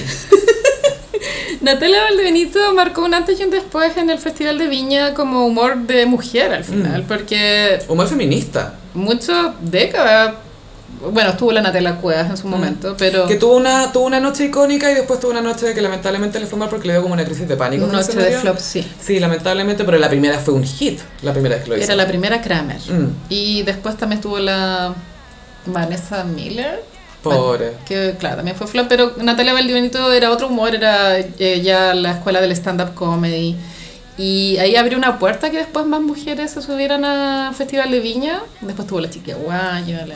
Speaker 2: Natalia Valdebenito marcó un antes y un después en el Festival de Viña como humor de mujer al final,
Speaker 1: Mm.
Speaker 2: porque
Speaker 1: Humor feminista.
Speaker 2: muchas décadas, bueno, estuvo la Natalia Cuevas en su momento, pero...
Speaker 1: Mm. Que tuvo una, tuvo una noche icónica y después tuvo una noche que lamentablemente le fue mal porque le dio como una crisis de pánico. en el
Speaker 2: Noche de
Speaker 1: escenario.
Speaker 2: flop, sí.
Speaker 1: Sí, lamentablemente, pero la primera fue un hit, la primera vez que lo hizo.
Speaker 2: Era la primera Kramer.
Speaker 1: Mm.
Speaker 2: Y después también estuvo la Vanessa Miller.
Speaker 1: Pobre.
Speaker 2: Que claro, también fue flop, pero Natalia Valdivinito era otro humor, era eh, ya la escuela del stand-up comedy. Y ahí abrió una puerta que después más mujeres se subieran al Festival de Viña. Después tuvo la Chiquiaguaya, la...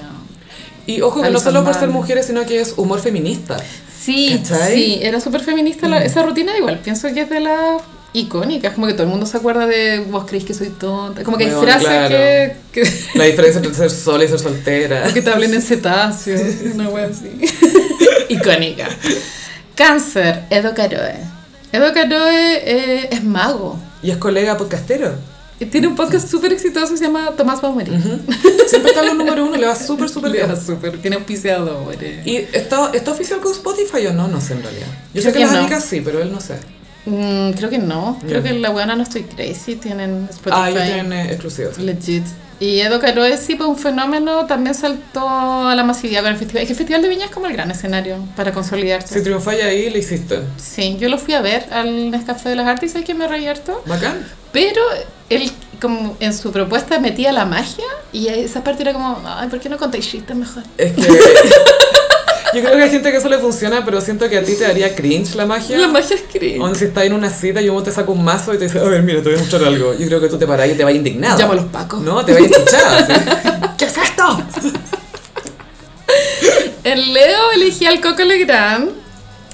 Speaker 1: Y ojo que no
Speaker 2: Alison
Speaker 1: solo por ser
Speaker 2: Mann.
Speaker 1: mujeres, sino que es humor feminista.
Speaker 2: Sí,
Speaker 1: ¿Cachai? Mm.
Speaker 2: sí, era súper feminista la- esa rutina igual. Pienso que es de las icónicas, como que todo el mundo se acuerda de vos creéis que soy tonta. Como que hay
Speaker 1: Bueno,
Speaker 2: frases
Speaker 1: claro.
Speaker 2: que- que
Speaker 1: La diferencia entre ser sola y ser soltera.
Speaker 2: O que te hablen en cetáceo, una wea así. Icónica. Cáncer, Edo Caroe. Edo Caroe eh, es mago.
Speaker 1: Y es colega podcastero.
Speaker 2: Y Tiene un podcast súper exitoso, se llama Tomás va a morir.
Speaker 1: Siempre está en los número uno, le va súper, súper
Speaker 2: Le va
Speaker 1: bien.
Speaker 2: súper, tiene auspiciadores.
Speaker 1: ¿Y está, está oficial con Spotify o no? No sé en realidad. Yo sé
Speaker 2: Creo
Speaker 1: que,
Speaker 2: que
Speaker 1: las
Speaker 2: no.
Speaker 1: amigas sí, pero él no sé.
Speaker 2: Mm, creo que no, creo
Speaker 1: Ya.
Speaker 2: que la weona No Estoy Crazy tienen Spotify.
Speaker 1: Ah, ellos tienen eh, exclusivos.
Speaker 2: Legit. Y Edo Caroe sí, pues un fenómeno, también saltó a la masividad con el festival. Es que el Festival de Viña es como el gran escenario para consolidarse.
Speaker 1: Si triunfáis ahí, le hiciste.
Speaker 2: Sí, yo lo fui a ver al Nescafé de las Artes y sabes que me reí harto.
Speaker 1: Bacán.
Speaker 2: Pero él, como en su propuesta, metía la magia y esa parte era como, ay, ¿por qué no contáis chistes mejor?
Speaker 1: Es que. Yo creo que hay gente que eso le funciona, pero siento que a ti te daría cringe la magia.
Speaker 2: La magia es cringe.
Speaker 1: O si estás en una cita y uno te saca un mazo y te dice, a ver, mira, te voy a mostrar algo. Yo creo que tú te parás y te vas indignado.
Speaker 2: Llamo a los pacos.
Speaker 1: No, te vas enchuchada. ¿sí? ¿Qué es esto?
Speaker 2: En Leo elegí al Coco Legrand,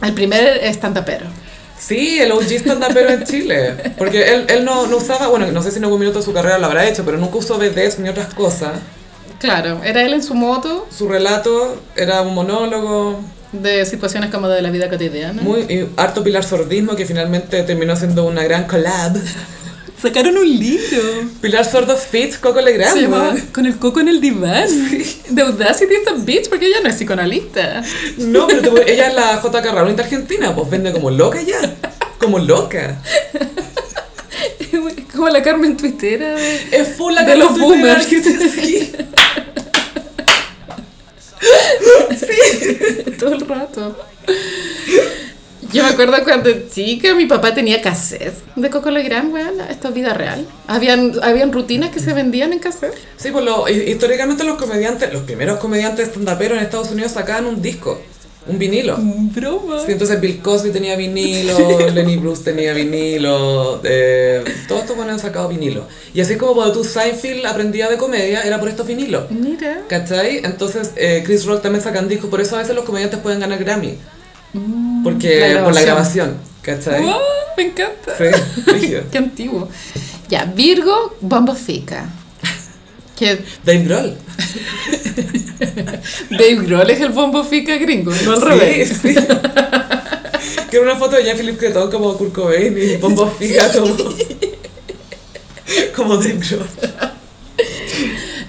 Speaker 2: el primer estantapero.
Speaker 1: Sí, el OG stand-upero en Chile. Porque él, él no, no usaba, bueno, no sé si en algún minuto de su carrera lo habrá hecho, pero nunca usó BDs ni otras cosas.
Speaker 2: Claro, era él en su moto
Speaker 1: Su relato era un monólogo,
Speaker 2: de situaciones como de la vida cotidiana.
Speaker 1: muy y harto Pilar Sordismo, que finalmente terminó siendo una gran collab.
Speaker 2: Sacaron un libro.
Speaker 1: Pilar Sordo Fit, Coco Legrand.
Speaker 2: Se llamaba
Speaker 1: weón.
Speaker 2: Con el coco en el diván. De Audacity esta bitch, porque ella no es psicoanalista.
Speaker 1: No, pero te- ella es la JK Rowling de Argentina, pues vende como loca ya. Como loca.
Speaker 2: Es como la Carmen Twistera. de-
Speaker 1: Es full la
Speaker 2: De
Speaker 1: Carmen
Speaker 2: los
Speaker 1: Twitter
Speaker 2: boomers.
Speaker 1: Argentina, sí.
Speaker 2: todo el rato. Yo me acuerdo cuando chica mi papá tenía cassette de Coco Legrand, weón, esto es vida real. Habían, habían rutinas que se vendían en cassette.
Speaker 1: Sí, pues lo- hi- históricamente los comediantes, los primeros comediantes stand-uperos en Estados Unidos sacaban un disco, un vinilo.
Speaker 2: Broma.
Speaker 1: Sí, entonces Bill Cosby tenía vinilo, Lenny Bruce tenía vinilo, eh, todos estos buenos han sacado vinilo. Y así como cuando tú Seinfeld aprendía de comedia, era por estos vinilos.
Speaker 2: Mira.
Speaker 1: ¿Cachai? Entonces eh, Chris Rock también sacan discos, por eso a veces los comediantes pueden ganar Grammy. Porque
Speaker 2: Mm, la
Speaker 1: por la
Speaker 2: grabación.
Speaker 1: grabación, ¿cachai?
Speaker 2: Wow, me encanta.
Speaker 1: Sí, rígido.
Speaker 2: Qué antiguo. Ya, Virgo Bombofica. Que
Speaker 1: Dave Grohl.
Speaker 2: Dave Grohl es el Bombofica gringo, no al
Speaker 1: Sí,
Speaker 2: revés.
Speaker 1: sí. Quiero una foto de Jean-Philippe Creton como Kurt Cobain y Bombo Figa como... Como Dave Grohl.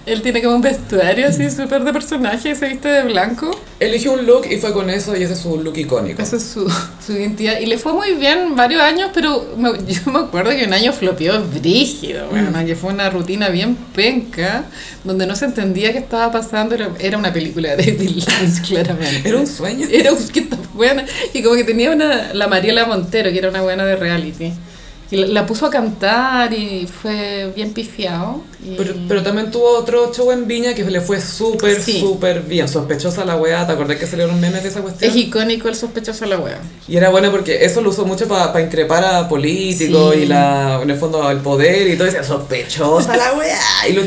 Speaker 2: Él tiene como un vestuario así súper de personaje, se viste de blanco.
Speaker 1: Eligió un look y fue con eso y ese es su look icónico.
Speaker 2: Esa es su, su identidad. Y le fue muy bien varios años, pero me- yo me acuerdo que un año flopeó brígido,
Speaker 1: Mm.
Speaker 2: bueno, que fue una rutina bien penca, donde no se entendía qué estaba pasando. Era, era una película de David Lynch, claramente.
Speaker 1: Era un sueño.
Speaker 2: Era un que tan buena. Y como que tenía una, la Mariela Montero, que era una buena de reality. Y la, la puso a cantar y fue bien pifiado. Y-
Speaker 1: Pero, pero también tuvo otro show en Viña que le fue súper,
Speaker 2: Sí.
Speaker 1: súper bien. Sospechosa la weá, ¿te acordás que salieron memes de esa cuestión?
Speaker 2: es icónico el sospechoso de la wea.
Speaker 1: Y era bueno porque eso lo usó mucho para increpar a políticos
Speaker 2: Sí.
Speaker 1: y la, en el fondo al poder y todo eso. Sospechosa la weá. Y lo-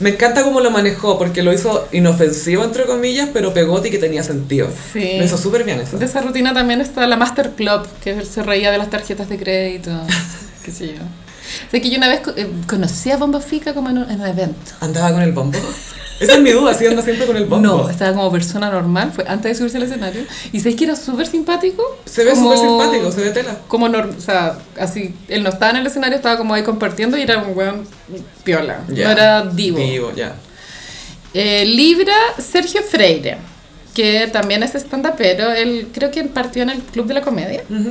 Speaker 1: me encanta cómo lo manejó porque lo hizo inofensivo, entre comillas, pero pegote y que tenía sentido.
Speaker 2: Sí.
Speaker 1: Lo hizo súper bien eso.
Speaker 2: De esa rutina también está la Master Club, que él se reía de las tarjetas de crédito, qué sé yo. Sé que yo una vez co- eh, conocí a Bomba Fica como en un, en un evento.
Speaker 1: ¿Andaba con el bombo? Esa es mi duda, si anda siempre con el bombo.
Speaker 2: No, estaba como persona normal, fue antes de subirse al escenario. Y sé que era súper simpático.
Speaker 1: Se ve
Speaker 2: como-
Speaker 1: súper simpático, se ve tela.
Speaker 2: Como, norm- o sea, así, él no estaba en el escenario, estaba como ahí compartiendo y era un weón piola.
Speaker 1: Ya.
Speaker 2: No era divo.
Speaker 1: Divo, ya.
Speaker 2: Eh, Libra Sergio Freire, que también es stand-upero. Él creo que partió en el Club de la Comedia.
Speaker 1: Ujú.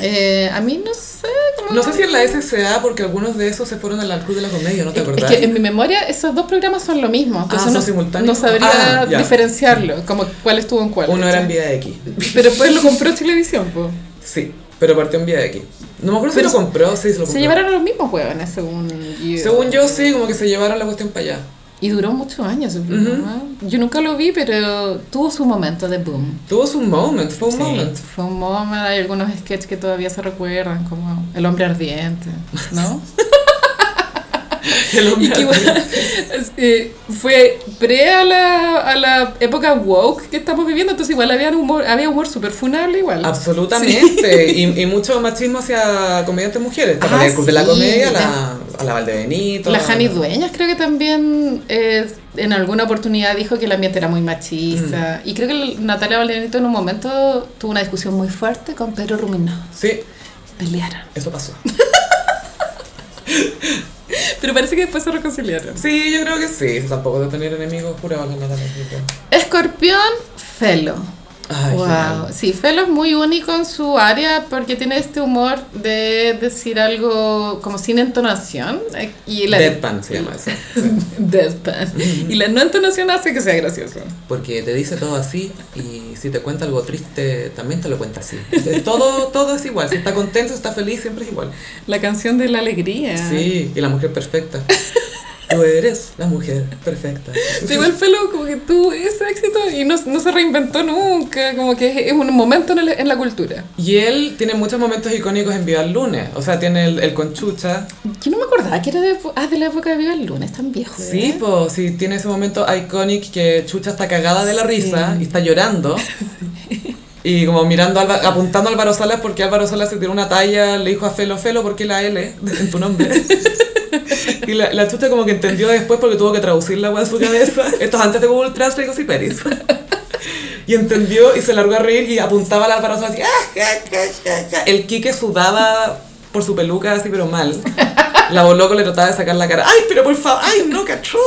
Speaker 2: Eh, a mí no sé. como-
Speaker 1: No sé si en la SCA, porque algunos de esos se fueron al Club de la Comedia, ¿no te
Speaker 2: Es
Speaker 1: acordás? Ah,
Speaker 2: que en mi memoria esos dos programas son lo mismo. Entonces
Speaker 1: son
Speaker 2: no,
Speaker 1: simultáneos.
Speaker 2: no sabría
Speaker 1: Ah, ya.
Speaker 2: diferenciarlo, como cuál estuvo en cuál.
Speaker 1: Uno era en
Speaker 2: ¿cachai?
Speaker 1: Vía X.
Speaker 2: Pero pues lo compró Televisión, po.
Speaker 1: Sí, pero partió en Vía X. No me acuerdo
Speaker 2: Pero
Speaker 1: si lo compró, sí, se lo compró.
Speaker 2: Se llevaron a los mismos huevones, según yo.
Speaker 1: Según yo, sí, como que se llevaron la cuestión para allá.
Speaker 2: Y duró muchos años ese programa. Yo nunca lo vi, pero tuvo su momento de boom.
Speaker 1: Tuvo su moment, fue un
Speaker 2: Sí,
Speaker 1: moment.
Speaker 2: Fue un moment, hay algunos sketches que todavía se recuerdan, como El hombre ardiente, ¿no?
Speaker 1: El hombre
Speaker 2: Y que igual, eh, fue pre a la, a la época woke que estamos viviendo, entonces igual había humor, había humor súper funable igual.
Speaker 1: Absolutamente. Y, y mucho machismo hacia comediantes mujeres. Está
Speaker 2: Ah,
Speaker 1: para el Club de la
Speaker 2: sí.
Speaker 1: Comedia, la, a la Valdebenito.
Speaker 2: La
Speaker 1: a-
Speaker 2: Jani Dueñas creo que también eh, en alguna oportunidad dijo que el ambiente era muy machista. Y creo que el- Natalia Valdenito en un momento tuvo una discusión muy fuerte con Pedro Ruminó.
Speaker 1: Sí,
Speaker 2: Pelearon.
Speaker 1: eso pasó.
Speaker 2: Pero parece que después se reconciliaron.
Speaker 1: Sí, yo creo que sí. Tampoco de tener enemigos jurados la nada.
Speaker 2: Escorpión, Felo.
Speaker 1: Ay,
Speaker 2: wow.
Speaker 1: genial.
Speaker 2: Sí, Felo es muy único en su área porque tiene este humor de decir algo como sin entonación. eh, Y la
Speaker 1: Deadpan se llama eso.
Speaker 2: Deadpan. Y la no entonación hace que sea gracioso.
Speaker 1: Porque te dice todo así y si te cuenta algo triste, también te lo cuenta así. Entonces, todo, todo es igual. Si está contento, si está feliz, siempre es igual.
Speaker 2: Ah. La canción de la alegría.
Speaker 1: Sí, y la mujer perfecta. Tú eres la mujer perfecta.
Speaker 2: Tengo el pelo como que tuvo ese éxito y no, no se reinventó nunca, como que es, es un momento en, el- en la cultura.
Speaker 1: Y él tiene muchos momentos icónicos en Viva el Lunes. O sea, tiene el, el conchucha.
Speaker 2: Yo no me acordaba que era de, ah, de la época de Viva el Lunes, tan viejo.
Speaker 1: Sí,
Speaker 2: ¿eh?
Speaker 1: pues sí, tiene ese momento icónico que Chucha está cagada de la
Speaker 2: Sí.
Speaker 1: risa y está llorando. Y como mirando, a Alba- apuntando a Álvaro Salas porque Álvaro Salas se tiró una talla, le dijo a Felo, Felo, ¿por qué la L en tu nombre? Y la, la Chucha como que entendió después porque tuvo que traducir la weá en su cabeza. Esto es antes de Google Translate y cosas y Peris. Y entendió y se largó a reír y apuntaba a Álvaro Salas así. "Ah, ja, ja, ja, ja". El Quique sudaba por su peluca así, pero mal. La Boloco le trataba de sacar la cara. ¡Ay, pero por favor! ¡Ay, no, cachó!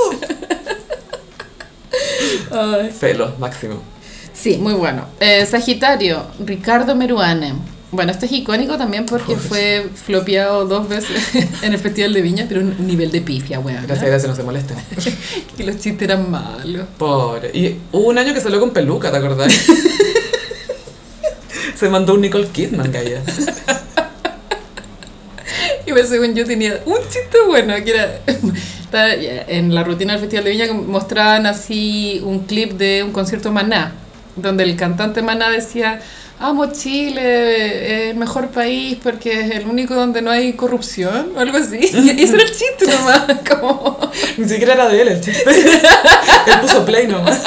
Speaker 2: Ay.
Speaker 1: Felo, máximo.
Speaker 2: Sí, muy bueno. Eh, Sagitario, Ricardo Meruane. Bueno, este es icónico también porque
Speaker 1: Joder.
Speaker 2: fue flopeado dos veces en el Festival de Viña, pero un nivel de pifia, weón.
Speaker 1: Gracias, gracias, no se molesten.
Speaker 2: Y los chistes eran malos.
Speaker 1: Pobre. Y hubo un año que salió con peluca, ¿te acordás? se mandó un Nicole Kidman, calla.
Speaker 2: Y pues, según yo tenía un chiste bueno, que era... estaba En la rutina del Festival de Viña mostraban así un clip de un concierto Maná, donde el cantante Maná decía, amo Chile, es el mejor país porque es el único donde no hay corrupción, o algo así. Y ese era el chiste nomás, como...
Speaker 1: Ni siquiera era de él el chiste. él puso play nomás.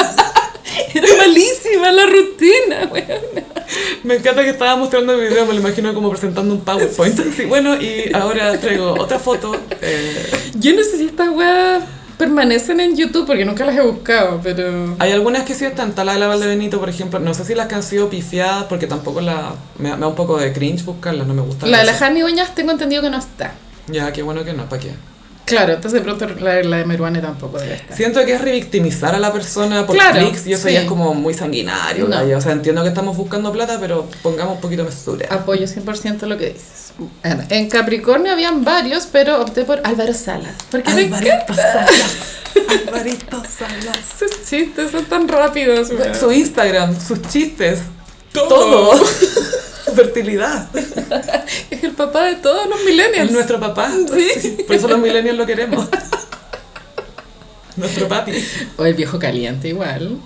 Speaker 2: Era malísima la rutina, weón.
Speaker 1: Me encanta que estaba mostrando el video, me lo imagino como presentando un PowerPoint. Así, bueno, y ahora traigo otra foto. eh,
Speaker 2: Yo no sé si estas weas permanecen en YouTube porque nunca las he buscado, pero...
Speaker 1: Hay algunas que sí están, está la de la Valdebenito, por ejemplo. No sé si las que han sido pifiadas, porque tampoco la... Me, me da un poco de cringe buscarlas, no me gustan.
Speaker 2: La de la
Speaker 1: las-
Speaker 2: Jani Uñas tengo entendido que no está.
Speaker 1: Ya, qué bueno que no, ¿para qué?
Speaker 2: Claro, entonces de pronto la, la de Meruane tampoco debe estar.
Speaker 1: Siento que es revictimizar a la persona por
Speaker 2: Claro,
Speaker 1: clics y eso
Speaker 2: sí.
Speaker 1: ya es como muy sanguinario.
Speaker 2: No.
Speaker 1: gallo. O sea, entiendo que estamos buscando plata, pero pongamos un poquito de mesura.
Speaker 2: Apoyo 100% lo que dices. Ana, En Capricornio habían varios, pero opté por Álvaro Salas. Porque me encantan
Speaker 1: Salas. Alvarito Salas.
Speaker 2: sus chistes, son tan rápidos. weón.
Speaker 1: Su Instagram, sus chistes,
Speaker 2: Todo.
Speaker 1: todo. Su fertilidad.
Speaker 2: Es el papá de todos los
Speaker 1: Es
Speaker 2: millennials.
Speaker 1: nuestro papá. Sí, Por eso los millennials lo queremos. Nuestro papi.
Speaker 2: O el viejo caliente igual.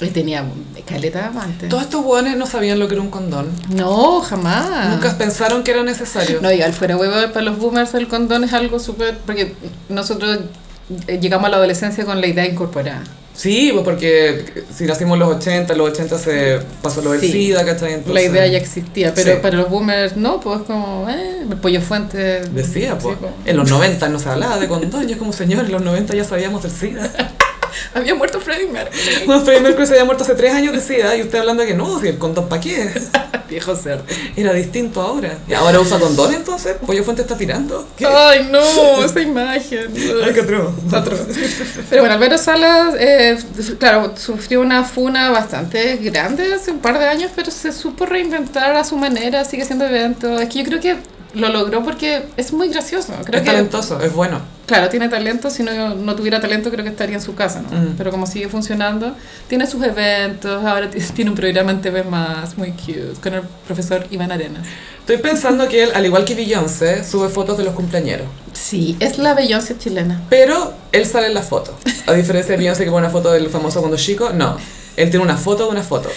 Speaker 2: Y tenía caleta antes.
Speaker 1: Todos estos hueones no sabían lo que era un condón.
Speaker 2: No, jamás.
Speaker 1: Nunca pensaron que era necesario.
Speaker 2: No, igual fuera huevo, para los boomers el condón es algo súper... Porque nosotros eh, llegamos a la adolescencia con la idea incorporada.
Speaker 1: Sí, pues porque si nacimos en los 80, en los 80 se pasó lo del
Speaker 2: Sí.
Speaker 1: SIDA, ¿cachai? Entonces,
Speaker 2: la idea ya existía, pero
Speaker 1: Sí.
Speaker 2: para los boomers no, pues como, eh, el pollo fuente.
Speaker 1: Decía,
Speaker 2: sí,
Speaker 1: pues.
Speaker 2: pues.
Speaker 1: En los 90 no se hablaba de condón. Yo, como señor, en los 90 ya sabíamos del SIDA.
Speaker 2: Había muerto Freddie Mercury.
Speaker 1: Cuando Freddie Mercury se había muerto hace 3 años de SIDA y usted hablando de que no, si el condón para qué.
Speaker 2: Viejo cerdo.
Speaker 1: Era distinto ahora. ¿Y ahora usa condón entonces? Pollo Fuente está tirando. ¿Qué?
Speaker 2: Ay, no, esa imagen.
Speaker 1: Ay, qué atroz.
Speaker 2: Atroz. Pero bueno, Alberto Salas, eh, su- claro, sufrió una funa bastante grande hace un par de años, pero se supo reinventar a su manera, sigue siendo evento. Es que yo creo que lo logró porque es muy gracioso. Creo
Speaker 1: es
Speaker 2: que,
Speaker 1: talentoso, es bueno.
Speaker 2: claro, tiene talento, si no, no tuviera talento creo que estaría en su casa, ¿no?
Speaker 1: Mm.
Speaker 2: Pero como sigue funcionando, tiene sus eventos, ahora t- tiene un programa en TV más, muy cute, con el profesor Iván Arenas.
Speaker 1: Estoy pensando que él, al igual que Beyoncé, sube fotos de los cumpleañeros.
Speaker 2: Sí, es la Beyoncé chilena.
Speaker 1: Pero él sale en la foto. A diferencia de Beyoncé que pone una foto del famoso cuando es chico, no. Él tiene una foto de una foto.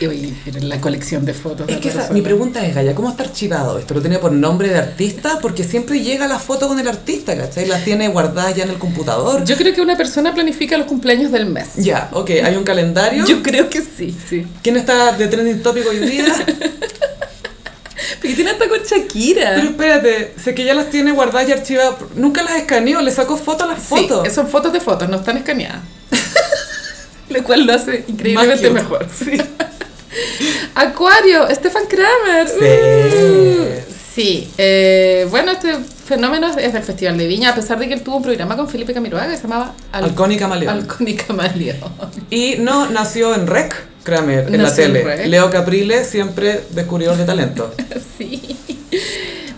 Speaker 2: Y oye, pero la colección de fotos. de
Speaker 1: Es que esa-
Speaker 2: Alberto
Speaker 1: mi
Speaker 2: Salas.
Speaker 1: pregunta es, Gaya, ¿cómo está archivado esto? ¿Lo tiene por nombre de artista? Porque siempre llega la foto con el artista, ¿cachai? Las tiene guardadas ya en el computador.
Speaker 2: Yo creo que una persona planifica los cumpleaños del mes.
Speaker 1: Ya, ok, hay un calendario.
Speaker 2: Yo creo que sí, sí.
Speaker 1: ¿Quién está de trending topic hoy día?
Speaker 2: Porque tiene hasta con Shakira.
Speaker 1: Pero espérate, sé que ya las tiene guardadas y archivadas. Nunca las escaneó, le sacó foto a las fotos.
Speaker 2: Sí, son fotos de fotos, no están escaneadas. lo cual lo hace increíblemente
Speaker 1: Más cute.
Speaker 2: mejor. Sí. Acuario, Stefan Kramer.
Speaker 1: Sí.
Speaker 2: Uh, sí. eh, bueno, este fenómeno es del Festival de Viña, a pesar de que él tuvo un programa con Felipe Camiroaga que se llamaba Al-
Speaker 1: Halcón y Camaleón.
Speaker 2: Halcón y Camaleón.
Speaker 1: Y no nació en Rec, Kramer, en la
Speaker 2: Nació en
Speaker 1: tele.
Speaker 2: Rec.
Speaker 1: Leo Caprile, siempre descubridor de talento.
Speaker 2: Sí.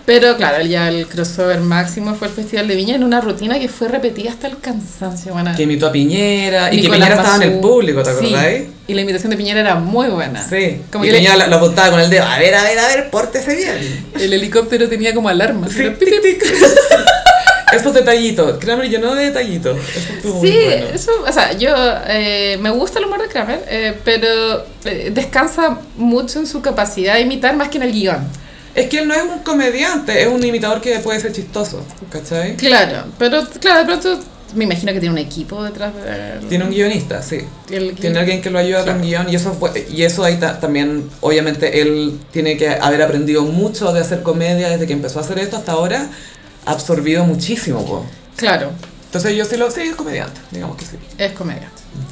Speaker 2: Pero claro, ya el crossover máximo fue el Festival de Viña en una rutina que fue repetida hasta el cansancio. Bueno,
Speaker 1: que imitó a Piñera. Y que
Speaker 2: Nicolás
Speaker 1: Piñera estaba en el
Speaker 2: Bazú.
Speaker 1: público, ¿te
Speaker 2: Sí.
Speaker 1: acordáis?
Speaker 2: Y la invitación de Piñera era muy buena.
Speaker 1: Sí.
Speaker 2: Como
Speaker 1: y
Speaker 2: que le-
Speaker 1: Piñera la, la apuntaba con el dedo. A ver, a ver, a ver, pórtese bien.
Speaker 2: el helicóptero tenía como alarma.
Speaker 1: Sí,
Speaker 2: Era pi, pi, pi.
Speaker 1: Esos detallitos. Kramer llenó de detallitos. Eso estuvo
Speaker 2: Sí,
Speaker 1: muy bueno.
Speaker 2: eso, o sea, yo eh, me gusta el humor de Kramer, eh, pero eh, descansa mucho en su capacidad de imitar más que en el guión.
Speaker 1: Es que él no es un comediante, es un imitador que puede ser chistoso, ¿cachai?
Speaker 2: Claro, pero claro, de pronto me imagino que tiene un equipo detrás de
Speaker 1: Tiene un guionista, sí.
Speaker 2: el
Speaker 1: Tiene alguien que lo ayuda
Speaker 2: Claro.
Speaker 1: con guión y eso, fue- y eso ahí ta- también, obviamente, él tiene que haber aprendido mucho de hacer comedia desde que empezó a hacer esto hasta ahora, ha absorbido muchísimo. po.
Speaker 2: Claro,
Speaker 1: Entonces yo sí lo, sí, es comediante, digamos que sí.
Speaker 2: es comedia.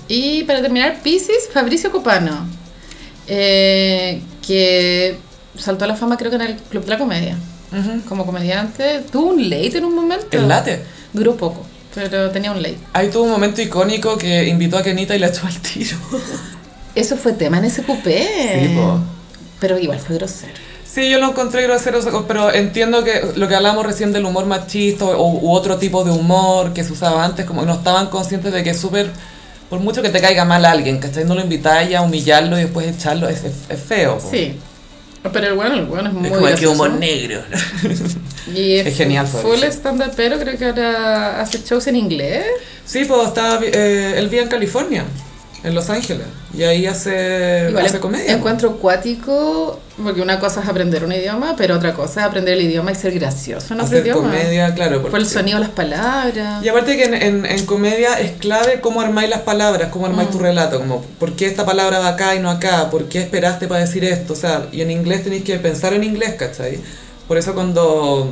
Speaker 2: Y para terminar, Pisces, Fabricio Copano, eh, que saltó a la fama creo que en el Club de la Comedia.
Speaker 1: Ujú.
Speaker 2: Como comediante, tuvo un late Mm. en un momento.
Speaker 1: El late.
Speaker 2: Duró poco, pero tenía un late.
Speaker 1: Ahí tuvo un momento icónico que invitó a Kenita y la echó al tiro.
Speaker 2: Eso fue tema en ese cupé.
Speaker 1: Sí, po.
Speaker 2: Pero igual fue grosero.
Speaker 1: Sí, yo lo encontré grosero, pero entiendo que lo que hablamos recién del humor machista o, u otro tipo de humor que se usaba antes, como que no estaban conscientes de que es súper, por mucho que te caiga mal a alguien, ¿cachai? No lo invitáis a humillarlo y después echarlo, es, es, es feo. po.
Speaker 2: Sí. Pero el bueno, el bueno es muy
Speaker 1: Oh. es como aquí
Speaker 2: gracioso.
Speaker 1: humor negro.
Speaker 2: Y
Speaker 1: Es genial,
Speaker 2: Full
Speaker 1: Fabricio.
Speaker 2: stand-up, pero creo que ahora hace shows en inglés.
Speaker 1: sí, pues estaba, eh, él vivía en California, en Los Ángeles, y ahí hace,
Speaker 2: Igual
Speaker 1: hace
Speaker 2: en-
Speaker 1: comedia. po.
Speaker 2: Encuentro acuático, porque una cosa es aprender un idioma, pero otra cosa es aprender el idioma y ser gracioso en otro
Speaker 1: hacer
Speaker 2: idioma.
Speaker 1: comedia, claro.
Speaker 2: Por el
Speaker 1: porque-
Speaker 2: sonido, de las palabras.
Speaker 1: Y aparte que en, en- en comedia es clave cómo armáis las palabras, cómo armáis tu relato, como por qué esta palabra va acá y no acá, por qué esperaste para decir esto, o sea, y en inglés tenéis que pensar en inglés, ¿cachai? Por eso cuando,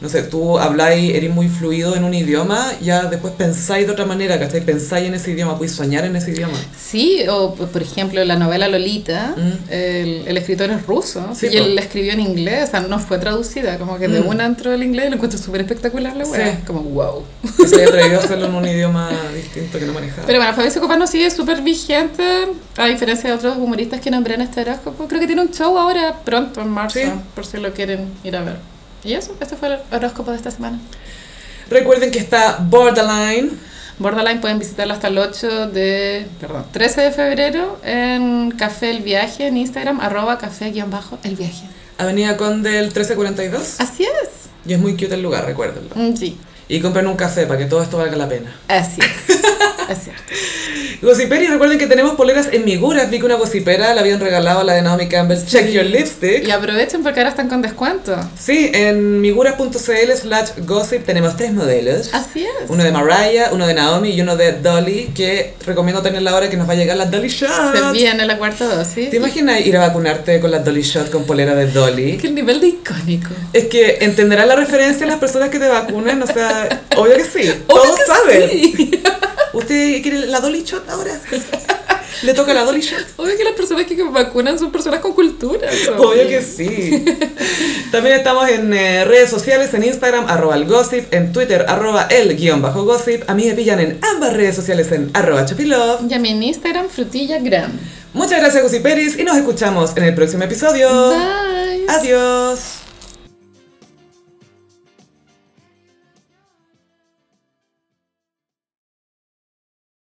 Speaker 1: no sé, tú habláis, eres muy fluido en un idioma, ya después pensáis de otra manera, ¿cachai? Pensáis en ese idioma, podéis soñar en ese idioma.
Speaker 2: Sí, o p- por ejemplo la novela Lolita,
Speaker 1: Mm.
Speaker 2: el, el escritor es ruso
Speaker 1: Sí,
Speaker 2: y él
Speaker 1: po.
Speaker 2: la escribió en inglés, o sea, no fue traducida, como que de
Speaker 1: Mm.
Speaker 2: una entró al inglés y lo encuentro súper espectacular la
Speaker 1: Sí.
Speaker 2: wea, como wow.
Speaker 1: Que se haya atrevido a hacerlo en un idioma distinto que no manejaba.
Speaker 2: Pero bueno, Fabricio Copano sigue súper vigente, a diferencia de otros humoristas que nombré en este horóscopo. Creo que tiene un show ahora pronto, en marzo,
Speaker 1: Sí.
Speaker 2: por si lo quieren ir a ver. Y eso, este fue el horóscopo de esta semana.
Speaker 1: Recuerden que está Borderline,
Speaker 2: Borderline pueden visitarlo hasta el 8 de, perdón, 13 de febrero en Café El Viaje, en Instagram, arroba café-el viaje.
Speaker 1: Avenida Conde el 1342,
Speaker 2: Así es.
Speaker 1: y es muy cute el lugar, recuérdenlo.
Speaker 2: Mm, Sí,
Speaker 1: Y compren un café para que todo esto valga la pena.
Speaker 2: así es. es cierto.
Speaker 1: Gossiperi, recuerden que tenemos poleras en miguras. Vi que una gossipera la habían regalado a la de Naomi Campbell. Check your lipstick.
Speaker 2: Y aprovechen porque ahora están con descuento.
Speaker 1: Sí, en miguras.cl slash gossip tenemos tres modelos.
Speaker 2: Así es.
Speaker 1: Uno de Mariah, uno de Naomi y uno de Dolly, que recomiendo tener la hora que nos va a llegar la Dolly
Speaker 2: Se
Speaker 1: Shot.
Speaker 2: viene la cuarta dosis.
Speaker 1: ¿Te imaginas ir a vacunarte con la Dolly Shot con polera de Dolly?
Speaker 2: Que el nivel de icónico.
Speaker 1: Es que entenderán la referencia las personas que te vacunan, o sea, obvio que sí, todos
Speaker 2: que
Speaker 1: saben.
Speaker 2: sí.
Speaker 1: ¿Usted quiere la Dolly Shot ahora? ¿Le toca la Dolly Shot?
Speaker 2: Obvio que las personas que vacunan son personas con cultura. ¿no?
Speaker 1: Obvio que sí. También estamos en eh, redes sociales, en Instagram, arroba el gossip, en Twitter, arroba el guión bajo gossip. A mí me pillan en ambas redes sociales en arroba chupilove.
Speaker 2: Y a mi en Instagram, frutillagram. Ah.
Speaker 1: Muchas gracias, Gossiperis, y nos escuchamos en el próximo episodio.
Speaker 2: Bye.
Speaker 1: Adiós.